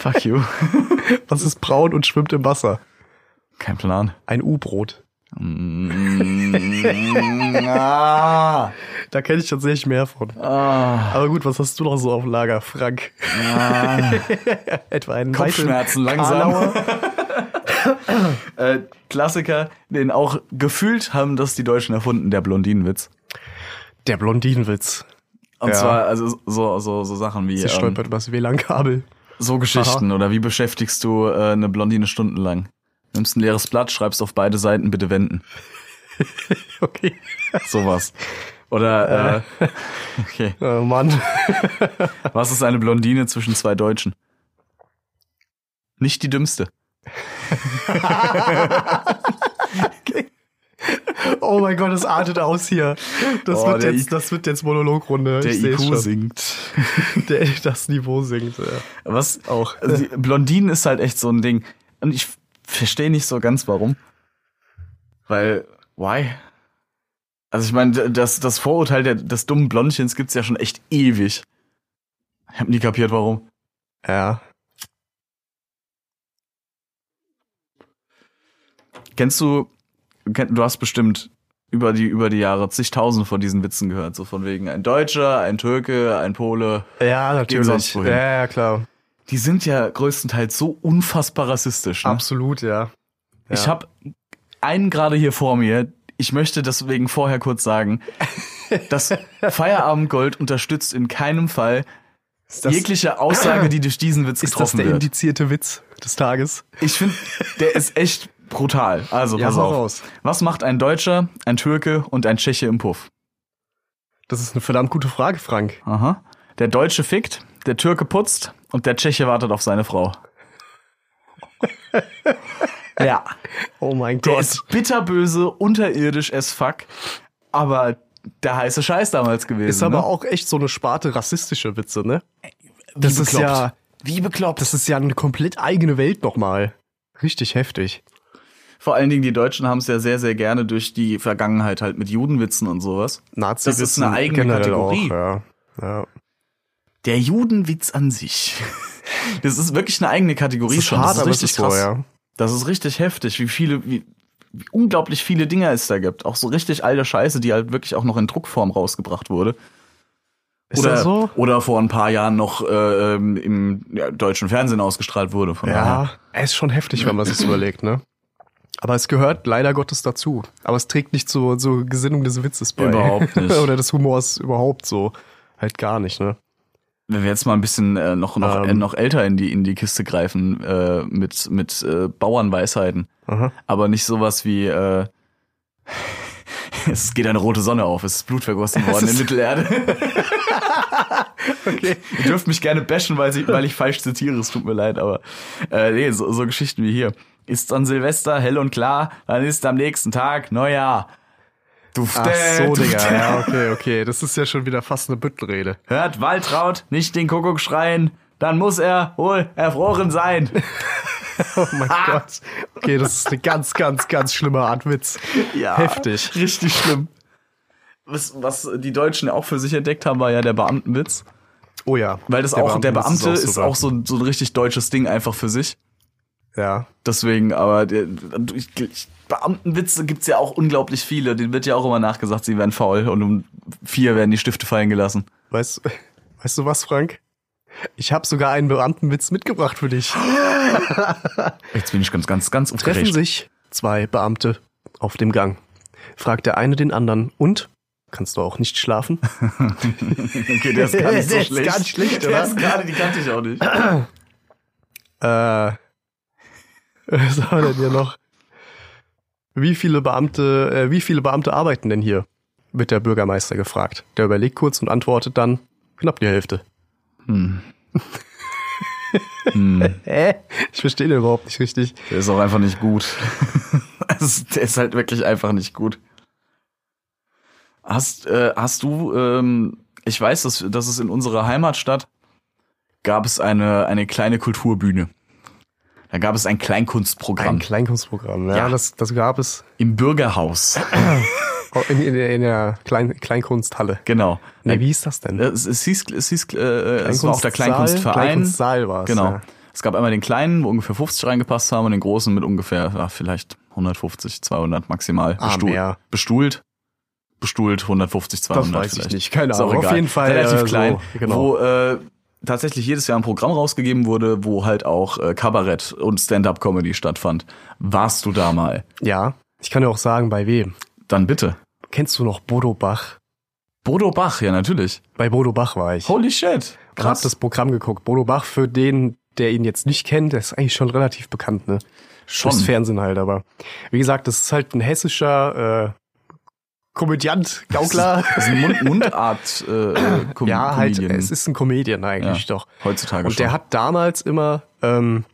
Speaker 3: Fuck you.
Speaker 4: Was ist braun und schwimmt im Wasser?
Speaker 3: Kein Plan.
Speaker 4: Ein U-Brot.
Speaker 3: Mm, ah,
Speaker 4: Da kenne ich tatsächlich mehr von.
Speaker 3: ah,
Speaker 4: Aber gut, was hast du noch so auf Lager, Frank?
Speaker 3: ah.
Speaker 4: Etwa einen
Speaker 3: Kopfschmerzen
Speaker 4: weiteren
Speaker 3: langsam.
Speaker 4: Karlauer?
Speaker 3: äh, Klassiker, den auch gefühlt haben das die Deutschen erfunden, der Blondinenwitz.
Speaker 4: Der Blondinenwitz.
Speaker 3: Und
Speaker 4: Ja.
Speaker 3: zwar also so so so Sachen wie
Speaker 4: Sie
Speaker 3: ähm,
Speaker 4: stolpert übers WLAN-Kabel.
Speaker 3: so Geschichten oder wie beschäftigst du äh, eine Blondine stundenlang? Nimmst ein leeres Blatt, schreibst auf beide Seiten bitte wenden.
Speaker 4: Okay.
Speaker 3: Sowas. Oder äh, okay.
Speaker 4: Oh Mann.
Speaker 3: Was ist eine Blondine zwischen zwei Deutschen? Nicht die dümmste.
Speaker 4: Oh mein Gott, das artet aus hier. Das,
Speaker 3: Oh,
Speaker 4: wird,
Speaker 3: der
Speaker 4: jetzt,
Speaker 3: I-
Speaker 4: das wird jetzt Monologrunde.
Speaker 3: Der
Speaker 4: ich seh's
Speaker 3: IQ
Speaker 4: schon.
Speaker 3: sinkt.
Speaker 4: Der, das Niveau sinkt. Ja.
Speaker 3: Was
Speaker 4: Auch.
Speaker 3: Also, die- Blondinen ist halt echt so ein Ding. Und ich verstehe nicht so ganz warum. Weil, why? Also ich meine, das, das Vorurteil der, des dummen Blondchens gibt's ja schon echt ewig. Ich hab nie kapiert, warum.
Speaker 4: Ja.
Speaker 3: Kennst du, kenn, du hast bestimmt über die, über die Jahre zigtausende von diesen Witzen gehört. So von wegen ein Deutscher, ein Türke, ein Pole.
Speaker 4: Ja,
Speaker 3: Gehen
Speaker 4: natürlich.
Speaker 3: sonst
Speaker 4: Ja,
Speaker 3: wohin.
Speaker 4: ja, klar.
Speaker 3: Die sind ja größtenteils so unfassbar rassistisch. Ne?
Speaker 4: Absolut, ja. Ja.
Speaker 3: Ich habe einen gerade hier vor mir. Ich möchte deswegen vorher kurz sagen, dass Feierabendgold unterstützt in keinem Fall
Speaker 4: Ist das,
Speaker 3: jegliche Aussage, die durch diesen Witz
Speaker 4: ist das
Speaker 3: getroffen
Speaker 4: der
Speaker 3: wird.
Speaker 4: indizierte Witz des Tages?
Speaker 3: Ich finde, der ist echt brutal. Also pass
Speaker 4: hau
Speaker 3: auf.
Speaker 4: raus.
Speaker 3: Was macht ein Deutscher, ein Türke und ein Tscheche im Puff?
Speaker 4: Das ist eine verdammt gute Frage, Frank.
Speaker 3: Aha. Der Deutsche fickt, der Türke putzt und der Tscheche wartet auf seine Frau. ja.
Speaker 4: Oh mein
Speaker 3: Der
Speaker 4: Gott.
Speaker 3: ist bitterböse, unterirdisch as fuck, aber der heiße Scheiß damals gewesen.
Speaker 4: Ist aber
Speaker 3: ne?
Speaker 4: auch echt so eine Sparte rassistische Witze, ne? Das ist
Speaker 3: bekloppt.
Speaker 4: ja,
Speaker 3: Wie bekloppt.
Speaker 4: das ist ja eine komplett eigene Welt nochmal. Richtig heftig.
Speaker 3: Vor allen Dingen die Deutschen haben es ja sehr, sehr gerne durch die Vergangenheit halt mit Judenwitzen und sowas.
Speaker 4: Nazis
Speaker 3: Das ist eine eigene Kategorie.
Speaker 4: Auch, ja. Ja.
Speaker 3: Der Judenwitz an sich. Das ist wirklich eine eigene Kategorie
Speaker 4: Das ist
Speaker 3: schon.
Speaker 4: hart,
Speaker 3: das ist
Speaker 4: aber es
Speaker 3: richtig
Speaker 4: ist so,
Speaker 3: krass.
Speaker 4: ja.
Speaker 3: Das ist richtig heftig, wie viele, wie, wie unglaublich viele Dinger es da gibt. Auch so richtig alte Scheiße, die halt wirklich auch noch in Druckform rausgebracht wurde.
Speaker 4: Ist
Speaker 3: oder,
Speaker 4: das so?
Speaker 3: oder vor ein paar Jahren noch äh, ähm, im ja, deutschen Fernsehen ausgestrahlt wurde. Von daher.
Speaker 4: Ja, es ist schon heftig, wenn man sich überlegt, ne? Aber es gehört leider Gottes dazu. Aber es trägt nicht zur, zur Gesinnung des Witzes bei.
Speaker 3: Überhaupt nicht.
Speaker 4: Oder des Humors überhaupt so. Halt gar nicht, ne?
Speaker 3: Wenn wir jetzt mal ein bisschen äh, noch, noch,
Speaker 4: Ähm.
Speaker 3: äh, noch älter in die, in die Kiste greifen äh, mit, mit äh, Bauernweisheiten.
Speaker 4: Aha.
Speaker 3: Aber nicht sowas wie äh, es geht eine rote Sonne auf, es ist Blut vergossen worden in
Speaker 4: ist-
Speaker 3: Mittelerde.
Speaker 4: Okay.
Speaker 3: Ihr dürft mich gerne bashen, weil ich, weil ich falsch zitiere, es tut mir leid, aber äh, nee, so, so Geschichten wie hier. Ist an Silvester hell und klar, dann ist am nächsten Tag Neujahr. Dufte,
Speaker 4: Ach so,
Speaker 3: dufte.
Speaker 4: Digga. Ja, okay, okay. Das ist ja schon wieder fast eine Büttelrede.
Speaker 3: Hört Waltraud nicht den Kuckuck schreien, dann muss er wohl erfroren sein.
Speaker 4: Oh mein
Speaker 3: Ah.
Speaker 4: Gott. Okay, das ist eine ganz, ganz, ganz schlimme Art Witz.
Speaker 3: Ja.
Speaker 4: Heftig.
Speaker 3: Richtig schlimm. Was, was die Deutschen auch für sich entdeckt haben, war ja der Beamtenwitz.
Speaker 4: Oh ja.
Speaker 3: Weil das auch, der
Speaker 4: Beamtenwitz
Speaker 3: Beamte ist
Speaker 4: super.
Speaker 3: auch so, ein- so ein richtig deutsches Ding einfach für sich.
Speaker 4: Ja.
Speaker 3: Deswegen, aber der, ich, ich, Beamtenwitze gibt's ja auch unglaublich viele. Den wird ja auch immer nachgesagt, sie werden faul und um vier werden die Stifte fallen gelassen.
Speaker 4: Weißt, weißt du was, Frank? Ich habe sogar einen Beamtenwitz mitgebracht für dich.
Speaker 3: Jetzt bin ich ganz, ganz, ganz
Speaker 4: Treffen
Speaker 3: aufgeregt.
Speaker 4: sich zwei Beamte auf dem Gang. Fragt der eine den anderen, und? Kannst du auch nicht schlafen?
Speaker 3: Okay, der ist gar nicht so
Speaker 4: Der ist
Speaker 3: schlecht.
Speaker 4: ganz schlecht,
Speaker 3: Der
Speaker 4: oder?
Speaker 3: ist gerade, die kannte ich auch nicht.
Speaker 4: Äh, was haben Äh, wir denn hier noch? Wie viele Beamte, äh, wie viele Beamte arbeiten denn hier? Wird der Bürgermeister gefragt. Der überlegt kurz und antwortet dann knapp die Hälfte.
Speaker 3: Hm. hm.
Speaker 4: Hä? Ich verstehe den überhaupt nicht richtig.
Speaker 3: Der ist auch einfach nicht gut. Also, der ist halt wirklich einfach nicht gut. Hast, äh, hast du, ähm, ich weiß, dass, dass es in unserer Heimatstadt gab es eine, eine kleine Kulturbühne. Da gab es ein Kleinkunstprogramm
Speaker 4: Ein Kleinkunstprogramm, ja,
Speaker 3: Ja.
Speaker 4: Das, das gab es
Speaker 3: im Bürgerhaus.
Speaker 4: auch in, in, der- in der Klein, Kleinkunsthalle.
Speaker 3: Genau.
Speaker 4: Nee, wie hieß das denn?
Speaker 3: Es, es hieß, es hieß äh, es war auch der
Speaker 4: Kleinkunstsaal-
Speaker 3: Kleinkunstverein.
Speaker 4: Kleinkunstsaal war es.
Speaker 3: Genau.
Speaker 4: Ja.
Speaker 3: Es gab einmal den kleinen, wo ungefähr 50 reingepasst haben und den großen mit ungefähr ja, vielleicht 150, 200 maximal
Speaker 4: Ah, mehr.
Speaker 3: bestuhlt. Bestuhlt 150, 200
Speaker 4: weiß ich
Speaker 3: vielleicht.
Speaker 4: nicht, keine
Speaker 3: Ist auch
Speaker 4: Ahnung. Auf
Speaker 3: egal.
Speaker 4: jeden Fall,
Speaker 3: Relativ
Speaker 4: äh, so,
Speaker 3: klein,
Speaker 4: genau.
Speaker 3: wo äh, tatsächlich jedes Jahr ein Programm rausgegeben wurde, wo halt auch äh, Kabarett und Stand-up-Comedy stattfand. Warst du da mal?
Speaker 4: ja. Ich kann dir auch sagen, bei wem.
Speaker 3: Dann bitte.
Speaker 4: Kennst du noch Bodo Bach?
Speaker 3: Bodo Bach, ja natürlich.
Speaker 4: Bei Bodo Bach war ich.
Speaker 3: Holy shit.
Speaker 4: Ich habe das Programm geguckt. Bodo Bach, für den, der ihn jetzt nicht kennt, der ist eigentlich schon relativ bekannt, ne?
Speaker 3: Schon.
Speaker 4: Durchs Fernsehen halt, aber wie gesagt, das ist halt ein hessischer äh, Komödiant, Gaukler.
Speaker 3: Das ist ein Mund Mundart äh, äh, Com
Speaker 4: ja, halt,
Speaker 3: Comedian.
Speaker 4: es ist ein Comedian eigentlich doch.
Speaker 3: heutzutage
Speaker 4: Und
Speaker 3: schon.
Speaker 4: der hat damals immer, ähm,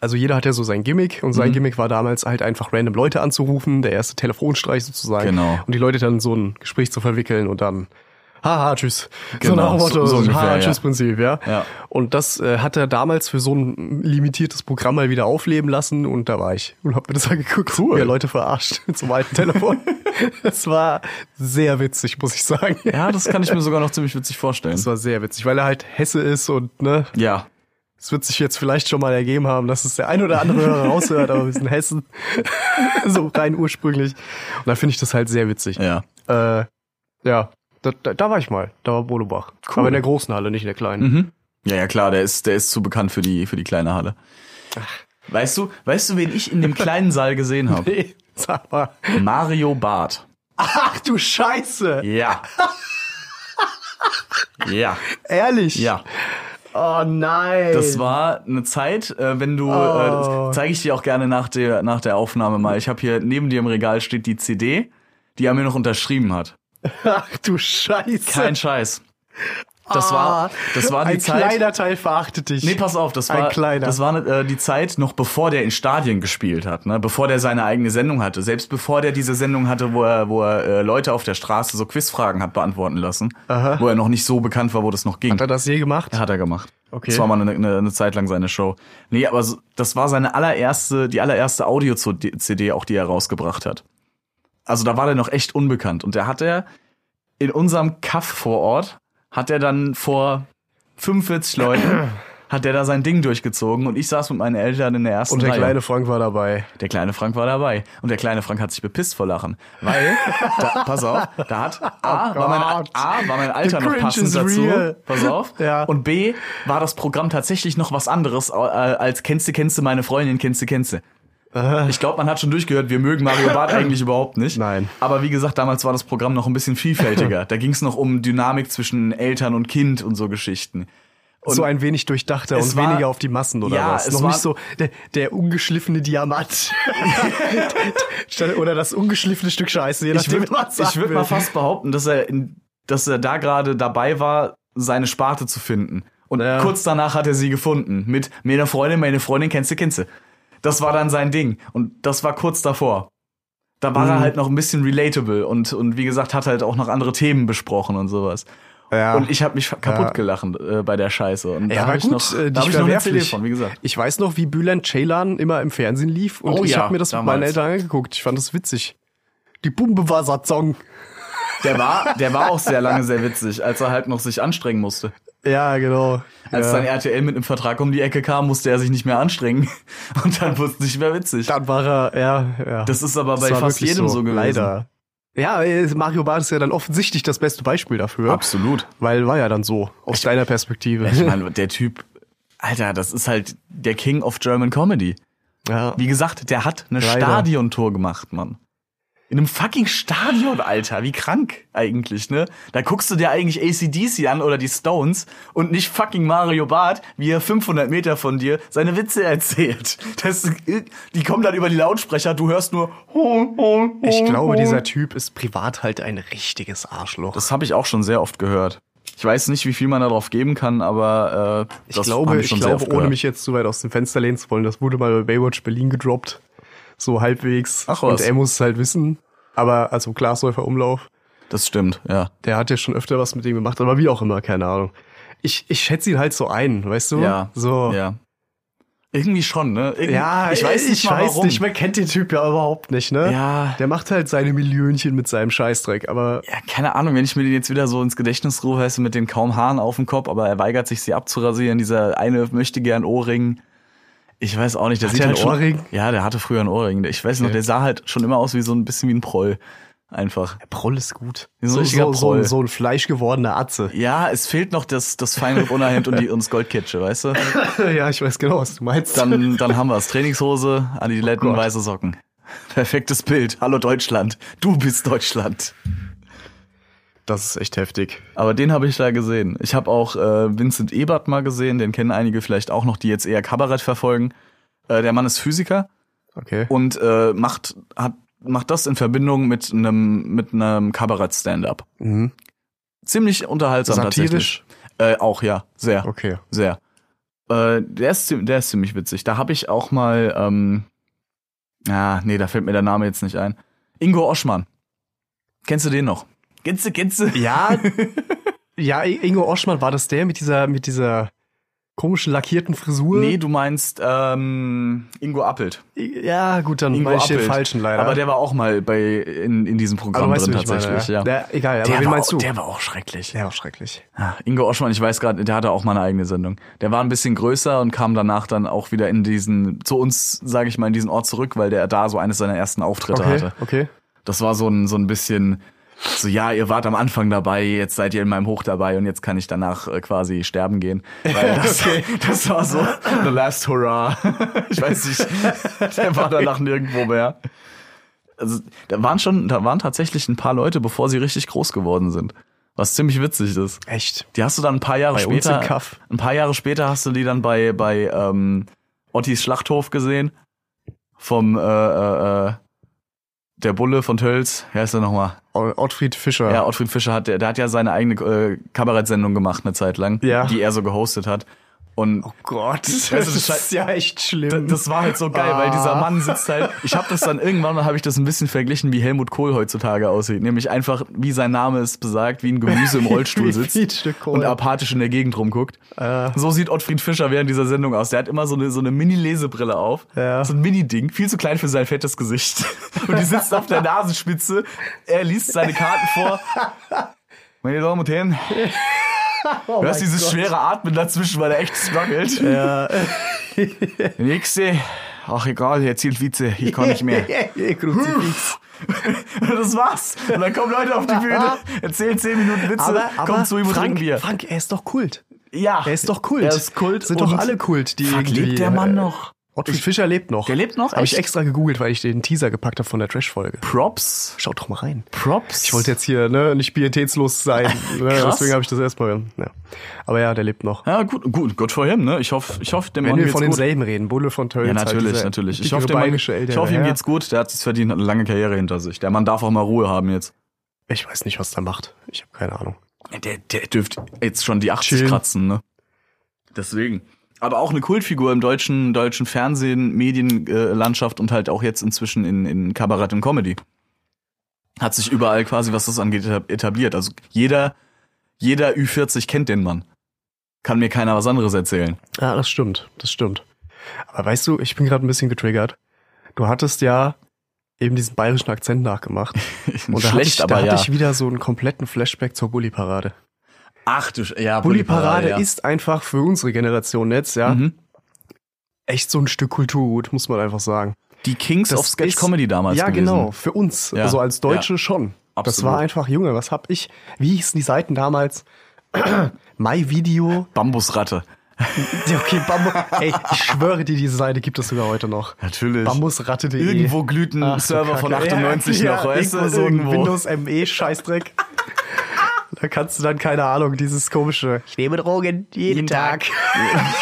Speaker 4: also jeder hat ja so sein Gimmick und sein
Speaker 3: Mhm.
Speaker 4: Gimmick war damals halt einfach random Leute anzurufen, der erste Telefonstreich sozusagen.
Speaker 3: Genau.
Speaker 4: Und die Leute dann in so ein Gespräch zu verwickeln und dann, haha, tschüss. so
Speaker 3: Genau,
Speaker 4: nach dem
Speaker 3: so- so
Speaker 4: Motto, so,
Speaker 3: ungefähr,
Speaker 4: haha,
Speaker 3: ja.
Speaker 4: tschüss Prinzip, ja.
Speaker 3: Ja.
Speaker 4: Und das äh, hat er damals für so ein limitiertes Programm mal wieder aufleben lassen und da war ich und hab mir das angeguckt. Cool. Ja, Leute verarscht zum alten Telefon. das war sehr witzig, muss ich sagen.
Speaker 3: Ja, das kann ich mir sogar noch ziemlich witzig vorstellen.
Speaker 4: Das war sehr witzig, weil er halt Hesse ist und ne,
Speaker 3: Ja.
Speaker 4: es wird sich jetzt vielleicht schon mal ergeben haben, dass es der ein oder andere Hörer raushört, aber wir sind Hessen. so rein ursprünglich. Und da finde ich das halt sehr witzig.
Speaker 3: Ja.
Speaker 4: Ja, äh, ja da, da, da war ich mal. Da war Bodobach.
Speaker 3: Cool.
Speaker 4: Aber in der großen Halle, nicht in der kleinen.
Speaker 3: Mhm. Ja, ja, klar, der ist, der ist zu bekannt für die, für die kleine Halle. Weißt du, weißt du, wen ich in dem kleinen Saal gesehen habe?
Speaker 4: Nee, sag mal.
Speaker 3: Mario Barth.
Speaker 4: Ach du Scheiße!
Speaker 3: Ja. ja.
Speaker 4: Ehrlich?
Speaker 3: Ja.
Speaker 4: Oh nein.
Speaker 3: Das war eine Zeit, äh, wenn du,
Speaker 4: Oh.
Speaker 3: äh, zeige ich dir auch gerne nach der, nach der Aufnahme mal. Ich habe hier neben dir im Regal steht die CD, die er mir noch unterschrieben hat.
Speaker 4: Ach du Scheiße. Ah.
Speaker 3: Kein Scheiß. Das war, das war die
Speaker 4: Ein
Speaker 3: Zeit.
Speaker 4: kleiner Teil verachtet dich.
Speaker 3: Nee, pass auf, das
Speaker 4: Ein
Speaker 3: war,
Speaker 4: kleiner.
Speaker 3: das war äh, die Zeit noch bevor der in Stadien gespielt hat, ne? bevor der seine eigene Sendung hatte. Selbst bevor der diese Sendung hatte, wo er, wo er äh, Leute auf der Straße so Quizfragen hat beantworten lassen,
Speaker 4: Aha.
Speaker 3: wo er noch nicht so bekannt war, wo das noch ging.
Speaker 4: Hat er das je gemacht?
Speaker 3: Hat er gemacht.
Speaker 4: Okay.
Speaker 3: Das war mal eine, eine, eine Zeit lang seine Show. Nee, aber so, das war seine allererste, die allererste Audio-CD, auch die er rausgebracht hat. Also da war der noch echt unbekannt. Und der hat er in unserem Kaff vor Ort, hat er dann vor 45 Leuten, hat der da sein Ding durchgezogen. Und ich saß mit meinen Eltern in der ersten
Speaker 4: Und der
Speaker 3: Reihe.
Speaker 4: kleine Frank war dabei.
Speaker 3: Der kleine Frank war dabei. Und der kleine Frank hat sich bepisst vor Lachen. Weil, da, pass auf, da hat A,
Speaker 4: Oh
Speaker 3: war, mein,
Speaker 4: Gott.
Speaker 3: A war mein Alter
Speaker 4: The
Speaker 3: noch
Speaker 4: cringe is
Speaker 3: passend dazu.
Speaker 4: real.
Speaker 3: Pass auf.
Speaker 4: Ja.
Speaker 3: Und B war das Programm tatsächlich noch was anderes äh, als Kennste, Kennste, meine Freundin, Kennste, Kennste. Ich glaube, man hat schon durchgehört, wir mögen Mario Barth eigentlich überhaupt nicht.
Speaker 4: Äh. Nein.
Speaker 3: Aber wie gesagt, damals war das Programm noch ein bisschen vielfältiger. Da ging es noch um Dynamik zwischen Eltern und Kind und so Geschichten. Und-
Speaker 4: so ein wenig durchdachter
Speaker 3: Es
Speaker 4: und
Speaker 3: war-
Speaker 4: weniger auf die Massen oder
Speaker 3: Ja,
Speaker 4: was.
Speaker 3: es
Speaker 4: Noch
Speaker 3: war-
Speaker 4: nicht so der, der ungeschliffene Diamant. Statt- oder das ungeschliffene Stück Scheiße, je
Speaker 3: ich
Speaker 4: nachdem,
Speaker 3: würde
Speaker 4: was man sagen
Speaker 3: würd
Speaker 4: will.
Speaker 3: mal fast behaupten, dass er, in, dass er da gerade dabei war, seine Sparte zu finden. Und
Speaker 4: Ja.
Speaker 3: kurz danach hat er sie gefunden. Mit meine Freundin, meine Freundin, kennst du, kennst du. Das war dann sein Ding. Und das war kurz davor. Da war er
Speaker 4: Mhm.
Speaker 3: halt noch ein bisschen relatable und, und wie gesagt, hat halt auch noch andere Themen besprochen und sowas.
Speaker 4: Ja.
Speaker 3: Und ich habe mich kaputt
Speaker 4: Ja.
Speaker 3: gelachen äh, bei der Scheiße. Und
Speaker 4: Ja,
Speaker 3: da
Speaker 4: aber
Speaker 3: habe ich
Speaker 4: gut,
Speaker 3: noch,
Speaker 4: äh,
Speaker 3: da
Speaker 4: dich
Speaker 3: hab ich noch eine CD
Speaker 4: verwerflich.
Speaker 3: von, wie gesagt.
Speaker 4: Ich weiß noch, wie Bülent Ceylan immer im Fernsehen lief und
Speaker 3: Oh
Speaker 4: ich
Speaker 3: ja,
Speaker 4: habe mir das mit
Speaker 3: damals.
Speaker 4: meinen Eltern angeguckt. Ich fand das witzig. Die Bumbe war Satzong.
Speaker 3: Der war, der war auch sehr lange sehr witzig, als er halt noch sich anstrengen musste.
Speaker 4: Ja, genau.
Speaker 3: Als
Speaker 4: ja.
Speaker 3: dann RTL mit einem Vertrag um die Ecke kam, musste er sich nicht mehr anstrengen. Und dann wurde es nicht mehr witzig.
Speaker 4: Dann war er, ja, ja.
Speaker 3: Das ist aber
Speaker 4: Das
Speaker 3: bei
Speaker 4: war
Speaker 3: fast
Speaker 4: wirklich
Speaker 3: jedem so, gewesen.
Speaker 4: Leider. Ja, äh, Mario Barth ist ja dann offensichtlich das beste Beispiel dafür.
Speaker 3: Absolut.
Speaker 4: Weil war ja dann so, aus deiner Perspektive.
Speaker 3: Ich meine, der Typ, Alter, das ist halt der King of German Comedy.
Speaker 4: ja.
Speaker 3: Wie gesagt, der hat eine
Speaker 4: Leider.
Speaker 3: Stadiontour gemacht, Mann. In einem fucking Stadion, Alter. Wie krank eigentlich, ne? Da guckst du dir eigentlich ACDC an oder die Stones und nicht fucking Mario Barth, wie er 500 Meter von dir seine Witze erzählt. Das, die kommen dann über die Lautsprecher, du hörst nur.
Speaker 4: Ich glaube, dieser Typ ist privat halt ein richtiges Arschloch.
Speaker 3: Das habe ich auch schon sehr oft gehört. Ich weiß nicht, wie viel man darauf geben kann, aber äh,
Speaker 4: Ich
Speaker 3: das hab
Speaker 4: glaube, ich
Speaker 3: schon sehr
Speaker 4: glaube
Speaker 3: oft
Speaker 4: ohne
Speaker 3: gehört.
Speaker 4: mich jetzt zu weit aus dem Fenster lehnen zu wollen, das wurde mal bei Baywatch Berlin gedroppt. So halbwegs.
Speaker 3: Ach
Speaker 4: Und
Speaker 3: was.
Speaker 4: er muss es halt wissen. Aber, also Glasläufer Umlauf,
Speaker 3: Das stimmt, ja.
Speaker 4: der hat ja schon öfter was mit dem gemacht, aber wie auch immer, keine Ahnung. Ich, ich schätze ihn halt so ein, weißt du?
Speaker 3: Ja.
Speaker 4: So.
Speaker 3: Ja. Irgendwie schon, ne? Irgendwie,
Speaker 4: Ja,
Speaker 3: ich weiß nicht,
Speaker 4: ich
Speaker 3: mal
Speaker 4: weiß
Speaker 3: warum.
Speaker 4: nicht, man kennt den Typ ja überhaupt nicht, ne?
Speaker 3: Ja.
Speaker 4: Der macht halt seine Millionchen mit seinem Scheißdreck, aber
Speaker 3: Ja, keine Ahnung, wenn ich mir den jetzt wieder so ins Gedächtnis rufe, heißt er mit den kaum Haaren auf dem Kopf, aber er weigert sich, sie abzurasieren. Dieser eine möchte gern Ohrring. Ich weiß auch nicht, der
Speaker 4: Hat
Speaker 3: sieht
Speaker 4: er
Speaker 3: halt
Speaker 4: einen
Speaker 3: schon,
Speaker 4: Ohrring?
Speaker 3: Ja, der hatte früher einen Ohrring. Ich weiß noch,
Speaker 4: Okay.
Speaker 3: der sah halt schon immer aus wie so ein bisschen wie ein Proll. Einfach.
Speaker 4: Proll ist gut.
Speaker 3: So ein
Speaker 4: So,
Speaker 3: richtiger
Speaker 4: so, so, ein-
Speaker 3: Proll.
Speaker 4: so ein fleischgewordener Atze.
Speaker 3: Ja, es fehlt noch das, das feine Brunnerhemd und, die, und das Goldkitsche, weißt du?
Speaker 4: ja, ich weiß genau, was du meinst.
Speaker 3: Dann, dann haben wir's. Trainingshose, Adiletten,
Speaker 4: Oh Gott.
Speaker 3: weiße Socken. Perfektes Bild. Hallo Deutschland. Du bist Deutschland.
Speaker 4: das ist echt heftig.
Speaker 3: Aber den habe ich da gesehen. Ich habe auch äh, Vincent Ebert mal gesehen, den kennen einige vielleicht auch noch, die jetzt eher Kabarett verfolgen. Äh, der Mann ist Physiker
Speaker 4: Okay.
Speaker 3: und äh, macht, hat, macht das in Verbindung mit einem mit einem Kabarett-Stand-up.
Speaker 4: Mhm.
Speaker 3: Ziemlich unterhaltsam tatsächlich.
Speaker 4: Satirisch.
Speaker 3: Äh, auch, ja, sehr,
Speaker 4: Okay.
Speaker 3: sehr. Äh, der, ist, zie- der ist ziemlich witzig. Da habe ich auch mal, ähm, ah, nee, da fällt mir der Name jetzt nicht ein. Ingo Oschmann. Kennst du den noch? Kennst du, kennst du?
Speaker 4: Ja. ja, I- Ingo Oschmann war das der mit dieser, mit dieser komischen lackierten Frisur?
Speaker 3: Nee, du meinst ähm, Ingo Appelt.
Speaker 4: I- Ja, gut, dann
Speaker 3: Ingo
Speaker 4: meine ich den
Speaker 3: Appelt.
Speaker 4: falschen leider.
Speaker 3: Aber der war auch mal bei in, in diesem Programm
Speaker 4: aber weißt du,
Speaker 3: drin
Speaker 4: wie ich meine,
Speaker 3: tatsächlich.
Speaker 4: ja.
Speaker 3: ja.
Speaker 4: Der- egal, aber wen
Speaker 3: war
Speaker 4: meinst
Speaker 3: auch,
Speaker 4: du?
Speaker 3: der war auch schrecklich.
Speaker 4: der war schrecklich.
Speaker 3: Ah, Ingo Oschmann, ich weiß gerade, der hatte auch mal eine eigene Sendung. Der war ein bisschen größer und kam danach dann auch wieder in diesen, zu uns, sage ich mal, in diesen Ort zurück, weil der da so eines seiner ersten Auftritte
Speaker 4: Okay,
Speaker 3: hatte.
Speaker 4: okay.
Speaker 3: Das war so ein, so ein bisschen, so ja, ihr wart am Anfang dabei, jetzt seid ihr in meinem Hoch dabei und jetzt kann ich danach äh, quasi sterben gehen. Weil das, das war so the last hurrah. ich weiß nicht, der war danach nirgendwo mehr. Also, da waren schon, da waren tatsächlich ein paar Leute, bevor sie richtig groß geworden sind. Was ziemlich witzig ist.
Speaker 4: Echt.
Speaker 3: Die hast du dann ein paar Jahre
Speaker 4: Bei uns
Speaker 3: später.
Speaker 4: im Kaff.
Speaker 3: Ein paar Jahre später hast du die dann bei, bei ähm, Ottis Schlachthof gesehen. Vom äh, äh, äh, der Bulle von Tölz. Wie heißt er nochmal?
Speaker 4: O- Ottfried Fischer.
Speaker 3: Ja, Ottfried Fischer hat, der, der hat ja seine eigene äh, Kabarettsendung gemacht eine Zeit lang,
Speaker 4: Ja. Oh,
Speaker 3: die er so gehostet hat. Und
Speaker 4: Gott, das,
Speaker 3: Weißt du, das
Speaker 4: ist ja echt schlimm.
Speaker 3: das war halt so geil, weil dieser Mann sitzt halt. Ich habe das dann irgendwann mal habe ich das ein bisschen verglichen, wie Helmut Kohl heutzutage aussieht, nämlich einfach wie sein Name es besagt, wie ein Gemüse im Rollstuhl
Speaker 4: Wie ein
Speaker 3: sitzt
Speaker 4: Stück Kohl.
Speaker 3: und apathisch in der Gegend rumguckt.
Speaker 4: Äh.
Speaker 3: So sieht Ottfried Fischer während dieser Sendung aus. Der hat immer so eine so eine Mini Lesebrille auf,
Speaker 4: Ja.
Speaker 3: so ein Mini Ding, viel zu klein für sein fettes Gesicht. Und die sitzt auf der Nasenspitze. Er liest seine Karten vor. Meine Damen und Herren, Du
Speaker 4: Oh
Speaker 3: hörst
Speaker 4: mein
Speaker 3: dieses
Speaker 4: Gott.
Speaker 3: schwere Atmen dazwischen, weil er echt struggelt.
Speaker 4: Ja.
Speaker 3: Der nächste, ach egal, er erzählt Witze, ich kann nicht mehr.
Speaker 4: Kruzifix.
Speaker 3: Das war's. Und dann kommen Leute auf die Bühne, erzählen 10 Minuten Witze,
Speaker 4: aber, aber
Speaker 3: kommen zu ihm und trinken
Speaker 4: Frank,
Speaker 3: Bier.
Speaker 4: Frank, er ist doch Kult.
Speaker 3: Ja.
Speaker 4: Er ist doch Kult.
Speaker 3: Er ist Kult.
Speaker 4: Sind
Speaker 3: und
Speaker 4: doch alle Kult, die
Speaker 3: Fuck,
Speaker 4: irgendwie,
Speaker 3: lebt der Mann
Speaker 4: äh,
Speaker 3: noch?
Speaker 4: Ottfried Fischer lebt noch.
Speaker 3: Der lebt noch?
Speaker 4: Habe ich
Speaker 3: Echt?
Speaker 4: extra gegoogelt, weil ich den Teaser gepackt habe von der Trash-Folge.
Speaker 3: Props?
Speaker 4: Schaut doch mal rein.
Speaker 3: Props?
Speaker 4: Ich wollte jetzt hier ne, nicht pietätslos sein. Ne,
Speaker 3: Krass.
Speaker 4: deswegen habe ich das erstmal. Ne. Aber ja, der lebt noch.
Speaker 3: Ja, gut, gut, Gott vor ihm, ne? Ich hoffe, ich hoffe, dem
Speaker 4: Wenn
Speaker 3: Mann
Speaker 4: wir
Speaker 3: geht's
Speaker 4: von
Speaker 3: gut.
Speaker 4: denselben reden, Bulle von Tölz.
Speaker 3: Ja,
Speaker 4: halt
Speaker 3: natürlich,
Speaker 4: dieser
Speaker 3: natürlich. Ich
Speaker 4: dicke
Speaker 3: hoffe, dem Mann,
Speaker 4: bayerische Elder,
Speaker 3: ich hoffe, ihm
Speaker 4: ja.
Speaker 3: geht's gut. Der hat es verdient, hat eine lange Karriere hinter sich. Der Mann darf auch mal Ruhe haben jetzt.
Speaker 4: Ich weiß nicht, was der macht. Ich habe keine Ahnung.
Speaker 3: Der, der dürfte jetzt schon die 80
Speaker 4: Chillen.
Speaker 3: kratzen, ne? Deswegen. Aber auch eine Kultfigur im deutschen, deutschen Fernsehen, Medienlandschaft und halt auch jetzt inzwischen in, in Kabarett und Comedy. Hat sich überall quasi, was das angeht, etab- etabliert. Also jeder, jeder Ü40 kennt den Mann. Kann mir keiner was anderes erzählen.
Speaker 4: Ja, das stimmt, das stimmt. Aber weißt du, ich bin gerade ein bisschen getriggert. Du hattest ja eben diesen bayerischen Akzent nachgemacht. Und da
Speaker 3: Schlecht,
Speaker 4: hatte ich,
Speaker 3: aber
Speaker 4: da
Speaker 3: ja.
Speaker 4: hatte ich wieder so einen kompletten Flashback zur Bulli-Parade.
Speaker 3: Ach du, Sch- ja,
Speaker 4: Bulli-Parade
Speaker 3: ja.
Speaker 4: ist einfach für unsere Generation jetzt, ja,
Speaker 3: Mhm.
Speaker 4: echt so ein Stück Kulturgut, muss man einfach sagen.
Speaker 3: Die Kings
Speaker 4: Das
Speaker 3: of Sketch
Speaker 4: ist-
Speaker 3: Comedy damals
Speaker 4: ja,
Speaker 3: gewesen.
Speaker 4: genau, für uns,
Speaker 3: Ja,
Speaker 4: also als Deutsche
Speaker 3: ja.
Speaker 4: schon. Das
Speaker 3: Absolut.
Speaker 4: war einfach, Junge, was hab ich, wie hießen die Seiten damals? My Video,
Speaker 3: Bambusratte.
Speaker 4: Ja, okay, Bambus. Ey, ich schwöre dir, diese Seite gibt es sogar heute noch.
Speaker 3: Natürlich.
Speaker 4: Bambusratte.de.
Speaker 3: Irgendwo glüht ein
Speaker 4: Ach, so
Speaker 3: Server
Speaker 4: Kacke.
Speaker 3: von 98
Speaker 4: ja,
Speaker 3: noch,
Speaker 4: ja,
Speaker 3: weißt du?
Speaker 4: irgendwo so ein
Speaker 3: Irgendwo.
Speaker 4: Windows ME Scheißdreck. da kannst du dann keine Ahnung, dieses komische. Ich nehme Drogen jeden, Tag.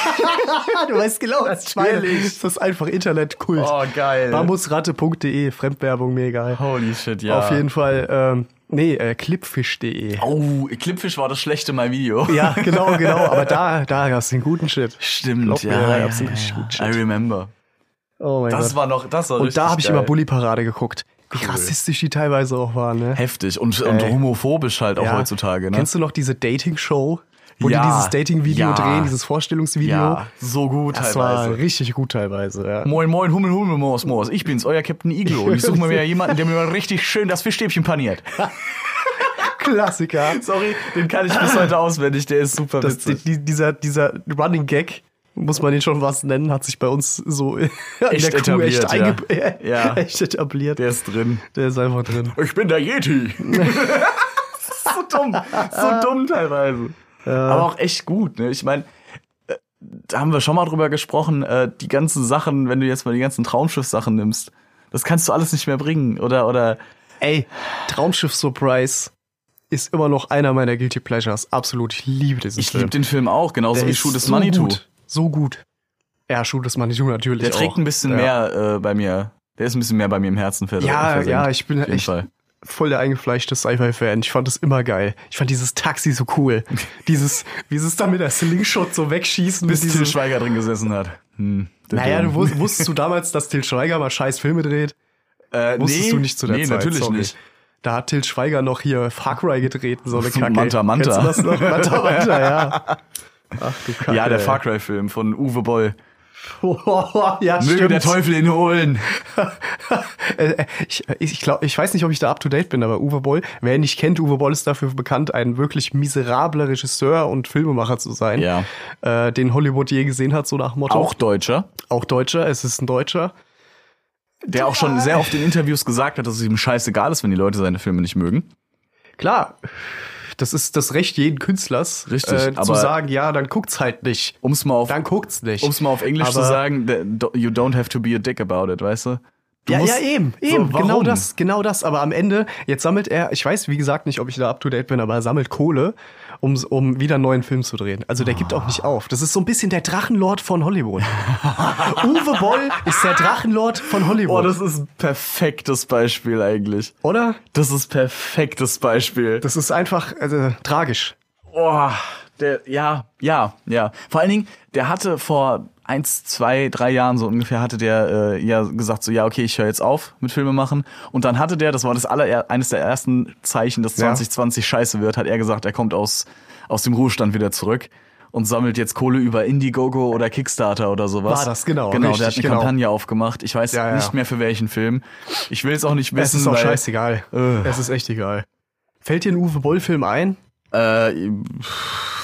Speaker 4: du weißt genau, was ich meine.
Speaker 3: Natürlich.
Speaker 4: Das ist einfach Internetkult.
Speaker 3: Oh, geil.
Speaker 4: Bambusratte.de, Fremdwerbung, mega. geil.
Speaker 3: Holy shit, ja.
Speaker 4: Auf jeden Fall, ähm, nee, äh, clipfish.de.
Speaker 3: Oh, Clipfish war das schlechte mal Video.
Speaker 4: Ja, genau, genau. Aber da, da hast du den guten Shit.
Speaker 3: Stimmt,
Speaker 4: Glaub mir,
Speaker 3: ja.
Speaker 4: da
Speaker 3: ja,
Speaker 4: gab's einen
Speaker 3: ja,
Speaker 4: richtig
Speaker 3: ja.
Speaker 4: guten Shit.
Speaker 3: I remember.
Speaker 4: Oh mein
Speaker 3: Das
Speaker 4: Gott.
Speaker 3: war noch, das war
Speaker 4: Und
Speaker 3: richtig
Speaker 4: da habe ich
Speaker 3: geil.
Speaker 4: immer Bully-Parade geguckt. Wie
Speaker 3: Cool.
Speaker 4: rassistisch die teilweise auch waren, ne?
Speaker 3: Heftig und, und
Speaker 4: Ey.
Speaker 3: homophobisch halt auch
Speaker 4: Ja.
Speaker 3: heutzutage, ne?
Speaker 4: Kennst du noch diese Dating-Show, wo
Speaker 3: Ja.
Speaker 4: die dieses Dating-Video
Speaker 3: Ja.
Speaker 4: drehen, dieses Vorstellungsvideo?
Speaker 3: ja, so gut
Speaker 4: Das war
Speaker 3: teilweise.
Speaker 4: richtig gut teilweise, ja.
Speaker 3: Moin, moin, Hummel, Hummel, Moos, Moos. Ich bin's, euer Captain Iglo. Und ich suche mir wieder jemanden, der mir mal richtig schön das Fischstäbchen paniert.
Speaker 4: Klassiker.
Speaker 3: Sorry, den kann ich bis heute auswendig. Der ist super
Speaker 4: Das, die,
Speaker 3: witzig.
Speaker 4: die, dieser, dieser Running Gag, muss man den schon was nennen, hat sich bei uns so in
Speaker 3: Echt
Speaker 4: der Crew echt,
Speaker 3: etabliert,
Speaker 4: einge-
Speaker 3: ja. Ja.
Speaker 4: echt etabliert.
Speaker 3: Der ist drin.
Speaker 4: Der ist einfach drin.
Speaker 3: Ich bin der Yeti. so dumm, so dumm teilweise. Aber auch echt gut, ne? Ich meine, äh, da haben wir schon mal drüber gesprochen, äh, die ganzen Sachen, wenn du jetzt mal die ganzen Traumschiff-Sachen nimmst, das kannst du alles nicht mehr bringen, oder? Oder
Speaker 4: Ey, Traumschiff Surprise ist immer noch einer meiner Guilty Pleasures. Absolut, ich liebe diesen
Speaker 3: ich
Speaker 4: Film.
Speaker 3: liebe den Film auch, genauso
Speaker 4: Der
Speaker 3: wie
Speaker 4: ist
Speaker 3: Shoot is
Speaker 4: so
Speaker 3: Manitou.
Speaker 4: Gut, so gut. Ja, Shoot is Manitou natürlich
Speaker 3: Der
Speaker 4: auch.
Speaker 3: trägt ein bisschen
Speaker 4: ja.
Speaker 3: mehr äh, bei mir. Der ist ein bisschen mehr bei mir im Herzen ver-
Speaker 4: Ja,
Speaker 3: versenkt,
Speaker 4: ja, ich bin
Speaker 3: auf jeden
Speaker 4: echt-
Speaker 3: Fall.
Speaker 4: Voll der eingefleischte Sci-Fi-Fan. Ich fand das immer geil. Ich fand dieses Taxi so cool. dieses, wie sie es dann mit der Slingshot so wegschießen.
Speaker 3: Bis
Speaker 4: mit diesem,
Speaker 3: Til Schweiger drin gesessen hat. Hm, der
Speaker 4: naja, du
Speaker 3: Dom.
Speaker 4: wus- wusstest du damals, dass Til Schweiger mal scheiß Filme dreht?
Speaker 3: äh,
Speaker 4: Wusstest
Speaker 3: nee,
Speaker 4: du nicht zu der
Speaker 3: nee,
Speaker 4: Zeit?
Speaker 3: natürlich
Speaker 4: sorry.
Speaker 3: nicht.
Speaker 4: Da hat Til Schweiger noch hier Far Cry gedreht und so eine
Speaker 3: So
Speaker 4: Kacke.
Speaker 3: Manta Manta.
Speaker 4: Kennst du das noch? Manta Manta, ja. Ach du Kacke.
Speaker 3: Ja, der
Speaker 4: ey.
Speaker 3: Far Cry-Film von Uwe Boll.
Speaker 4: ja,
Speaker 3: Möge
Speaker 4: stimmt.
Speaker 3: der Teufel ihn holen.
Speaker 4: Äh, ich, ich, glaub, ich weiß nicht, ob ich da up to date bin, aber Uwe Boll, wer ihn nicht kennt, Uwe Boll ist dafür bekannt, ein wirklich miserabler Regisseur und Filmemacher zu sein,
Speaker 3: Ja.
Speaker 4: äh, den Hollywood je gesehen hat, so nach dem Motto.
Speaker 3: Auch Deutscher,
Speaker 4: auch Deutscher, es ist ein Deutscher.
Speaker 3: der auch schon sehr oft in Interviews gesagt hat, dass es ihm scheißegal ist, wenn die Leute seine Filme nicht mögen.
Speaker 4: Klar, das ist das Recht jeden Künstlers, äh,
Speaker 3: Richtig,
Speaker 4: zu
Speaker 3: aber-
Speaker 4: sagen, ja, dann guckt's halt nicht.
Speaker 3: Um es mal auf,
Speaker 4: Dann guckt's nicht.
Speaker 3: um's mal auf Englisch zu
Speaker 4: Aber-
Speaker 3: sagen, the- do- you don't have to be a dick about it, weißt du? du
Speaker 4: ja,
Speaker 3: musst-
Speaker 4: ja, eben,
Speaker 3: So,
Speaker 4: eben,
Speaker 3: warum?
Speaker 4: genau das, genau das. Aber am Ende, jetzt sammelt er, ich weiß, wie gesagt, nicht, ob ich da up to date bin, aber er sammelt Kohle, um, um wieder einen neuen Film zu drehen. Also der gibt auch nicht auf. Das ist so ein bisschen der Drachenlord von Hollywood. Uwe Boll ist der Drachenlord von
Speaker 3: Oh,
Speaker 4: Hollywood.
Speaker 3: das ist ein perfektes Beispiel eigentlich.
Speaker 4: oder?
Speaker 3: Das ist perfektes Beispiel.
Speaker 4: Das ist einfach also, tragisch.
Speaker 3: Oh, der, ja, ja, ja. Vor allen Dingen, der hatte vor eins, zwei, drei Jahren so ungefähr, hatte der äh, ja gesagt so, ja, okay, ich höre jetzt auf mit Filme machen. Und dann hatte der, das war das aller, eines der ersten Zeichen, dass
Speaker 4: Ja.
Speaker 3: 2020 scheiße wird, hat er gesagt, er kommt aus, aus dem Ruhestand wieder zurück und sammelt jetzt Kohle über Indiegogo oder Kickstarter oder sowas.
Speaker 4: War das, genau,
Speaker 3: Genau, der hat
Speaker 4: richtig,
Speaker 3: eine
Speaker 4: genau.
Speaker 3: Kampagne aufgemacht. Ich weiß
Speaker 4: Ja, ja.
Speaker 3: nicht mehr für welchen Film. Ich will es auch nicht
Speaker 4: Es
Speaker 3: wissen.
Speaker 4: ist auch
Speaker 3: weil,
Speaker 4: scheißegal.
Speaker 3: Äh.
Speaker 4: Es ist echt egal. Fällt dir ein Uwe Boll-Film ein?
Speaker 3: Äh,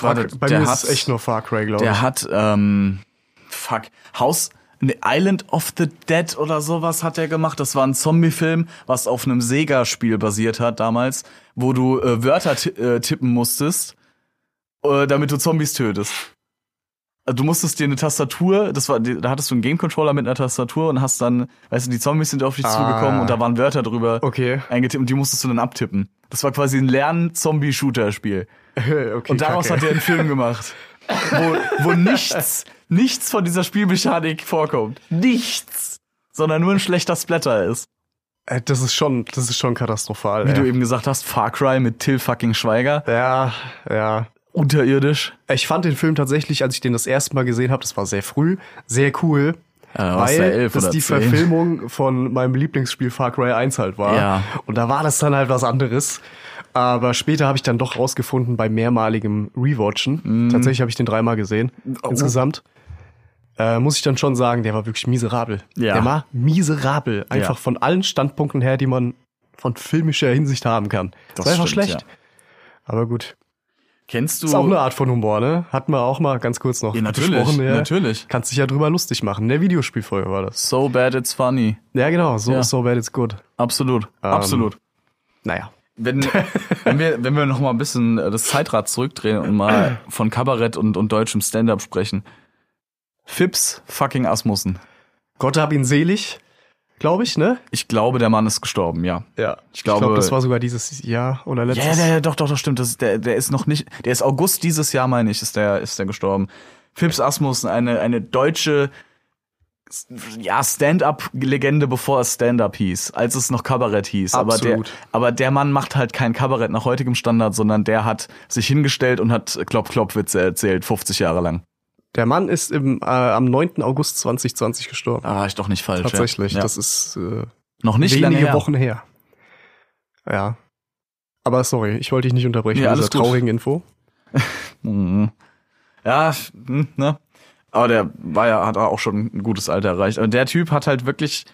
Speaker 3: warte,
Speaker 4: Bei
Speaker 3: der
Speaker 4: mir ist
Speaker 3: hat-
Speaker 4: es echt nur Far Cry, glaube ich.
Speaker 3: Der hat, ähm, fuck, House, ne, Island of the Dead oder sowas hat er gemacht. Das war ein Zombie-Film, was auf einem Sega-Spiel basiert hat damals, wo du äh, Wörter ti- äh, tippen musstest, äh, damit du Zombies tötest. Also Du musstest dir eine Tastatur, das war, da hattest du einen Game-Controller mit einer Tastatur und hast dann, weißt du, die Zombies sind auf dich
Speaker 4: Ah.
Speaker 3: zugekommen und da waren Wörter drüber
Speaker 4: Okay.
Speaker 3: eingetippt und die musstest du dann abtippen. Das war quasi ein Lernen-Zombie-Shooter-Spiel.
Speaker 4: okay.
Speaker 3: Und daraus
Speaker 4: Kacke.
Speaker 3: hat er einen Film gemacht, wo, wo nichts, nichts von dieser Spielmechanik vorkommt. Nichts. Sondern nur ein schlechter Splatter ist.
Speaker 4: Äh, Das ist schon, das ist schon katastrophal.
Speaker 3: Wie
Speaker 4: ey.
Speaker 3: du eben gesagt hast, Far Cry mit Till fucking Schweiger.
Speaker 4: ja, ja.
Speaker 3: Unterirdisch.
Speaker 4: Ich fand den Film tatsächlich, als ich den das erste Mal gesehen habe, das war sehr früh, sehr cool.
Speaker 3: Äh, warst
Speaker 4: weil
Speaker 3: du elf
Speaker 4: das
Speaker 3: oder
Speaker 4: die
Speaker 3: zehn?
Speaker 4: Verfilmung von meinem Lieblingsspiel Far Cry 1 halt war.
Speaker 3: Ja.
Speaker 4: Und da war das dann halt was anderes. Aber später habe ich dann doch rausgefunden bei mehrmaligem Rewatchen. Tatsächlich habe ich den dreimal gesehen.
Speaker 3: Mhm. Oh.
Speaker 4: Insgesamt. Äh, muss ich dann schon sagen, der war wirklich miserabel.
Speaker 3: Ja.
Speaker 4: Der war miserabel. Einfach
Speaker 3: Ja.
Speaker 4: von allen Standpunkten her, die man von filmischer Hinsicht haben kann.
Speaker 3: Das
Speaker 4: war einfach
Speaker 3: stimmt,
Speaker 4: schlecht.
Speaker 3: ja.
Speaker 4: Aber gut.
Speaker 3: Kennst
Speaker 4: Ist auch eine
Speaker 3: du.
Speaker 4: Art von Humor, ne? Hatten wir auch mal ganz kurz noch
Speaker 3: Ja, natürlich,
Speaker 4: besprochen.
Speaker 3: natürlich.
Speaker 4: Kannst dich ja drüber lustig machen. In der Videospielfolge war das.
Speaker 3: So bad it's funny.
Speaker 4: Ja, genau. So,
Speaker 3: Ja.
Speaker 4: so bad it's good.
Speaker 3: Ähm. Absolut. Absolut.
Speaker 4: Naja.
Speaker 3: wenn, wenn wir, wenn wir noch mal ein bisschen äh, das Zeitrad zurückdrehen und mal von Kabarett und, und deutschem Stand-up sprechen. Fips fucking Asmussen.
Speaker 4: Gott hab ihn selig, glaube ich, ne?
Speaker 3: Ich glaube, der Mann ist gestorben, ja.
Speaker 4: Ja.
Speaker 3: Ich glaube,
Speaker 4: das war sogar dieses Jahr oder
Speaker 3: ja,
Speaker 4: letztes.
Speaker 3: ja, ja, doch, doch, doch, stimmt. Das, ist- der, der ist noch nicht, der ist August dieses Jahr, meine ich, ist der, ist der gestorben. Fips Asmussen, eine, eine deutsche, ja, Stand-up-Legende, bevor es Stand-up hieß, als es noch Kabarett hieß. Aber
Speaker 4: Absolut.
Speaker 3: der, aber der Mann macht halt kein Kabarett nach heutigem Standard, sondern der hat sich hingestellt und hat Klopp-Klopp-Witze erzählt, 50 Jahre lang.
Speaker 4: Der Mann ist im, äh, am 9. August 2020 gestorben.
Speaker 3: Ah, ich doch nicht falsch. ja.
Speaker 4: Tatsächlich,
Speaker 3: Ja.
Speaker 4: das ist äh,
Speaker 3: noch nicht lange
Speaker 4: wenige
Speaker 3: her.
Speaker 4: Wochen her. Ja. Aber sorry, ich wollte dich nicht unterbrechen
Speaker 3: Nee,
Speaker 4: mit
Speaker 3: alles
Speaker 4: dieser
Speaker 3: gut.
Speaker 4: traurigen Info.
Speaker 3: Mhm. Ja, hm, ne? Aber der war ja, hat auch schon ein gutes Alter erreicht. Und der Typ hat halt wirklich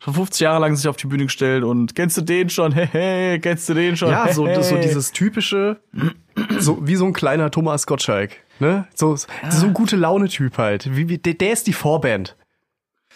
Speaker 3: schon 50 Jahre lang sich auf die Bühne gestellt und kennst du den schon? Hey, hey, kennst du den schon?
Speaker 4: Ja, so,
Speaker 3: hey,
Speaker 4: so
Speaker 3: hey."
Speaker 4: dieses typische, so wie so ein kleiner Thomas Gottschalk. Ne? So, so ein gute Laune-Typ halt. Wie, wie, der, der ist die Vorband.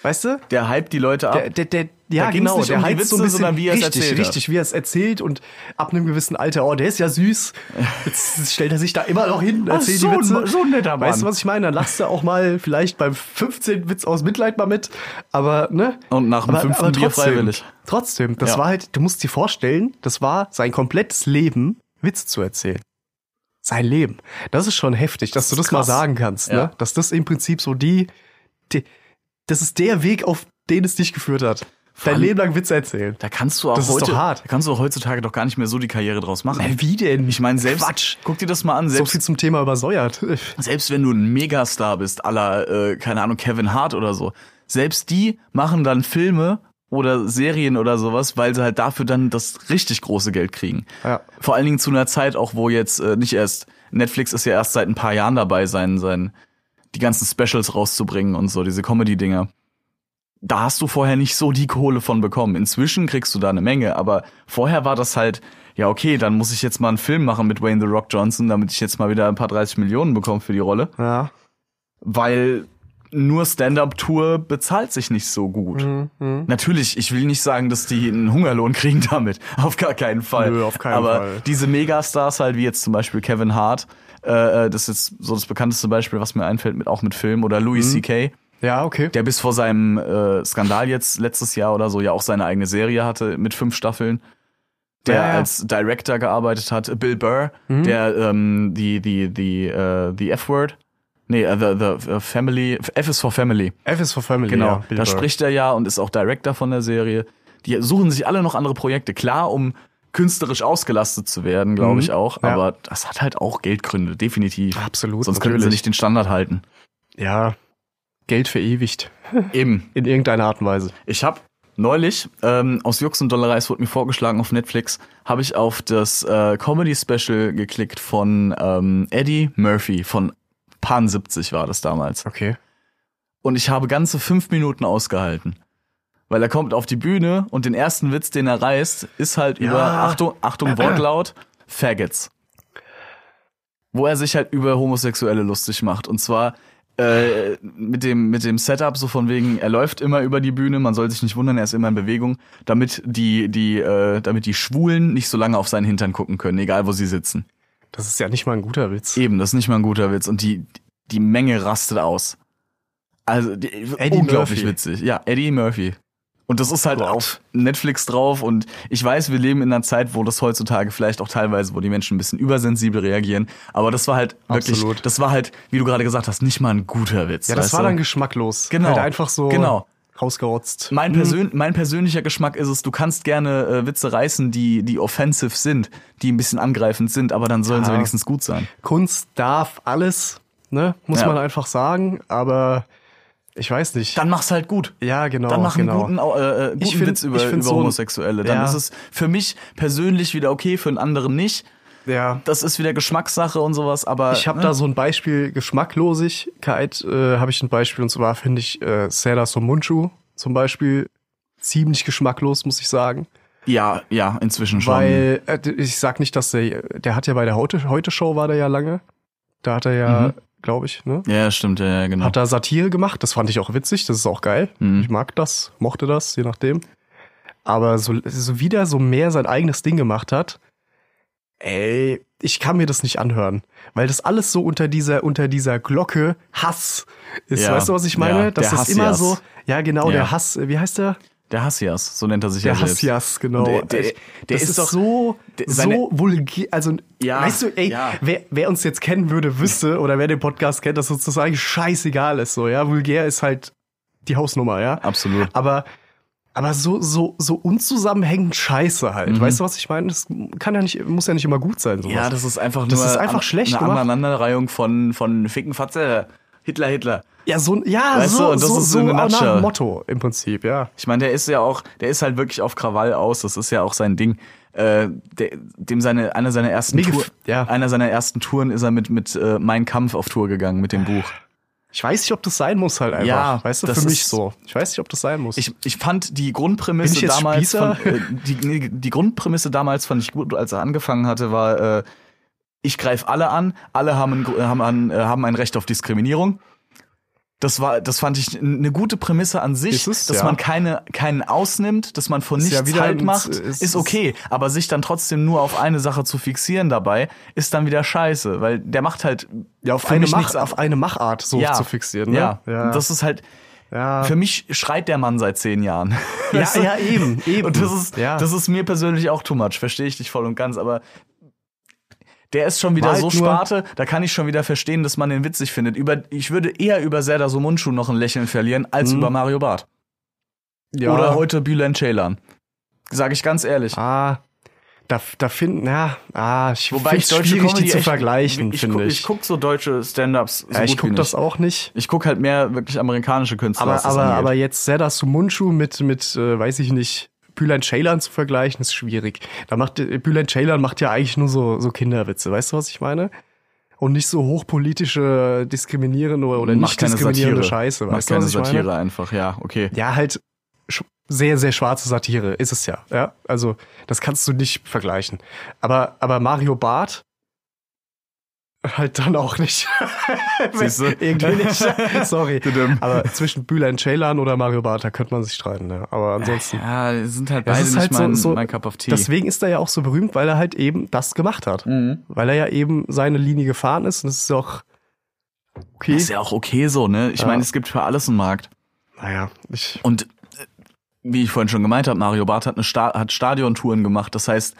Speaker 4: Weißt du?
Speaker 3: Der hypt die Leute ab.
Speaker 4: Der, der, der, ja,
Speaker 3: Da ging's
Speaker 4: genau,
Speaker 3: nicht
Speaker 4: der
Speaker 3: um die
Speaker 4: heizt so ein
Speaker 3: Witze,
Speaker 4: bisschen,
Speaker 3: sondern wie er es
Speaker 4: richtig,
Speaker 3: erzählt hat.
Speaker 4: richtig, wie er es erzählt und ab einem gewissen Alter, oh, der ist ja süß. Jetzt stellt er sich da immer noch hin,
Speaker 3: Ach,
Speaker 4: erzählt
Speaker 3: so
Speaker 4: die
Speaker 3: ein-
Speaker 4: Witze.
Speaker 3: so ein netter
Speaker 4: Weißt du,
Speaker 3: Mann.
Speaker 4: was ich meine? Dann lachst du auch mal vielleicht beim 15. Witz aus Mitleid mal mit, aber, ne?
Speaker 3: Und nach dem fünften Bier freiwillig.
Speaker 4: Trotzdem, das
Speaker 3: Ja.
Speaker 4: war halt, du musst dir vorstellen, das war sein komplettes Leben, Witze zu erzählen. Sein Leben. Das ist schon heftig, dass du
Speaker 3: ist
Speaker 4: das mal
Speaker 3: krass.
Speaker 4: sagen kannst,
Speaker 3: Ja.
Speaker 4: ne? Dass das im Prinzip so die, die, das ist der Weg, auf den es dich geführt hat. Dein
Speaker 3: allem-
Speaker 4: Leben lang Witze erzählen.
Speaker 3: da kannst du auch
Speaker 4: Das ist
Speaker 3: heute,
Speaker 4: doch hart.
Speaker 3: Da kannst du auch heutzutage doch gar nicht mehr so die Karriere draus machen.
Speaker 4: wie denn?
Speaker 3: Ich meine, selbst,
Speaker 4: Quatsch.
Speaker 3: guck dir das mal an,
Speaker 4: So
Speaker 3: selbst,
Speaker 4: viel zum Thema übersäuert.
Speaker 3: selbst wenn du ein Megastar bist, aller, äh, keine Ahnung, Kevin Hart oder so, selbst die machen dann Filme oder Serien oder sowas, weil sie halt dafür dann das richtig große Geld kriegen.
Speaker 4: Ja.
Speaker 3: Vor allen Dingen zu einer Zeit auch, wo jetzt äh, nicht erst, Netflix ist ja erst seit ein paar Jahren dabei, sein, sein, die ganzen Specials rauszubringen und so, diese Comedy-Dinger. Da hast du vorher nicht so die Kohle von bekommen. Inzwischen kriegst du da eine Menge, aber vorher war das halt, ja, okay, dann muss ich jetzt mal einen Film machen mit Wayne The Rock Johnson, damit ich jetzt mal wieder ein paar 30 Millionen bekomme für die Rolle
Speaker 4: Ja.
Speaker 3: weil nur Stand-up-Tour bezahlt sich nicht so gut.
Speaker 4: Mhm,
Speaker 3: Natürlich, ich will nicht sagen, dass die einen Hungerlohn kriegen damit. Auf gar keinen Fall.
Speaker 4: Nö, auf keinen
Speaker 3: Aber
Speaker 4: Fall.
Speaker 3: diese Megastars halt, wie jetzt zum Beispiel Kevin Hart, äh, äh, das ist jetzt so das bekannteste Beispiel, was mir einfällt, mit, auch mit Film, oder
Speaker 4: Mhm.
Speaker 3: Louis C.K.,
Speaker 4: Ja, okay.
Speaker 3: der bis vor seinem äh, Skandal jetzt letztes Jahr oder so ja auch seine eigene Serie hatte mit fünf Staffeln, der
Speaker 4: Ja, Mhm. ja.
Speaker 3: als Director gearbeitet hat. Bill Burr, der ähm, die die die äh, die F-Word, nee äh, the the äh, Family F is for Family.
Speaker 4: F is for Family.
Speaker 3: Genau,
Speaker 4: Bill
Speaker 3: da
Speaker 4: Burr.
Speaker 3: spricht er ja und ist auch Director von der Serie. Die suchen sich alle noch andere Projekte, klar, um künstlerisch ausgelastet zu werden, glaube
Speaker 4: Mhm,
Speaker 3: ich auch.
Speaker 4: ja.
Speaker 3: Aber das hat halt auch Geldgründe, definitiv.
Speaker 4: Absolut,
Speaker 3: Sonst könnten sie
Speaker 4: natürlich.
Speaker 3: nicht den Standard halten.
Speaker 4: Ja. Geld verewigt.
Speaker 3: Eben.
Speaker 4: In irgendeiner Art und Weise.
Speaker 3: Ich habe neulich ähm, aus Jux und Dollerei, es wurde mir vorgeschlagen auf Netflix, habe ich auf das äh, Comedy-Special geklickt von ähm, Eddie Murphy von Pan 70 war das damals.
Speaker 4: Okay.
Speaker 3: Und ich habe ganze fünf Minuten ausgehalten. Weil er kommt auf die Bühne und den ersten Witz, den er reißt, ist halt über,
Speaker 4: Ja.
Speaker 3: Achtung, Achtung, Wortlaut, Faggots. Wo er sich halt über Homosexuelle lustig macht. Und zwar äh, mit, dem, mit dem Setup so von wegen, er läuft immer über die Bühne, man soll sich nicht wundern, er ist immer in Bewegung, damit die, die, äh, damit die Schwulen nicht so lange auf seinen Hintern gucken können, egal wo sie sitzen.
Speaker 4: Das ist ja nicht mal ein guter Witz.
Speaker 3: Eben, das ist nicht mal ein guter Witz. Und die, die Menge rastet aus. Also, die,
Speaker 4: Eddie
Speaker 3: unglaublich
Speaker 4: Murphy.
Speaker 3: witzig. Ja, Eddie Murphy. Und das ist halt
Speaker 4: Gott.
Speaker 3: auf Netflix drauf. Und ich weiß, wir leben in einer Zeit, wo das heutzutage vielleicht auch teilweise, wo die Menschen ein bisschen übersensibel reagieren. Aber das war halt wirklich,
Speaker 4: Absolut.
Speaker 3: das war halt, wie du gerade gesagt hast, nicht mal ein guter Witz.
Speaker 4: Ja, das
Speaker 3: weißt
Speaker 4: war
Speaker 3: du?
Speaker 4: dann geschmacklos.
Speaker 3: Genau.
Speaker 4: Halt einfach so
Speaker 3: Genau.
Speaker 4: rausgerotzt.
Speaker 3: Mein, persön mein persönlicher Geschmack ist es, du kannst gerne äh, Witze reißen, die, die offensive sind, die ein bisschen angreifend sind, aber dann sollen sie
Speaker 4: Ja.
Speaker 3: wenigstens gut sein.
Speaker 4: Kunst darf alles, ne? Muss
Speaker 3: Ja.
Speaker 4: man einfach sagen, aber ich weiß nicht.
Speaker 3: Dann mach's halt gut.
Speaker 4: ja, genau.
Speaker 3: Dann machen
Speaker 4: genau.
Speaker 3: einen guten, Au- äh, äh, guten
Speaker 4: Ich find-
Speaker 3: Witz über,
Speaker 4: ich find
Speaker 3: über
Speaker 4: so ein-
Speaker 3: Homosexuelle. Dann
Speaker 4: Ja.
Speaker 3: ist es für mich persönlich wieder okay, für einen anderen nicht.
Speaker 4: ja.
Speaker 3: Das ist wieder Geschmackssache und sowas, aber
Speaker 4: Ich habe
Speaker 3: ne?
Speaker 4: da so ein Beispiel Geschmacklosigkeit, äh, habe ich ein Beispiel und zwar finde ich äh, Seda Somunchu zum Beispiel ziemlich geschmacklos, muss ich sagen.
Speaker 3: ja, ja, inzwischen schon.
Speaker 4: Weil äh, d- ich sag nicht, dass der, der hat ja bei der Heute, Heute Show war der ja lange. Da hat er ja, glaube ich, ne?
Speaker 3: ja, stimmt, ja, Mhm. ja, Mhm. genau.
Speaker 4: Hat da Satire gemacht, das fand ich auch witzig, das ist auch geil. Ich mag das, mochte das, je nachdem. Aber so, so wieder so mehr sein eigenes Ding gemacht hat, ey, ich kann mir das nicht anhören, weil das alles so unter dieser unter dieser Glocke Hass ist.
Speaker 3: Ja,
Speaker 4: Weißt du, was ich meine?
Speaker 3: ja,
Speaker 4: Dass
Speaker 3: der
Speaker 4: das immer
Speaker 3: Hassias.
Speaker 4: so, ja genau,
Speaker 3: Ja.
Speaker 4: der Hass, wie heißt der?
Speaker 3: Der Hassias, so nennt er sich
Speaker 4: Der
Speaker 3: ja selbst.
Speaker 4: Hassias, genau.
Speaker 3: Und Der, der,
Speaker 4: Ich-
Speaker 3: der
Speaker 4: das
Speaker 3: ist, doch
Speaker 4: so,
Speaker 3: der- seine-
Speaker 4: so vulgär. Also,
Speaker 3: Ja,
Speaker 4: weißt du, ey,
Speaker 3: ja.
Speaker 4: wer, wer uns jetzt kennen würde, wüsste, oder wer den Podcast kennt, dass uns das eigentlich scheißegal ist. So, ja, vulgär ist halt die Hausnummer, ja.
Speaker 3: Absolut.
Speaker 4: Aber, aber so, so, so unzusammenhängend scheiße halt. Weißt du, was ich meine? Das kann ja nicht, muss ja nicht immer gut sein, sowas.
Speaker 3: Mhm. Ja, das ist einfach nur
Speaker 4: Das ist einfach
Speaker 3: an,
Speaker 4: schlecht
Speaker 3: eine
Speaker 4: gemacht.
Speaker 3: Aneinanderreihung von, von Ficken, Fatze, Hitler, Hitler.
Speaker 4: ja, so, ja,
Speaker 3: Weißt
Speaker 4: so,
Speaker 3: du, und das
Speaker 4: so,
Speaker 3: ist
Speaker 4: so
Speaker 3: in a
Speaker 4: auch nach
Speaker 3: nutshell.
Speaker 4: dem Motto im Prinzip, ja.
Speaker 3: Ich meine, der ist ja auch, der ist halt wirklich auf Krawall aus. Das ist ja auch sein Ding. Äh, der, dem seine einer seiner ersten
Speaker 4: Mir gef-
Speaker 3: Tour,
Speaker 4: ja.
Speaker 3: einer seiner ersten Touren ist er mit mit äh, Mein Kampf auf Tour gegangen mit
Speaker 4: Ah.
Speaker 3: dem Buch.
Speaker 4: Ich weiß nicht, ob das sein muss halt einfach.
Speaker 3: Ja,
Speaker 4: weißt du,
Speaker 3: das
Speaker 4: für mich
Speaker 3: ist-
Speaker 4: so. Ich weiß nicht, ob das sein muss.
Speaker 3: Ich, ich fand die Grundprämisse
Speaker 4: Bin ich jetzt
Speaker 3: damals
Speaker 4: Spießer?
Speaker 3: von, äh, die, nee, die Grundprämisse damals fand ich gut, als er angefangen hatte, war äh, ich greife alle an, alle haben ein, Gru- haben, ein, äh, haben ein Recht auf Diskriminierung. Das war das fand ich n- eine gute Prämisse an sich,
Speaker 4: Ist es,
Speaker 3: dass
Speaker 4: ja.
Speaker 3: man keine keinen ausnimmt, dass man von
Speaker 4: Ist
Speaker 3: nichts
Speaker 4: ja wieder
Speaker 3: halt
Speaker 4: ein-
Speaker 3: macht,
Speaker 4: ist-
Speaker 3: ist,
Speaker 4: ist-
Speaker 3: okay, aber sich dann trotzdem nur auf eine Sache zu fixieren dabei, ist dann wieder scheiße, weil der macht halt
Speaker 4: ja, auf
Speaker 3: für
Speaker 4: eine,
Speaker 3: mich
Speaker 4: Mach,
Speaker 3: nichts an-
Speaker 4: auf eine Machart so
Speaker 3: ja,
Speaker 4: zu fixieren, ne?
Speaker 3: Ja. das ist halt
Speaker 4: ja.
Speaker 3: für mich schreit der Mann seit zehn Jahren. Weißt du?
Speaker 4: ja, eben, eben.
Speaker 3: Und das ist,
Speaker 4: Ja.
Speaker 3: das ist mir persönlich auch too much, verstehe ich dich voll und ganz, aber der ist schon wieder
Speaker 4: War halt
Speaker 3: so
Speaker 4: nur-
Speaker 3: Sparte, da kann ich schon wieder verstehen, dass man den witzig findet. Über, ich würde eher über Serdar Somunchu noch ein Lächeln verlieren, als über Mario Barth.
Speaker 4: Hm. ja.
Speaker 3: Oder heute Bülent Ceylan. Sag ich ganz ehrlich.
Speaker 4: Ah, da, da finden, ja, ah, ich
Speaker 3: Wobei ich deutsche
Speaker 4: schwierig,
Speaker 3: Comedy
Speaker 4: die zu
Speaker 3: echt-
Speaker 4: vergleichen,
Speaker 3: ich,
Speaker 4: finde
Speaker 3: guck-
Speaker 4: ich.
Speaker 3: Ich guck so deutsche Stand-Ups so
Speaker 4: ja, ich
Speaker 3: gut wie
Speaker 4: guck das
Speaker 3: nicht.
Speaker 4: auch nicht.
Speaker 3: Ich guck halt mehr wirklich amerikanische Künstler. was das
Speaker 4: Aber, aber,
Speaker 3: angeht.
Speaker 4: aber jetzt Serdar Sumunchu mit, mit, äh, weiß ich nicht, Bülent Ceylan zu vergleichen, ist schwierig. Da macht, äh, Bülent Ceylan macht ja eigentlich nur so, so Kinderwitze, weißt du, was ich meine? Und nicht so hochpolitische, äh, diskriminierende oder, oder nicht
Speaker 3: Macht keine
Speaker 4: diskriminierende
Speaker 3: Satire.
Speaker 4: Scheiße,
Speaker 3: Macht
Speaker 4: weißt du,
Speaker 3: keine
Speaker 4: was ich meine?
Speaker 3: Satire einfach, ja, okay.
Speaker 4: Ja, halt sch- sehr, sehr schwarze Satire ist es ja. ja? Also, das kannst du nicht vergleichen. Aber, aber Mario Barth halt dann auch nicht.
Speaker 3: Siehst du?
Speaker 4: Irgendwie nicht. Sorry.
Speaker 3: Tudum.
Speaker 4: Aber zwischen Bülent Ceylan oder Mario Barth, da könnte man sich streiten. Ne? Aber ansonsten.
Speaker 3: Ja, die sind halt
Speaker 4: Das
Speaker 3: beide
Speaker 4: ist
Speaker 3: nicht
Speaker 4: halt so-
Speaker 3: mein,
Speaker 4: so-
Speaker 3: mein Cup of Tea.
Speaker 4: Deswegen ist er ja auch so berühmt, weil er halt eben das gemacht
Speaker 3: Hm.
Speaker 4: hat. Weil er ja eben seine Linie gefahren ist. Und das ist auch okay.
Speaker 3: Ist ja auch okay so, ne? Ich
Speaker 4: Ja.
Speaker 3: meine, es gibt für alles einen Markt.
Speaker 4: naja, ich.
Speaker 3: Und äh, wie ich vorhin schon gemeint habe, Mario Barth hat, eine Sta hat Stadiontouren gemacht. Das heißt,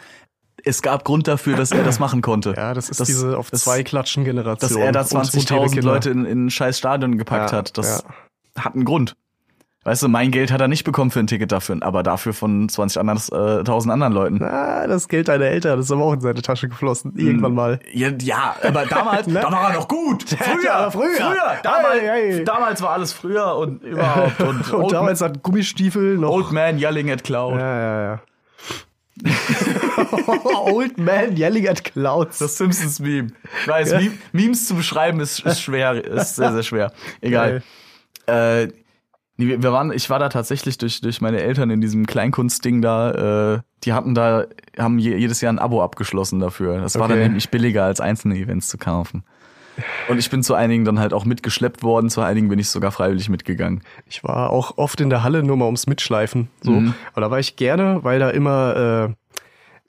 Speaker 3: es gab Grund dafür, dass er das machen konnte.
Speaker 4: Ja, um das ist
Speaker 3: Dass-
Speaker 4: diese auf
Speaker 3: dass-
Speaker 4: zwei Klatschen Generation.
Speaker 3: Dass er da
Speaker 4: Und- und ihre
Speaker 3: 20.000
Speaker 4: Kinder.
Speaker 3: Leute in, in ein scheiß Stadion gepackt
Speaker 4: Ja,
Speaker 3: hat, das hat einen Grund. Weißt du, mein Geld hat er nicht bekommen für ein Ticket dafür, aber dafür von 20 anders, äh, 1000 anderen Leuten.
Speaker 4: Ah, das Geld deiner Eltern ist aber auch in seine Tasche
Speaker 3: Mm.
Speaker 4: geflossen. Irgendwann mal.
Speaker 3: Ja, ja aber damals,
Speaker 4: Ne?
Speaker 3: da war er noch gut.
Speaker 4: Ja,
Speaker 3: Früher, früher,
Speaker 4: früher.
Speaker 3: Damals,
Speaker 4: Ei, ei.
Speaker 3: damals war alles früher und überhaupt. Und,
Speaker 4: Und
Speaker 3: Old,
Speaker 4: damals hat Gummistiefel noch.
Speaker 3: Old Man Yelling at Cloud.
Speaker 4: ja, ja, ja. Old Man yelling at clouds.
Speaker 3: Das Simpsons-Meme. Ich weiß,
Speaker 4: Ja.
Speaker 3: Meme, Memes zu beschreiben ist, ist schwer, ist sehr, sehr schwer. Egal. Äh, nee, wir wir waren, ich war da tatsächlich durch, durch meine Eltern in diesem Kleinkunstding da. Äh, die hatten da, haben je, jedes Jahr ein Abo abgeschlossen dafür. Das war
Speaker 4: Okay.
Speaker 3: dann nämlich billiger, als einzelne Events zu kaufen. Und ich bin zu einigen dann halt auch mitgeschleppt worden, zu einigen bin ich sogar freiwillig mitgegangen.
Speaker 4: Ich war auch oft in der Halle nur mal ums Mitschleifen. So.
Speaker 3: Mm.
Speaker 4: Aber da war ich gerne, weil da immer, äh,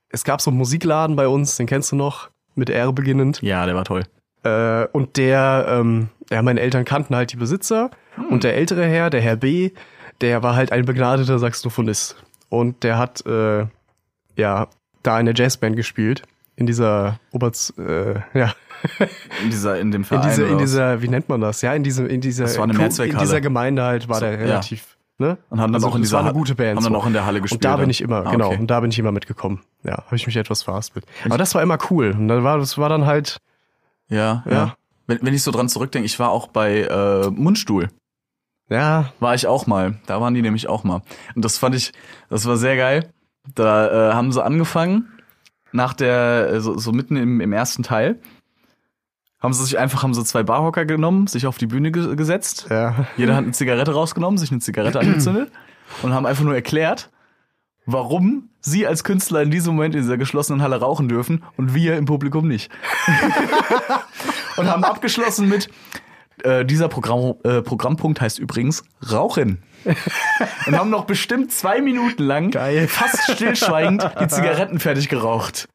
Speaker 4: es gab so einen Musikladen bei uns, den kennst du noch, mit R beginnend.
Speaker 3: Ja, der war toll.
Speaker 4: Äh, und der, ähm, ja, meine Eltern kannten halt die Besitzer und der ältere Herr, der Herr B., der war halt ein begnadeter Saxophonist. Und der hat, äh, ja, da in der Jazzband gespielt. In dieser Oberz, äh, ja,
Speaker 3: In dieser, in dem
Speaker 4: in
Speaker 3: Verein.
Speaker 4: dieser, in
Speaker 3: oder was.
Speaker 4: dieser, wie nennt man das? Ja, in diesem, in dieser,
Speaker 3: Das war eine
Speaker 4: in
Speaker 3: Mehrzweckhalle.
Speaker 4: dieser Gemeinde halt war der
Speaker 3: ja.
Speaker 4: relativ, ne?
Speaker 3: und haben dann
Speaker 4: Also
Speaker 3: auch in
Speaker 4: das
Speaker 3: dieser
Speaker 4: war eine
Speaker 3: Hall-
Speaker 4: gute Band.
Speaker 3: Haben dann
Speaker 4: so.
Speaker 3: auch in der Halle gespielt.
Speaker 4: Und da bin
Speaker 3: dann.
Speaker 4: ich immer,
Speaker 3: Ah,
Speaker 4: genau.
Speaker 3: okay.
Speaker 4: Und da bin ich immer mitgekommen. Ja, habe ich mich etwas veraspelt. Aber das war immer cool. Und dann war, das war dann halt,
Speaker 3: Ja, ja.
Speaker 4: Ja.
Speaker 3: Wenn, wenn ich so dran zurückdenke, ich war auch bei äh, Mundstuhl,
Speaker 4: ja,
Speaker 3: war ich auch mal. Da waren die nämlich auch mal. Und das fand ich, das war sehr geil. Da äh, haben sie angefangen, nach der, äh, so, so mitten im, im ersten Teil, haben sie sich einfach, haben sie zwei Barhocker genommen, sich auf die Bühne ge gesetzt.
Speaker 4: ja.
Speaker 3: Jeder hat eine Zigarette rausgenommen, sich eine Zigarette angezündet und haben einfach nur erklärt, warum sie als Künstler in diesem Moment in dieser geschlossenen Halle rauchen dürfen und wir im Publikum nicht. und haben abgeschlossen mit, äh, dieser Programm, äh, Programmpunkt heißt übrigens Rauchen. und haben noch bestimmt zwei Minuten lang
Speaker 4: Geil.
Speaker 3: fast stillschweigend die Zigaretten fertig geraucht.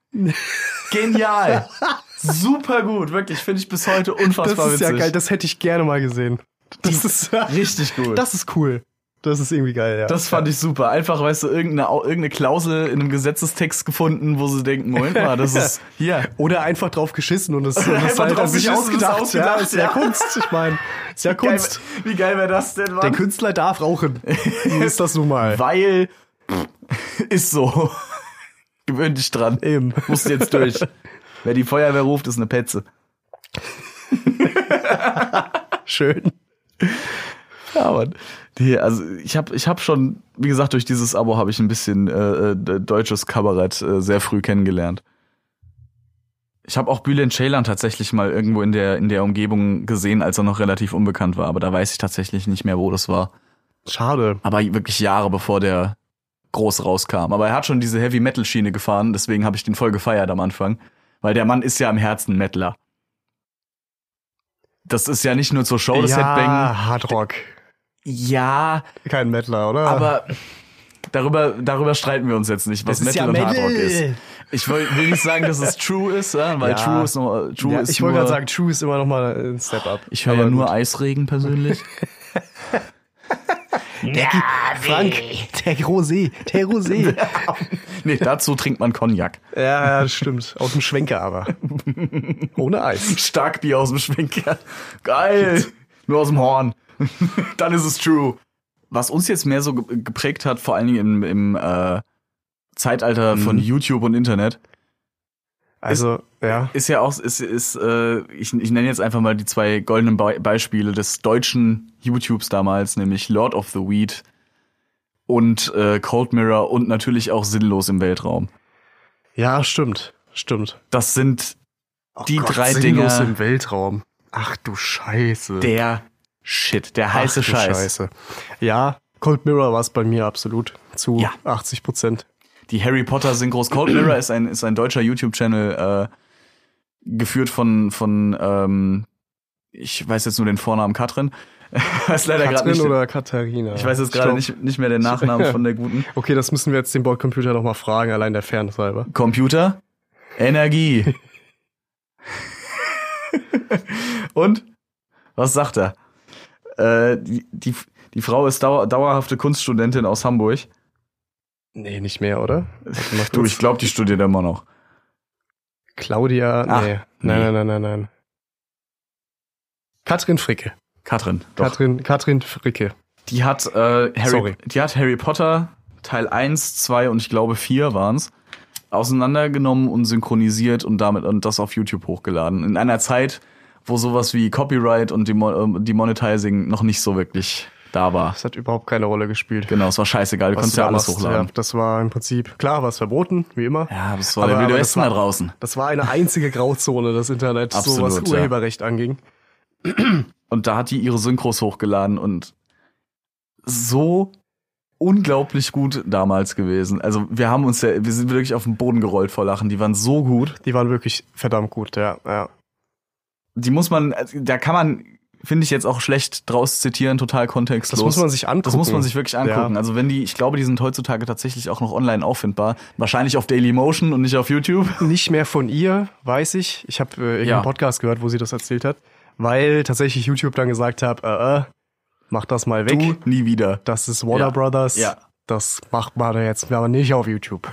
Speaker 3: Genial. Super gut, wirklich. Finde ich bis heute unfassbar
Speaker 4: Das ist
Speaker 3: witzig.
Speaker 4: ja geil, das hätte ich gerne mal gesehen. Das
Speaker 3: Die-
Speaker 4: ist,
Speaker 3: Richtig gut.
Speaker 4: das ist cool. Das ist irgendwie geil, ja.
Speaker 3: Das fand ich super. Einfach, weißt du, irgendeine, Au- irgendeine Klausel in einem Gesetzestext gefunden, wo sie denken, Moment mal, das ist hier.
Speaker 4: Oder einfach drauf geschissen und es und
Speaker 3: Einfach
Speaker 4: es halt
Speaker 3: drauf
Speaker 4: an sich
Speaker 3: geschissen,
Speaker 4: ausgedacht.
Speaker 3: ist ausgedacht,
Speaker 4: ja, ist ja,
Speaker 3: ja.
Speaker 4: Kunst, ich meine. Ist ja Kunst.
Speaker 3: Geil, wie geil wäre das denn,
Speaker 4: Der
Speaker 3: Mann?
Speaker 4: Künstler darf rauchen. So ist das nun mal.
Speaker 3: Weil ist so. Gewöhn dich dran.
Speaker 4: Eben.
Speaker 3: Musst jetzt durch. Wer die Feuerwehr ruft, ist eine Petze.
Speaker 4: Schön.
Speaker 3: Ja, Mann. Nee, also ich habe ich hab schon, wie gesagt, durch dieses Abo habe ich ein bisschen äh, äh, deutsches Kabarett äh, sehr früh kennengelernt. Ich habe auch Bülent Ceylan tatsächlich mal irgendwo in der, in der Umgebung gesehen, als er noch relativ unbekannt war, aber da weiß ich tatsächlich nicht mehr, wo das war.
Speaker 4: Schade.
Speaker 3: Aber wirklich Jahre bevor der groß rauskam. Aber er hat schon diese Heavy-Metal-Schiene gefahren, deswegen habe ich den voll gefeiert am Anfang. Weil der Mann ist ja im Herzen Metaler. Das ist ja nicht nur zur
Speaker 4: Oh,
Speaker 3: Show, das Headbang.
Speaker 4: ja, Hardrock.
Speaker 3: Ja,
Speaker 4: Kein Mettler, oder?
Speaker 3: aber darüber, darüber streiten wir uns jetzt nicht, was
Speaker 4: Ah. Das ist
Speaker 3: Metal und
Speaker 4: ja
Speaker 3: Hardrock
Speaker 4: Metal.
Speaker 3: ist. Ich will, will nicht sagen, dass es True ist, ja, weil
Speaker 4: Ja.
Speaker 3: True ist noch, True
Speaker 4: ja,
Speaker 3: ist
Speaker 4: ich wollte
Speaker 3: nur-
Speaker 4: gerade sagen, True ist immer noch mal ein Step up.
Speaker 3: ich höre ja
Speaker 4: Aber
Speaker 3: nur
Speaker 4: gut.
Speaker 3: Eisregen persönlich.
Speaker 4: Frank, der Rosé, der Rosé.
Speaker 3: nee, dazu trinkt man Cognac.
Speaker 4: ja, ja, stimmt. Aus dem Schwenker aber. Ohne Eis.
Speaker 3: Starkbier aus dem Schwenker. Geil. Nur aus dem Horn. Dann ist es true. Was uns jetzt mehr so ge- geprägt hat, vor allen Dingen im, im äh, Zeitalter von
Speaker 4: Mhm.
Speaker 3: YouTube und Internet,
Speaker 4: Also, ja.
Speaker 3: ist ja auch, ist, ist äh, ich, ich nenne jetzt einfach mal die zwei goldenen Be Beispiele des deutschen YouTubes damals, nämlich Lord of the Weed und äh, Cold Mirror und natürlich auch Sinnlos im Weltraum.
Speaker 4: Ja, stimmt. Stimmt.
Speaker 3: Das sind die
Speaker 4: Oh Gott,
Speaker 3: drei
Speaker 4: sinnlos
Speaker 3: Dinger
Speaker 4: im Weltraum. Ach du Scheiße.
Speaker 3: der Shit, der heiße
Speaker 4: Ach du
Speaker 3: Scheiß.
Speaker 4: Scheiße. Ja, Cold Mirror war es bei mir absolut zu
Speaker 3: Ja.
Speaker 4: 80 Prozent.
Speaker 3: Die Harry Potter Synchros Cold Mirror ist ein, ist ein deutscher YouTube-Channel, äh, geführt von, von ähm, ich weiß jetzt nur den Vornamen Katrin. weiß leider gerade
Speaker 4: Katrin
Speaker 3: nicht.
Speaker 4: oder Katharina?
Speaker 3: ich weiß jetzt gerade
Speaker 4: glaub-
Speaker 3: nicht, nicht mehr den Nachnamen von der guten.
Speaker 4: Okay, das müssen wir jetzt den Bordcomputer nochmal fragen, allein der Fairness halber.
Speaker 3: Computer, Energie. Und? Was sagt er? Äh, die, die, die Frau ist dauer, dauerhafte Kunststudentin aus Hamburg.
Speaker 4: Nee, nicht mehr, oder? Warte mal
Speaker 3: Du,
Speaker 4: kurz.
Speaker 3: ich glaube, die studiert immer noch.
Speaker 4: Claudia,
Speaker 3: Ach,
Speaker 4: Ah, nee.
Speaker 3: nee.
Speaker 4: Nein, nein, nein, nein, nein. Katrin Fricke.
Speaker 3: Katrin. Doch.
Speaker 4: Katrin, Katrin Fricke.
Speaker 3: Die hat, äh, Harry,
Speaker 4: Sorry.
Speaker 3: die hat Harry Potter Teil 1, 2 und ich glaube 4 waren's auseinandergenommen und synchronisiert und damit und das auf YouTube hochgeladen. In einer Zeit, wo sowas wie Copyright und Demo- äh, Demonetizing noch nicht so wirklich da war.
Speaker 4: Das hat überhaupt keine Rolle gespielt.
Speaker 3: Genau, es war scheißegal, du
Speaker 4: Was
Speaker 3: konntest ja
Speaker 4: da
Speaker 3: alles
Speaker 4: machst,
Speaker 3: hochladen.
Speaker 4: Ja, das war im Prinzip, klar war es verboten, wie immer.
Speaker 3: Ja, aber es war
Speaker 4: Aber-
Speaker 3: der Wilde
Speaker 4: aber das
Speaker 3: Westen
Speaker 4: war-
Speaker 3: da draußen.
Speaker 4: Das war eine einzige Grauzone, das Internet, so was
Speaker 3: Absolut, ja.
Speaker 4: Urheberrecht anging.
Speaker 3: Und da hat die ihre Synchros hochgeladen und so unglaublich gut damals gewesen. Also wir haben uns ja, wir sind wirklich auf den Boden gerollt vor Lachen. Die waren so gut.
Speaker 4: Die waren wirklich verdammt gut, ja. ja.
Speaker 3: die muss man, also da kann man, finde ich jetzt auch schlecht draus zitieren, total kontextlos.
Speaker 4: Das muss man sich angucken.
Speaker 3: Das muss man sich wirklich angucken.
Speaker 4: Ja.
Speaker 3: Also wenn die, ich glaube, die sind heutzutage tatsächlich auch noch online auffindbar. Wahrscheinlich auf Dailymotion und nicht auf YouTube.
Speaker 4: Nicht mehr von ihr, weiß ich. Ich habe äh, irgendeinen
Speaker 3: ne? Ja.
Speaker 4: Podcast gehört, wo sie das erzählt hat, weil tatsächlich YouTube dann gesagt hat, äh, äh, mach das mal weg.
Speaker 3: Du nie wieder.
Speaker 4: Das ist Warner
Speaker 3: Ja.
Speaker 4: Brothers.
Speaker 3: Ja.
Speaker 4: Das macht man da jetzt aber nicht auf YouTube.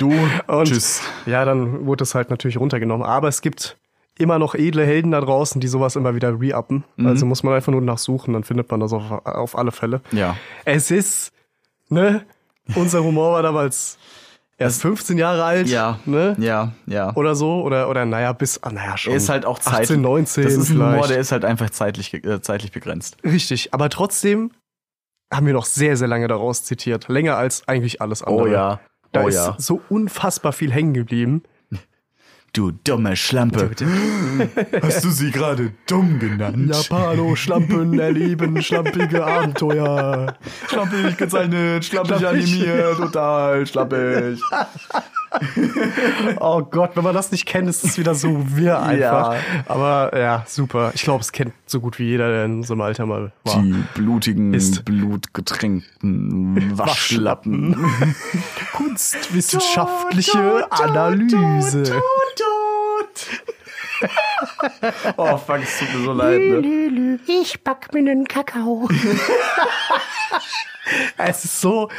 Speaker 3: Du
Speaker 4: Und
Speaker 3: tschüss.
Speaker 4: ja, dann wurde das halt natürlich runtergenommen. Aber es gibt immer noch edle Helden da draußen, die sowas immer wieder re-uppen.
Speaker 3: Mhm.
Speaker 4: Also muss man einfach nur nachsuchen, dann findet man das auf, auf alle Fälle.
Speaker 3: Ja.
Speaker 4: Es ist, ne? Unser Humor war damals erst 15 Jahre alt,
Speaker 3: Ja.
Speaker 4: ne?
Speaker 3: Ja, ja.
Speaker 4: Oder so, oder, oder naja, bis, ah, naja, schon.
Speaker 3: er ist halt auch zeitlich.
Speaker 4: 18, 19
Speaker 3: das ist ein
Speaker 4: vielleicht.
Speaker 3: Humor, der ist halt einfach zeitlich, ge- äh, zeitlich begrenzt.
Speaker 4: Richtig, aber trotzdem haben wir noch sehr, sehr lange daraus zitiert. Länger als eigentlich alles andere. Da
Speaker 3: Oh
Speaker 4: ist
Speaker 3: ja.
Speaker 4: so unfassbar viel hängen geblieben.
Speaker 3: Du dumme Schlampe. Hast du sie gerade dumm genannt?
Speaker 4: Japano, Schlampen erleben, schlampige Abenteuer.
Speaker 3: Schlampig gezeichnet, schlampig,
Speaker 4: Schlampig.
Speaker 3: animiert, total schlampig.
Speaker 4: Oh Gott, wenn man das nicht kennt, ist es wieder so wirr einfach.
Speaker 3: Ja.
Speaker 4: Aber ja, super. Ich glaube, es kennt so gut wie jeder, der in unserem Alter mal war.
Speaker 3: Die blutigen,
Speaker 4: Ist.
Speaker 3: blutgetränkten Waschlappen.
Speaker 4: Kunstwissenschaftliche Analyse.
Speaker 3: Oh, fuck, es tut mir so leid, ne?
Speaker 1: Ich back mir einen Kakao.
Speaker 4: Es ist so.
Speaker 3: Oh,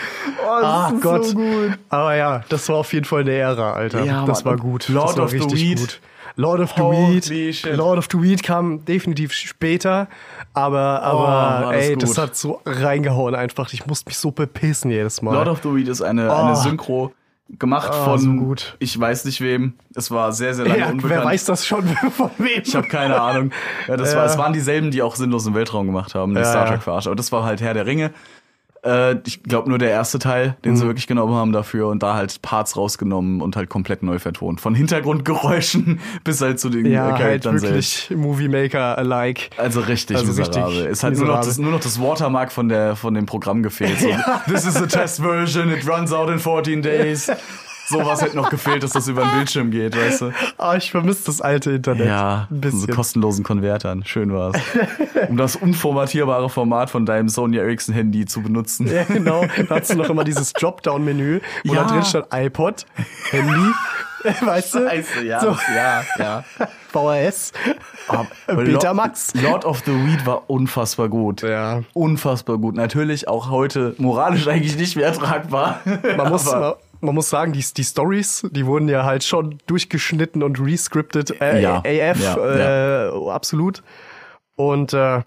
Speaker 3: das
Speaker 4: ah
Speaker 3: ist so
Speaker 4: Gott.
Speaker 3: gut.
Speaker 4: Aber ja, das war auf jeden Fall eine Ära, Alter.
Speaker 3: Ja,
Speaker 4: das
Speaker 3: Mann.
Speaker 4: war gut.
Speaker 3: Lord
Speaker 4: das war
Speaker 3: of the Weed.
Speaker 4: Lord of the
Speaker 3: Holy
Speaker 4: Weed.
Speaker 3: shit.
Speaker 4: Lord of the Weed kam definitiv später, aber, aber
Speaker 3: war das
Speaker 4: ey,
Speaker 3: Oh, gut.
Speaker 4: das hat so reingehauen einfach. Ich musste mich so bepissen jedes Mal.
Speaker 3: Lord of the Weed ist eine, eine Synchro gemacht
Speaker 4: Ah,
Speaker 3: von
Speaker 4: so gut.
Speaker 3: ich weiß nicht wem. Es war sehr, sehr lange
Speaker 4: ja,
Speaker 3: unbekannt.
Speaker 4: wer weiß das schon von wem?
Speaker 3: Ich habe keine Ahnung. Ja, das war, es waren dieselben, die auch sinnlosen Weltraum gemacht haben, die
Speaker 4: Ja,
Speaker 3: Star
Speaker 4: ja.
Speaker 3: Trek verarscht. Aber das war halt Herr der Ringe. Äh, ich glaube nur der erste Teil, den
Speaker 4: Mhm.
Speaker 3: sie wirklich genommen haben dafür und da halt Parts rausgenommen und halt komplett neu vertont. Von Hintergrundgeräuschen bis halt zu den
Speaker 4: ja,
Speaker 3: äh,
Speaker 4: halt
Speaker 3: Charakteren selbst.
Speaker 4: wirklich Movie Maker alike.
Speaker 3: Also richtig
Speaker 4: Also richtig
Speaker 3: miserabel. es hat nur noch,
Speaker 4: miserabel.
Speaker 3: das, nur noch das Watermark von, der, von dem Programm gefehlt. So, This is a test version, it runs out in 14 days. Sowas hätte noch gefehlt, dass das über den Bildschirm geht, weißt du?
Speaker 4: Ah, ich vermisse das alte Internet.
Speaker 3: Ja,
Speaker 4: ein bisschen.
Speaker 3: diese kostenlosen Konvertern. Schön war's. um das unformatierbare Format von deinem Sony Ericsson Handy zu benutzen.
Speaker 4: Ja, genau. Da hast du noch immer dieses Dropdown-Menü, wo
Speaker 3: Ja.
Speaker 4: da drin stand iPod, Handy, weißt du?
Speaker 3: Scheiße, ja,
Speaker 4: So,
Speaker 3: ja, ja.
Speaker 4: VHS, Betamax.
Speaker 3: Lord of the Weed war unfassbar gut.
Speaker 4: Ja.
Speaker 3: Unfassbar gut. Natürlich auch heute moralisch eigentlich nicht mehr tragbar.
Speaker 4: Man muss,
Speaker 3: Aber-
Speaker 4: man, man muss sagen, die, die Stories, die wurden ja halt schon durchgeschnitten und rescriptet. Äh,
Speaker 3: Ja,
Speaker 4: AF,
Speaker 3: ja,
Speaker 4: äh, absolut. Und äh,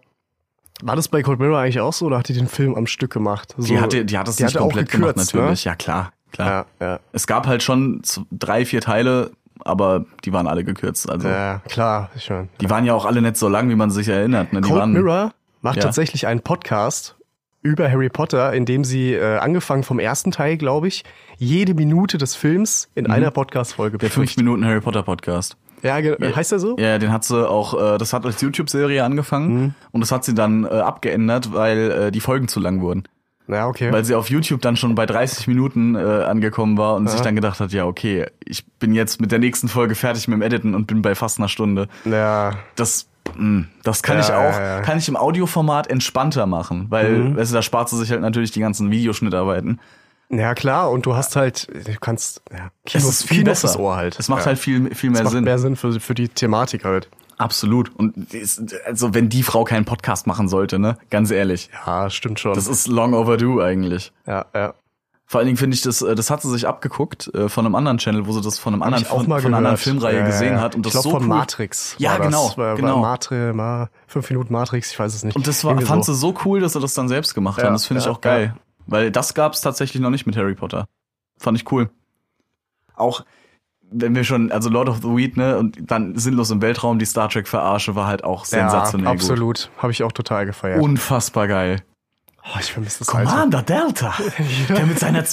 Speaker 4: war das bei Cold Mirror eigentlich auch so oder hat die den Film am Stück gemacht? So,
Speaker 3: Die, hatte, die hat es
Speaker 4: die
Speaker 3: nicht
Speaker 4: hatte auch
Speaker 3: komplett
Speaker 4: gekürzt, ne?
Speaker 3: gemacht, natürlich. Ja, klar, klar.
Speaker 4: Ja, ja.
Speaker 3: Es gab halt schon z- drei, vier Teile, aber die waren alle gekürzt. Also
Speaker 4: Ja, klar, ich meine.
Speaker 3: die waren ja auch alle nicht so lang, wie man sich erinnert. Ne? Die
Speaker 4: Cold
Speaker 3: waren,
Speaker 4: Mirror macht
Speaker 3: Ja.
Speaker 4: tatsächlich einen Podcast über Harry Potter, in dem sie äh, angefangen vom ersten Teil, glaube ich, jede Minute des Films in einer Podcast-Folge
Speaker 3: Mhm. Der 5 Minuten Harry Potter Podcast.
Speaker 4: Ja, ge- heißt er so?
Speaker 3: Ja, den hat sie auch, äh, das hat als YouTube-Serie angefangen
Speaker 4: Mhm.
Speaker 3: und das hat sie dann äh, abgeändert, weil äh, die Folgen zu lang wurden.
Speaker 4: Ja, okay.
Speaker 3: Weil sie auf YouTube dann schon bei 30 Minuten äh, angekommen war und sich dann gedacht hat, ja, okay, ich bin jetzt mit der nächsten Folge fertig mit dem Editen und bin bei fast einer Stunde.
Speaker 4: ja,
Speaker 3: Das, mh, das kann
Speaker 4: Ja,
Speaker 3: ich auch,
Speaker 4: ja, Mhm. ja.
Speaker 3: kann ich im Audioformat entspannter machen, weil weißt du, da spart sie sich halt natürlich die ganzen Videoschnittarbeiten.
Speaker 4: ja, klar, und du hast halt, du kannst, ja,
Speaker 3: Es
Speaker 4: Kinos,
Speaker 3: ist viel
Speaker 4: Kinos
Speaker 3: besser.
Speaker 4: das Ohr halt.
Speaker 3: Es macht
Speaker 4: ja.
Speaker 3: halt viel, viel mehr
Speaker 4: es macht
Speaker 3: Sinn.
Speaker 4: mehr Sinn für, für die Thematik halt.
Speaker 3: Absolut. Und die ist, also wenn die Frau keinen Podcast machen sollte, ne, ganz ehrlich,
Speaker 4: Ja, stimmt schon.
Speaker 3: das ist long overdue eigentlich.
Speaker 4: ja, ja.
Speaker 3: Vor allen Dingen finde ich das, äh, das hat sie sich abgeguckt äh, von einem anderen Channel, wo sie das von einem anderen
Speaker 4: Ich auch
Speaker 3: von,
Speaker 4: mal
Speaker 3: von einer anderen
Speaker 4: gehört.
Speaker 3: Filmreihe
Speaker 4: Ja, ja,
Speaker 3: gesehen
Speaker 4: ja.
Speaker 3: hat und das
Speaker 4: ich glaub,
Speaker 3: so
Speaker 4: von
Speaker 3: cool.
Speaker 4: Matrix.
Speaker 3: Ja,
Speaker 4: war das.
Speaker 3: genau,
Speaker 4: War,
Speaker 3: genau.
Speaker 4: War Matri, mal fünf Minuten Matrix, ich weiß es nicht.
Speaker 3: Und das war,
Speaker 4: Irgendwie
Speaker 3: fand
Speaker 4: so.
Speaker 3: sie so cool, dass sie das dann selbst gemacht
Speaker 4: Ja,
Speaker 3: haben. Das finde ich
Speaker 4: ja,
Speaker 3: auch geil. Weil das gab es tatsächlich noch nicht mit Harry Potter. Fand ich cool. Auch wenn wir schon, also Lord of the Weed, ne, und dann sinnlos im Weltraum, die Star Trek Verarsche war halt auch sensationell.
Speaker 4: Ja,
Speaker 3: gut.
Speaker 4: absolut. Habe ich auch total gefeiert.
Speaker 3: Unfassbar geil.
Speaker 4: Oh, ich vermisse das Alter.
Speaker 2: Commander Delta, der mit seiner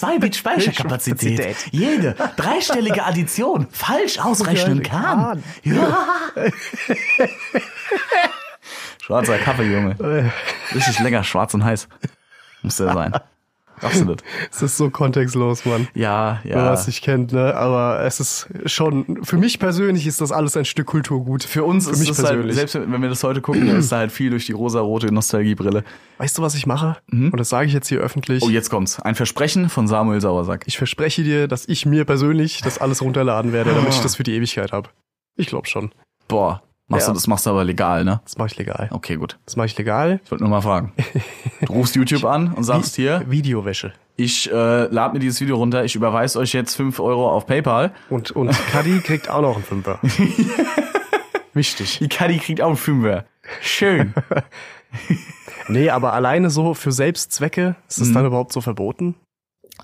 Speaker 2: 2-Bit-Speicherkapazität jede dreistellige Addition falsch ausrechnen kann. Ja,
Speaker 3: Schwarzer Kaffee, Junge. Richtig lecker, schwarz und heiß. Muss der sein. Absolut.
Speaker 4: Es ist so kontextlos, Mann.
Speaker 3: Ja,
Speaker 4: Wenn man
Speaker 3: ja.
Speaker 4: das nicht kennt, ne? Aber es ist schon, für mich persönlich ist das alles ein Stück Kulturgut.
Speaker 3: Für uns ist
Speaker 4: mich
Speaker 3: es halt,
Speaker 4: persönlich.
Speaker 3: selbst wenn wir das heute gucken, ist da halt viel durch die rosarote Nostalgiebrille.
Speaker 4: Weißt du, was ich mache? Und das sage ich jetzt hier öffentlich.
Speaker 3: Mhm. Oh, jetzt kommt's. Ein Versprechen von Samuel Sauersack.
Speaker 4: Ich verspreche dir, dass ich mir persönlich das alles runterladen werde, damit ich
Speaker 3: Ah.
Speaker 4: das für die Ewigkeit habe. Ich glaube schon.
Speaker 3: Boah, machst
Speaker 4: Ja.
Speaker 3: du, das machst du aber legal, ne?
Speaker 4: Das mache ich legal.
Speaker 3: Okay, gut.
Speaker 4: Das mache ich legal.
Speaker 3: Ich wollte nur mal fragen. Du rufst YouTube an und sagst hier,
Speaker 4: Videowäsche.
Speaker 3: ich äh, lade mir dieses Video runter, ich überweise euch jetzt 5 Euro auf PayPal.
Speaker 4: Und, und Kadi kriegt auch noch einen Fünfer. Wichtig.
Speaker 3: Die Kadi kriegt auch einen Fünfer. Schön.
Speaker 4: Nee, aber alleine so für Selbstzwecke, ist das
Speaker 3: Mhm.
Speaker 4: dann überhaupt so verboten?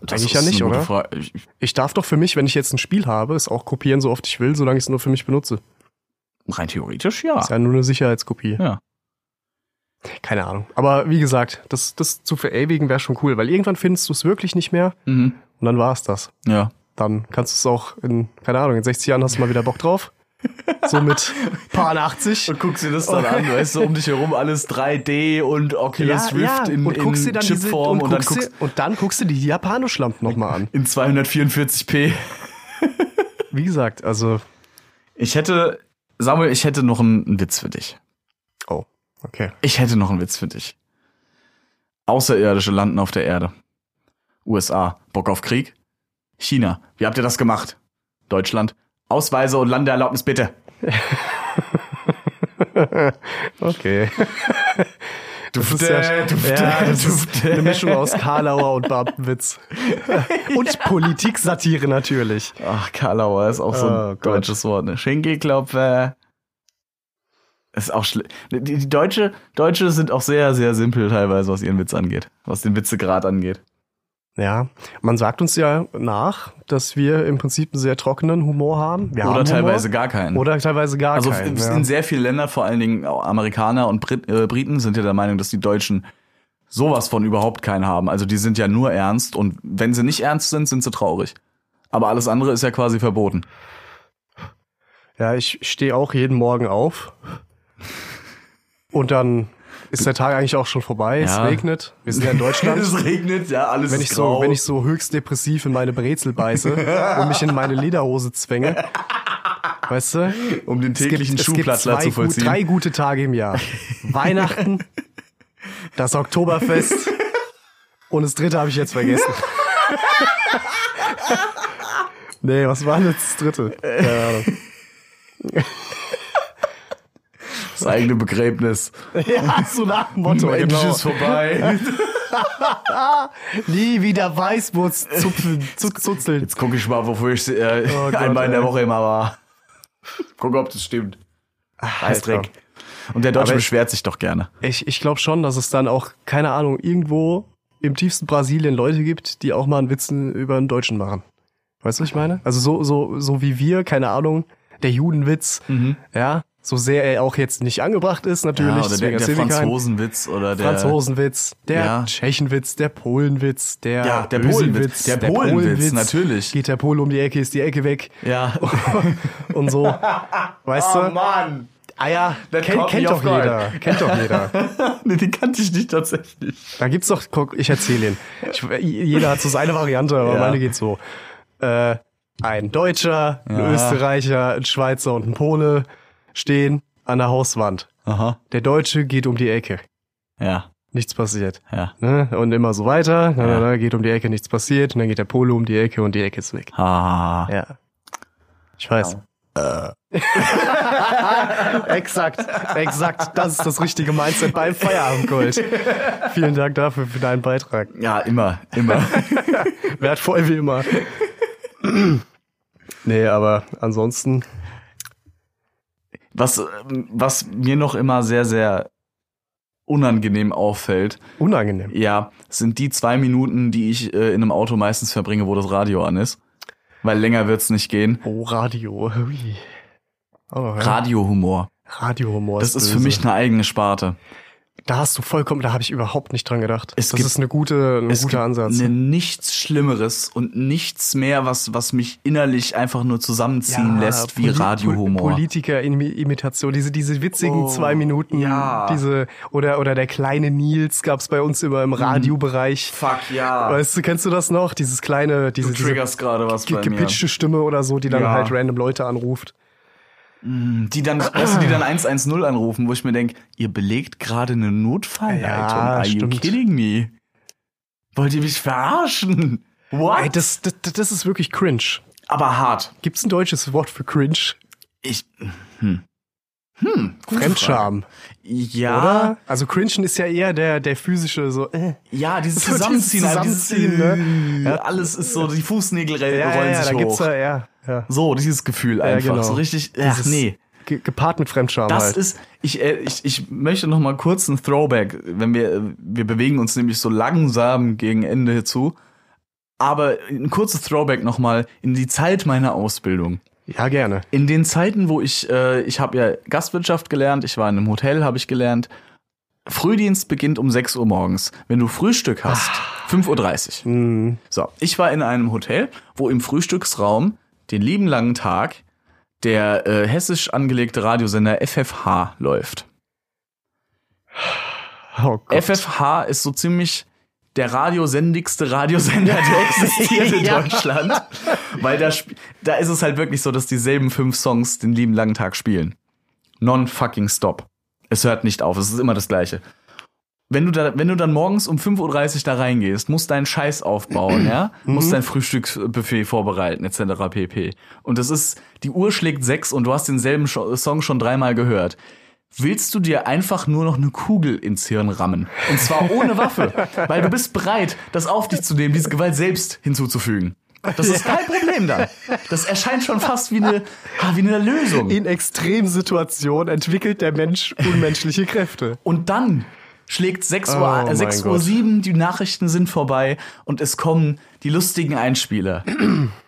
Speaker 3: Das
Speaker 4: Eigentlich ja
Speaker 3: ist eine
Speaker 4: nicht,
Speaker 3: gute
Speaker 4: oder?
Speaker 3: Frage. Ich-
Speaker 4: Ich darf doch für mich, wenn ich jetzt ein Spiel habe, es auch kopieren, so oft ich will, solange ich es nur für mich benutze.
Speaker 3: Rein theoretisch, ja.
Speaker 4: Ist ja nur eine Sicherheitskopie.
Speaker 3: Ah. Ja.
Speaker 4: Keine Ahnung. Aber wie gesagt, das, das zu verewigen wäre schon cool, weil irgendwann findest du es wirklich nicht mehr
Speaker 3: Mhm.
Speaker 4: und dann war es das.
Speaker 3: Ja.
Speaker 4: Dann kannst du es auch in, keine Ahnung, in 60 Jahren hast du mal wieder Bock drauf. So mit paar 80.
Speaker 3: Und guckst dir das dann an, weißt du, um dich herum alles 3D und Oculus Rift in,
Speaker 4: und guckst dir
Speaker 3: in
Speaker 4: dann diese,
Speaker 3: Chipform
Speaker 4: und,
Speaker 3: und, dann
Speaker 4: guckst
Speaker 3: guckst
Speaker 4: dir, und dann guckst du die Japanoschlampen nochmal an.
Speaker 3: in 244p.
Speaker 4: wie gesagt, also,
Speaker 3: Ich hätte, Samuel, ich hätte noch einen, einen Witz für dich.
Speaker 4: oh, okay.
Speaker 3: Ich hätte noch einen Witz für dich. Außerirdische landen auf der Erde. USA, Bock auf Krieg? China, wie habt ihr das gemacht? Deutschland, Ausweise und Landeerlaubnis bitte.
Speaker 4: Okay.
Speaker 3: Du
Speaker 4: Das ist ja, ja, das ist eine Mischung aus Karlauer und Beamtenwitz. Und Politik-Satire natürlich.
Speaker 3: Ach, Karlauer ist auch so ein
Speaker 4: Oh Gott.
Speaker 3: deutsches Wort. Ne? Schinkelklopfer. Ist auch schlimm. Die, die Deutsche, Deutsche sind auch sehr, sehr simpel teilweise, was ihren Witz angeht. Was den Witzegrad angeht.
Speaker 4: Ja, man sagt uns ja nach, dass wir im Prinzip einen sehr trockenen Humor haben. Wir
Speaker 3: Oder
Speaker 4: haben
Speaker 3: teilweise
Speaker 4: Humor.
Speaker 3: gar keinen.
Speaker 4: Oder teilweise gar
Speaker 3: also
Speaker 4: keinen.
Speaker 3: in, in sehr vielen Ländern, vor allen Dingen auch Amerikaner und Brit äh, Briten, sind ja der Meinung, dass die Deutschen sowas von überhaupt keinen haben. Also die sind ja nur ernst und wenn sie nicht ernst sind, sind sie traurig. Aber alles andere ist ja quasi verboten.
Speaker 4: Ja, ich stehe auch jeden Morgen auf. Und dann ist der Tag eigentlich auch schon vorbei.
Speaker 3: Ja.
Speaker 4: Es regnet. Wir sind ja in Deutschland.
Speaker 3: es regnet, ja, alles
Speaker 4: Wenn
Speaker 3: ist genau
Speaker 4: ich,
Speaker 3: grau.
Speaker 4: so, wenn ich so höchst depressiv in meine Brezel beiße und mich in meine Lederhose zwänge, weißt du,
Speaker 3: um den täglichen Schuhplattler
Speaker 4: zwei,
Speaker 3: zu
Speaker 4: gu-
Speaker 3: vollziehen.
Speaker 4: drei gute Tage im Jahr. Weihnachten, das Oktoberfest und das dritte habe ich jetzt vergessen. nee, was war denn jetzt das dritte? Keine Ahnung.
Speaker 3: Das eigene Begräbnis.
Speaker 4: Ja, so nach dem Motto.
Speaker 3: Mensch
Speaker 4: Genau.
Speaker 3: ist vorbei.
Speaker 4: Nie wieder Weißwurz zupfen, zu, zuzeln.
Speaker 3: Jetzt gucke ich mal, wofür ich äh,
Speaker 4: Oh Gott,
Speaker 3: einmal in der
Speaker 4: ey.
Speaker 3: Woche immer war. Guck, ob das stimmt. Scheißdreck.
Speaker 4: Alter.
Speaker 3: Und der Deutsche
Speaker 4: Aber-
Speaker 3: beschwert sich doch gerne.
Speaker 4: Ich, ich glaube schon, dass es dann auch, keine Ahnung, irgendwo im tiefsten Brasilien Leute gibt, die auch mal einen Witz über einen Deutschen machen. Weißt du, was ich meine? Also so, so, so wie wir, keine Ahnung, der Judenwitz, ja, so sehr er auch jetzt nicht angebracht ist, natürlich.
Speaker 3: Mhm. Ja, oder
Speaker 4: deswegen
Speaker 3: der, der
Speaker 4: erzähl ich keinen.
Speaker 3: Franzosenwitz oder der
Speaker 4: Franzosenwitz, der
Speaker 3: Ja.
Speaker 4: Tschechenwitz, der Polenwitz, der,
Speaker 3: Ja, der
Speaker 4: Ösi-Witz,
Speaker 3: Polenwitz, der Polenwitz, natürlich.
Speaker 4: Geht der Pole um die Ecke, ist die Ecke weg
Speaker 3: Ja.
Speaker 4: Oh und so. Weißt du?
Speaker 3: Oh Mann.
Speaker 4: Ah ja,
Speaker 3: That
Speaker 4: kennt,
Speaker 3: caught me
Speaker 4: kennt
Speaker 3: off
Speaker 4: doch
Speaker 3: guard.
Speaker 4: jeder. Kennt doch jeder.
Speaker 3: nee, den kannte ich nicht tatsächlich.
Speaker 4: Da gibt's doch, guck, ich erzähle ihn. Ich, jeder hat so seine Variante, aber
Speaker 3: Ja.
Speaker 4: meine geht so. Äh, ein Deutscher, ein
Speaker 3: Ja.
Speaker 4: Österreicher, ein Schweizer und ein Pole stehen an der Hauswand.
Speaker 3: Aha.
Speaker 4: Der Deutsche geht um die Ecke.
Speaker 3: Ja,
Speaker 4: Nichts passiert.
Speaker 3: ja.
Speaker 4: Ne? Und immer so weiter. Na,
Speaker 3: Ja.
Speaker 4: na, na, geht um die Ecke, nichts passiert. Und dann geht der Pole um die Ecke und die Ecke ist weg.
Speaker 3: Ah.
Speaker 4: Ja. Ich weiß.
Speaker 3: Genau.
Speaker 4: Äh. exakt, exakt. Das ist das richtige Mindset beim Feierabendgold. Vielen Dank dafür für deinen Beitrag.
Speaker 3: Ja, immer, immer.
Speaker 4: Wertvoll wie immer. nee, aber ansonsten.
Speaker 3: was, ähm, was mir noch immer sehr, sehr unangenehm auffällt,
Speaker 4: Unangenehm.
Speaker 3: Ja, sind die zwei Minuten, die ich äh, in einem Auto meistens verbringe, wo das Radio an ist. Weil länger wird's nicht gehen.
Speaker 4: Oh, Radio. Ui. Oh, ja.
Speaker 3: Radiohumor.
Speaker 4: Radiohumor.
Speaker 3: Das ist für
Speaker 4: böse.
Speaker 3: mich eine eigene Sparte.
Speaker 4: Da hast du vollkommen, da habe ich überhaupt nicht dran gedacht.
Speaker 3: Es
Speaker 4: das
Speaker 3: gibt-
Speaker 4: ist eine gute, ein
Speaker 3: Es gibt
Speaker 4: guter Ansatz.
Speaker 3: ne- nichts Schlimmeres und nichts mehr, was, was mich innerlich einfach nur zusammenziehen lässt wie
Speaker 4: Poli- Pol-
Speaker 3: Radiohumor.
Speaker 4: Politiker-Imitation, diese, diese witzigen
Speaker 3: Oh,
Speaker 4: zwei Minuten,
Speaker 3: ja.
Speaker 4: diese, oder, oder der kleine Nils gab's bei uns immer im Radiobereich.
Speaker 3: Mhm. Fuck, ja.
Speaker 4: Weißt du, kennst du das noch? Dieses kleine,
Speaker 3: du
Speaker 4: diese, diese
Speaker 3: triggerst gerade was
Speaker 4: ge
Speaker 3: bei mir.
Speaker 4: gepitchte Stimme oder so, die dann
Speaker 3: Ja.
Speaker 4: halt random Leute anruft.
Speaker 3: Die dann, weißt du, die
Speaker 4: Ah.
Speaker 3: dann 110 anrufen, wo ich mir denk, ihr belegt gerade eine Notfallleitung.
Speaker 4: Ja,
Speaker 3: Are you
Speaker 4: stimmt.
Speaker 3: kidding me? Wollt ihr mich verarschen? What?
Speaker 4: Ey, das, das, das ist wirklich cringe.
Speaker 3: Aber hart.
Speaker 4: Gibt's ein deutsches Wort für cringe?
Speaker 3: Ich. Hm. Hm. gute
Speaker 4: Fremdscham,
Speaker 3: Frage. Ja.
Speaker 4: oder? Also cringen ist ja eher der, der physische so. Äh.
Speaker 3: Ja, dieses
Speaker 4: So dieses
Speaker 3: Zusammenziehen. also dieses-
Speaker 4: Zusammenziehen,
Speaker 3: Ja, Alles ist so, die Fußnägel re- rollen sich
Speaker 4: da
Speaker 3: hoch.
Speaker 4: gibt's ja, ja. ja.
Speaker 3: so, dieses Gefühl einfach.
Speaker 4: genau.
Speaker 3: So richtig. Ach,
Speaker 4: Dieses-
Speaker 3: nee.
Speaker 4: Ge gepaart mit Fremdscham
Speaker 3: Das
Speaker 4: halt.
Speaker 3: ist, ich, äh, ich, ich möchte noch mal kurz einen Throwback, wenn wir, wir bewegen uns nämlich so langsam gegen Ende hinzu, aber ein kurzes Throwback noch mal in die Zeit meiner Ausbildung.
Speaker 4: ja, gerne.
Speaker 3: In den Zeiten, wo ich, äh, ich habe ja Gastwirtschaft gelernt, ich war in einem Hotel, habe ich gelernt. Frühdienst beginnt um 6 Uhr morgens. Wenn du Frühstück hast, 5.30 Uhr. So, ich war in einem Hotel, wo im Frühstücksraum den lieben langen Tag der äh, hessisch angelegte Radiosender FFH läuft.
Speaker 4: Oh Gott.
Speaker 3: FFH ist so ziemlich der radiosendigste Radiosender, der existiert in
Speaker 4: Ja.
Speaker 3: Deutschland. Weil da, sp- da ist es halt wirklich so, dass dieselben fünf Songs den lieben langen Tag spielen. Non-fucking stop. Es hört nicht auf, es ist immer das Gleiche. Wenn du, da, wenn du dann morgens um 5.30 Uhr da reingehst, musst deinen Scheiß aufbauen, ja? Musst dein Frühstücksbuffet vorbereiten, etc. pp. Und das ist, die Uhr schlägt sechs und du hast denselben Scho- Song schon dreimal gehört willst du dir einfach nur noch eine Kugel ins Hirn rammen. Und zwar ohne Waffe, weil du bist bereit, das auf dich zu nehmen, diese Gewalt selbst hinzuzufügen. Das ist kein Problem dann. Das erscheint schon fast wie eine, ah, wie eine Lösung.
Speaker 4: In Extremsituationen entwickelt der Mensch unmenschliche Kräfte.
Speaker 3: Und dann schlägt 6 Uhr,
Speaker 4: Oh mein
Speaker 3: äh, 6 Uhr
Speaker 4: Gott.
Speaker 3: 7, die Nachrichten sind vorbei und es kommen die lustigen Einspieler.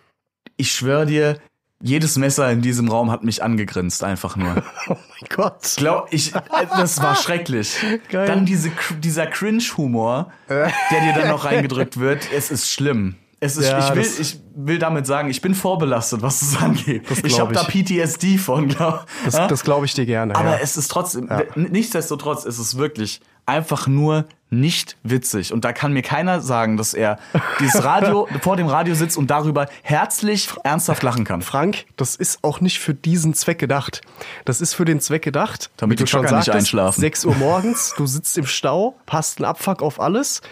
Speaker 3: Ich schwöre dir, jedes Messer in diesem Raum hat mich angegrinst, einfach nur.
Speaker 4: Oh Mein Gott.
Speaker 3: Glaub ich, das war schrecklich.
Speaker 4: Geil.
Speaker 3: Dann diese, Cr- dieser Cringe-Humor, der dir dann noch reingedrückt wird. Es ist schlimm. Es ist,
Speaker 4: Ja,
Speaker 3: ich, will,
Speaker 4: das-
Speaker 3: ich will damit sagen, ich bin vorbelastet, was es angeht. Ich
Speaker 4: glaub
Speaker 3: habe da
Speaker 4: ich.
Speaker 3: PTSD von, glaube
Speaker 4: Das, das glaube ich dir gerne.
Speaker 3: Aber
Speaker 4: ja.
Speaker 3: es ist trotzdem, n- nichtsdestotrotz ist es wirklich einfach nur nicht witzig. Und da kann mir keiner sagen, dass er dieses Radio vor dem Radio sitzt und darüber herzlich ernsthaft lachen kann.
Speaker 4: Frank, das ist auch nicht für diesen Zweck gedacht. Das ist für den Zweck gedacht,
Speaker 3: Damit
Speaker 4: wie
Speaker 3: die Jogger nicht einschlafen.
Speaker 4: 6 Uhr morgens, du sitzt im Stau, hast einen Abfuck auf alles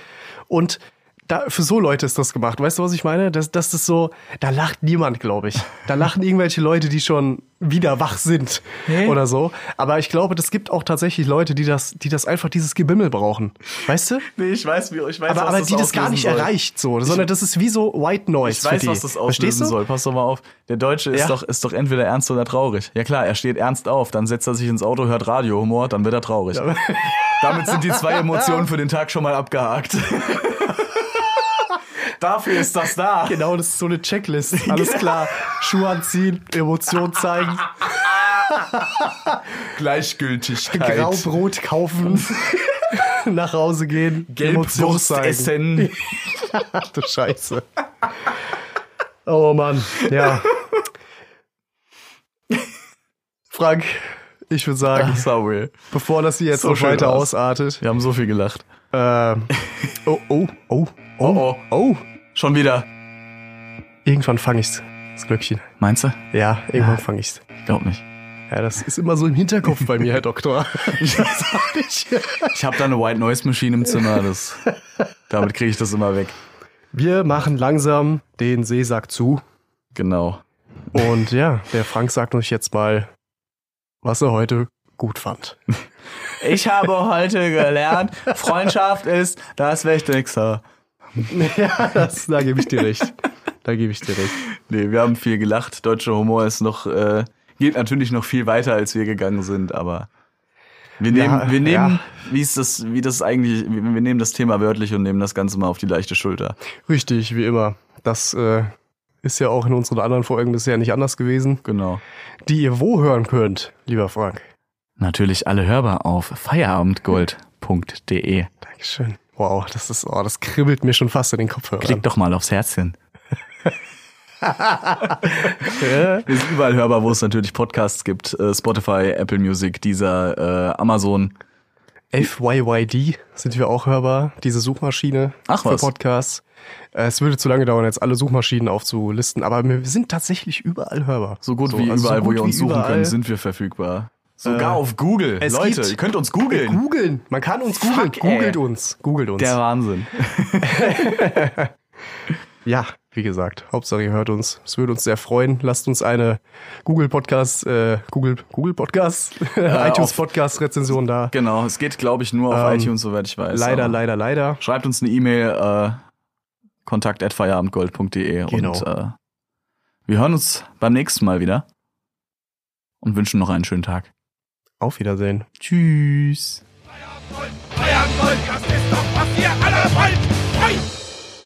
Speaker 4: und da, für so Leute ist das gemacht. Weißt du, was ich meine? Das, das ist so, da lacht niemand, glaube ich. Da lachen irgendwelche Leute, die schon wieder wach sind oder so. Aber ich glaube, es gibt auch tatsächlich Leute, die das, die das einfach dieses Gebimmel brauchen. Weißt du?
Speaker 3: Nee, ich weiß, wie, ich weiß,
Speaker 4: Aber,
Speaker 3: was
Speaker 4: aber die das gar
Speaker 3: auslösen
Speaker 4: nicht
Speaker 3: soll.
Speaker 4: erreicht so, sondern das ist wie so White Noise.
Speaker 3: Ich weiß,
Speaker 4: für die.
Speaker 3: was das
Speaker 4: Verstehst
Speaker 3: auslösen
Speaker 4: du?
Speaker 3: soll. Pass doch mal auf. Der Deutsche ist,
Speaker 4: Ja.
Speaker 3: doch, ist doch entweder ernst oder traurig. Ja klar, er steht ernst auf, dann setzt er sich ins Auto, hört Radiohumor, dann wird er traurig. Damit sind die zwei Emotionen für den Tag schon mal abgehakt. Dafür ist das da.
Speaker 4: Genau, das ist so eine Checklist. Alles klar. Schuhe anziehen, Emotion zeigen,
Speaker 3: Gleichgültigkeit.
Speaker 4: Graubrot kaufen, nach Hause gehen, Emotion
Speaker 3: Gelbwurst
Speaker 4: zeigen.
Speaker 3: essen.
Speaker 4: Ach du Scheiße. Oh Mann, ja. Frank, ich würde sagen,
Speaker 3: Sorry.
Speaker 4: bevor das hier jetzt
Speaker 3: Ah. So
Speaker 4: noch
Speaker 3: schön
Speaker 4: weiter
Speaker 3: war's.
Speaker 4: ausartet.
Speaker 3: Wir haben so viel gelacht.
Speaker 4: Ähm, oh, oh, oh,
Speaker 3: Oh, oh.
Speaker 4: oh.
Speaker 3: Schon wieder.
Speaker 4: Irgendwann fange ich's. Das Glöckchen.
Speaker 3: Meinst du?
Speaker 4: Ja,
Speaker 3: Ah.
Speaker 4: irgendwann fange ich's.
Speaker 3: Ich glaub nicht.
Speaker 4: Ja, das ist immer so im Hinterkopf bei mir, Herr Doktor. Ich weiß auch nicht.
Speaker 3: Ich habe da eine White Noise Maschine im Zimmer. Das, damit kriege ich das immer weg.
Speaker 4: Wir machen langsam den Seesack zu.
Speaker 3: Genau.
Speaker 4: Und ja, der Frank sagt uns jetzt mal, was er heute gut fand.
Speaker 3: Ich habe heute gelernt, Freundschaft ist das Wichtigste.
Speaker 4: ja, das, da gebe ich dir recht. Da gebe ich dir recht.
Speaker 3: Nee, wir haben viel gelacht. Deutscher Humor ist noch, äh, geht natürlich noch viel weiter, als wir gegangen sind, aber wir nehmen,
Speaker 4: Ja,
Speaker 3: wir nehmen,
Speaker 4: ja.
Speaker 3: wie ist das, wie das eigentlich, wir wir nehmen das Thema wörtlich und nehmen das Ganze mal auf die leichte Schulter.
Speaker 4: Richtig, wie immer. Das äh, ist ja auch in unseren anderen Folgen bisher nicht anders gewesen.
Speaker 3: Genau.
Speaker 4: Die ihr wo hören könnt, lieber Frank.
Speaker 3: Natürlich alle hörbar auf feierabendgold.de.
Speaker 4: Dankeschön. Wow, das ist, oh, das kribbelt mir schon fast in den Kopfhörern.
Speaker 3: Klickt doch mal aufs Herzchen. Wir sind überall hörbar, wo es natürlich Podcasts gibt. Äh, Spotify, Apple Music, dieser äh, Amazon.
Speaker 4: FYYD sind wir auch hörbar, diese Suchmaschine
Speaker 3: Ach
Speaker 4: für
Speaker 3: was.
Speaker 4: Podcasts. Äh, Es würde zu lange dauern, jetzt alle Suchmaschinen aufzulisten, aber wir sind tatsächlich überall hörbar.
Speaker 3: So gut wie
Speaker 4: also so
Speaker 3: überall, wo
Speaker 4: gut
Speaker 3: ihr uns
Speaker 4: wie
Speaker 3: suchen
Speaker 4: überall.
Speaker 3: könnt, sind wir verfügbar. Äh, Sogar auf Google.
Speaker 4: es
Speaker 3: Leute,
Speaker 4: gibt-
Speaker 3: ihr könnt uns googeln.
Speaker 4: Googeln, man kann uns googeln.
Speaker 3: Fuck, ey.
Speaker 4: Googelt uns, googelt uns.
Speaker 3: Der Wahnsinn.
Speaker 4: ja, wie gesagt, Hauptsache ihr hört uns. Es würde uns sehr freuen. Lasst uns eine Google Podcast, äh, Google, Google Podcast, iTunes
Speaker 3: auf-
Speaker 4: Podcast Rezension da.
Speaker 3: Genau, es geht, glaube ich, nur auf
Speaker 4: Ähm,
Speaker 3: iTunes, soweit ich weiß.
Speaker 4: Leider,
Speaker 3: aber
Speaker 4: leider, leider.
Speaker 3: Schreibt uns eine E-Mail, äh, kontakt.feierabendgold.de
Speaker 4: Genau.
Speaker 3: und äh, wir hören uns beim nächsten Mal wieder und wünschen noch einen schönen Tag.
Speaker 4: Auf Wiedersehen.
Speaker 3: Tschüss.
Speaker 5: Bayern Gold, das ist doch, was ihr alle wollt.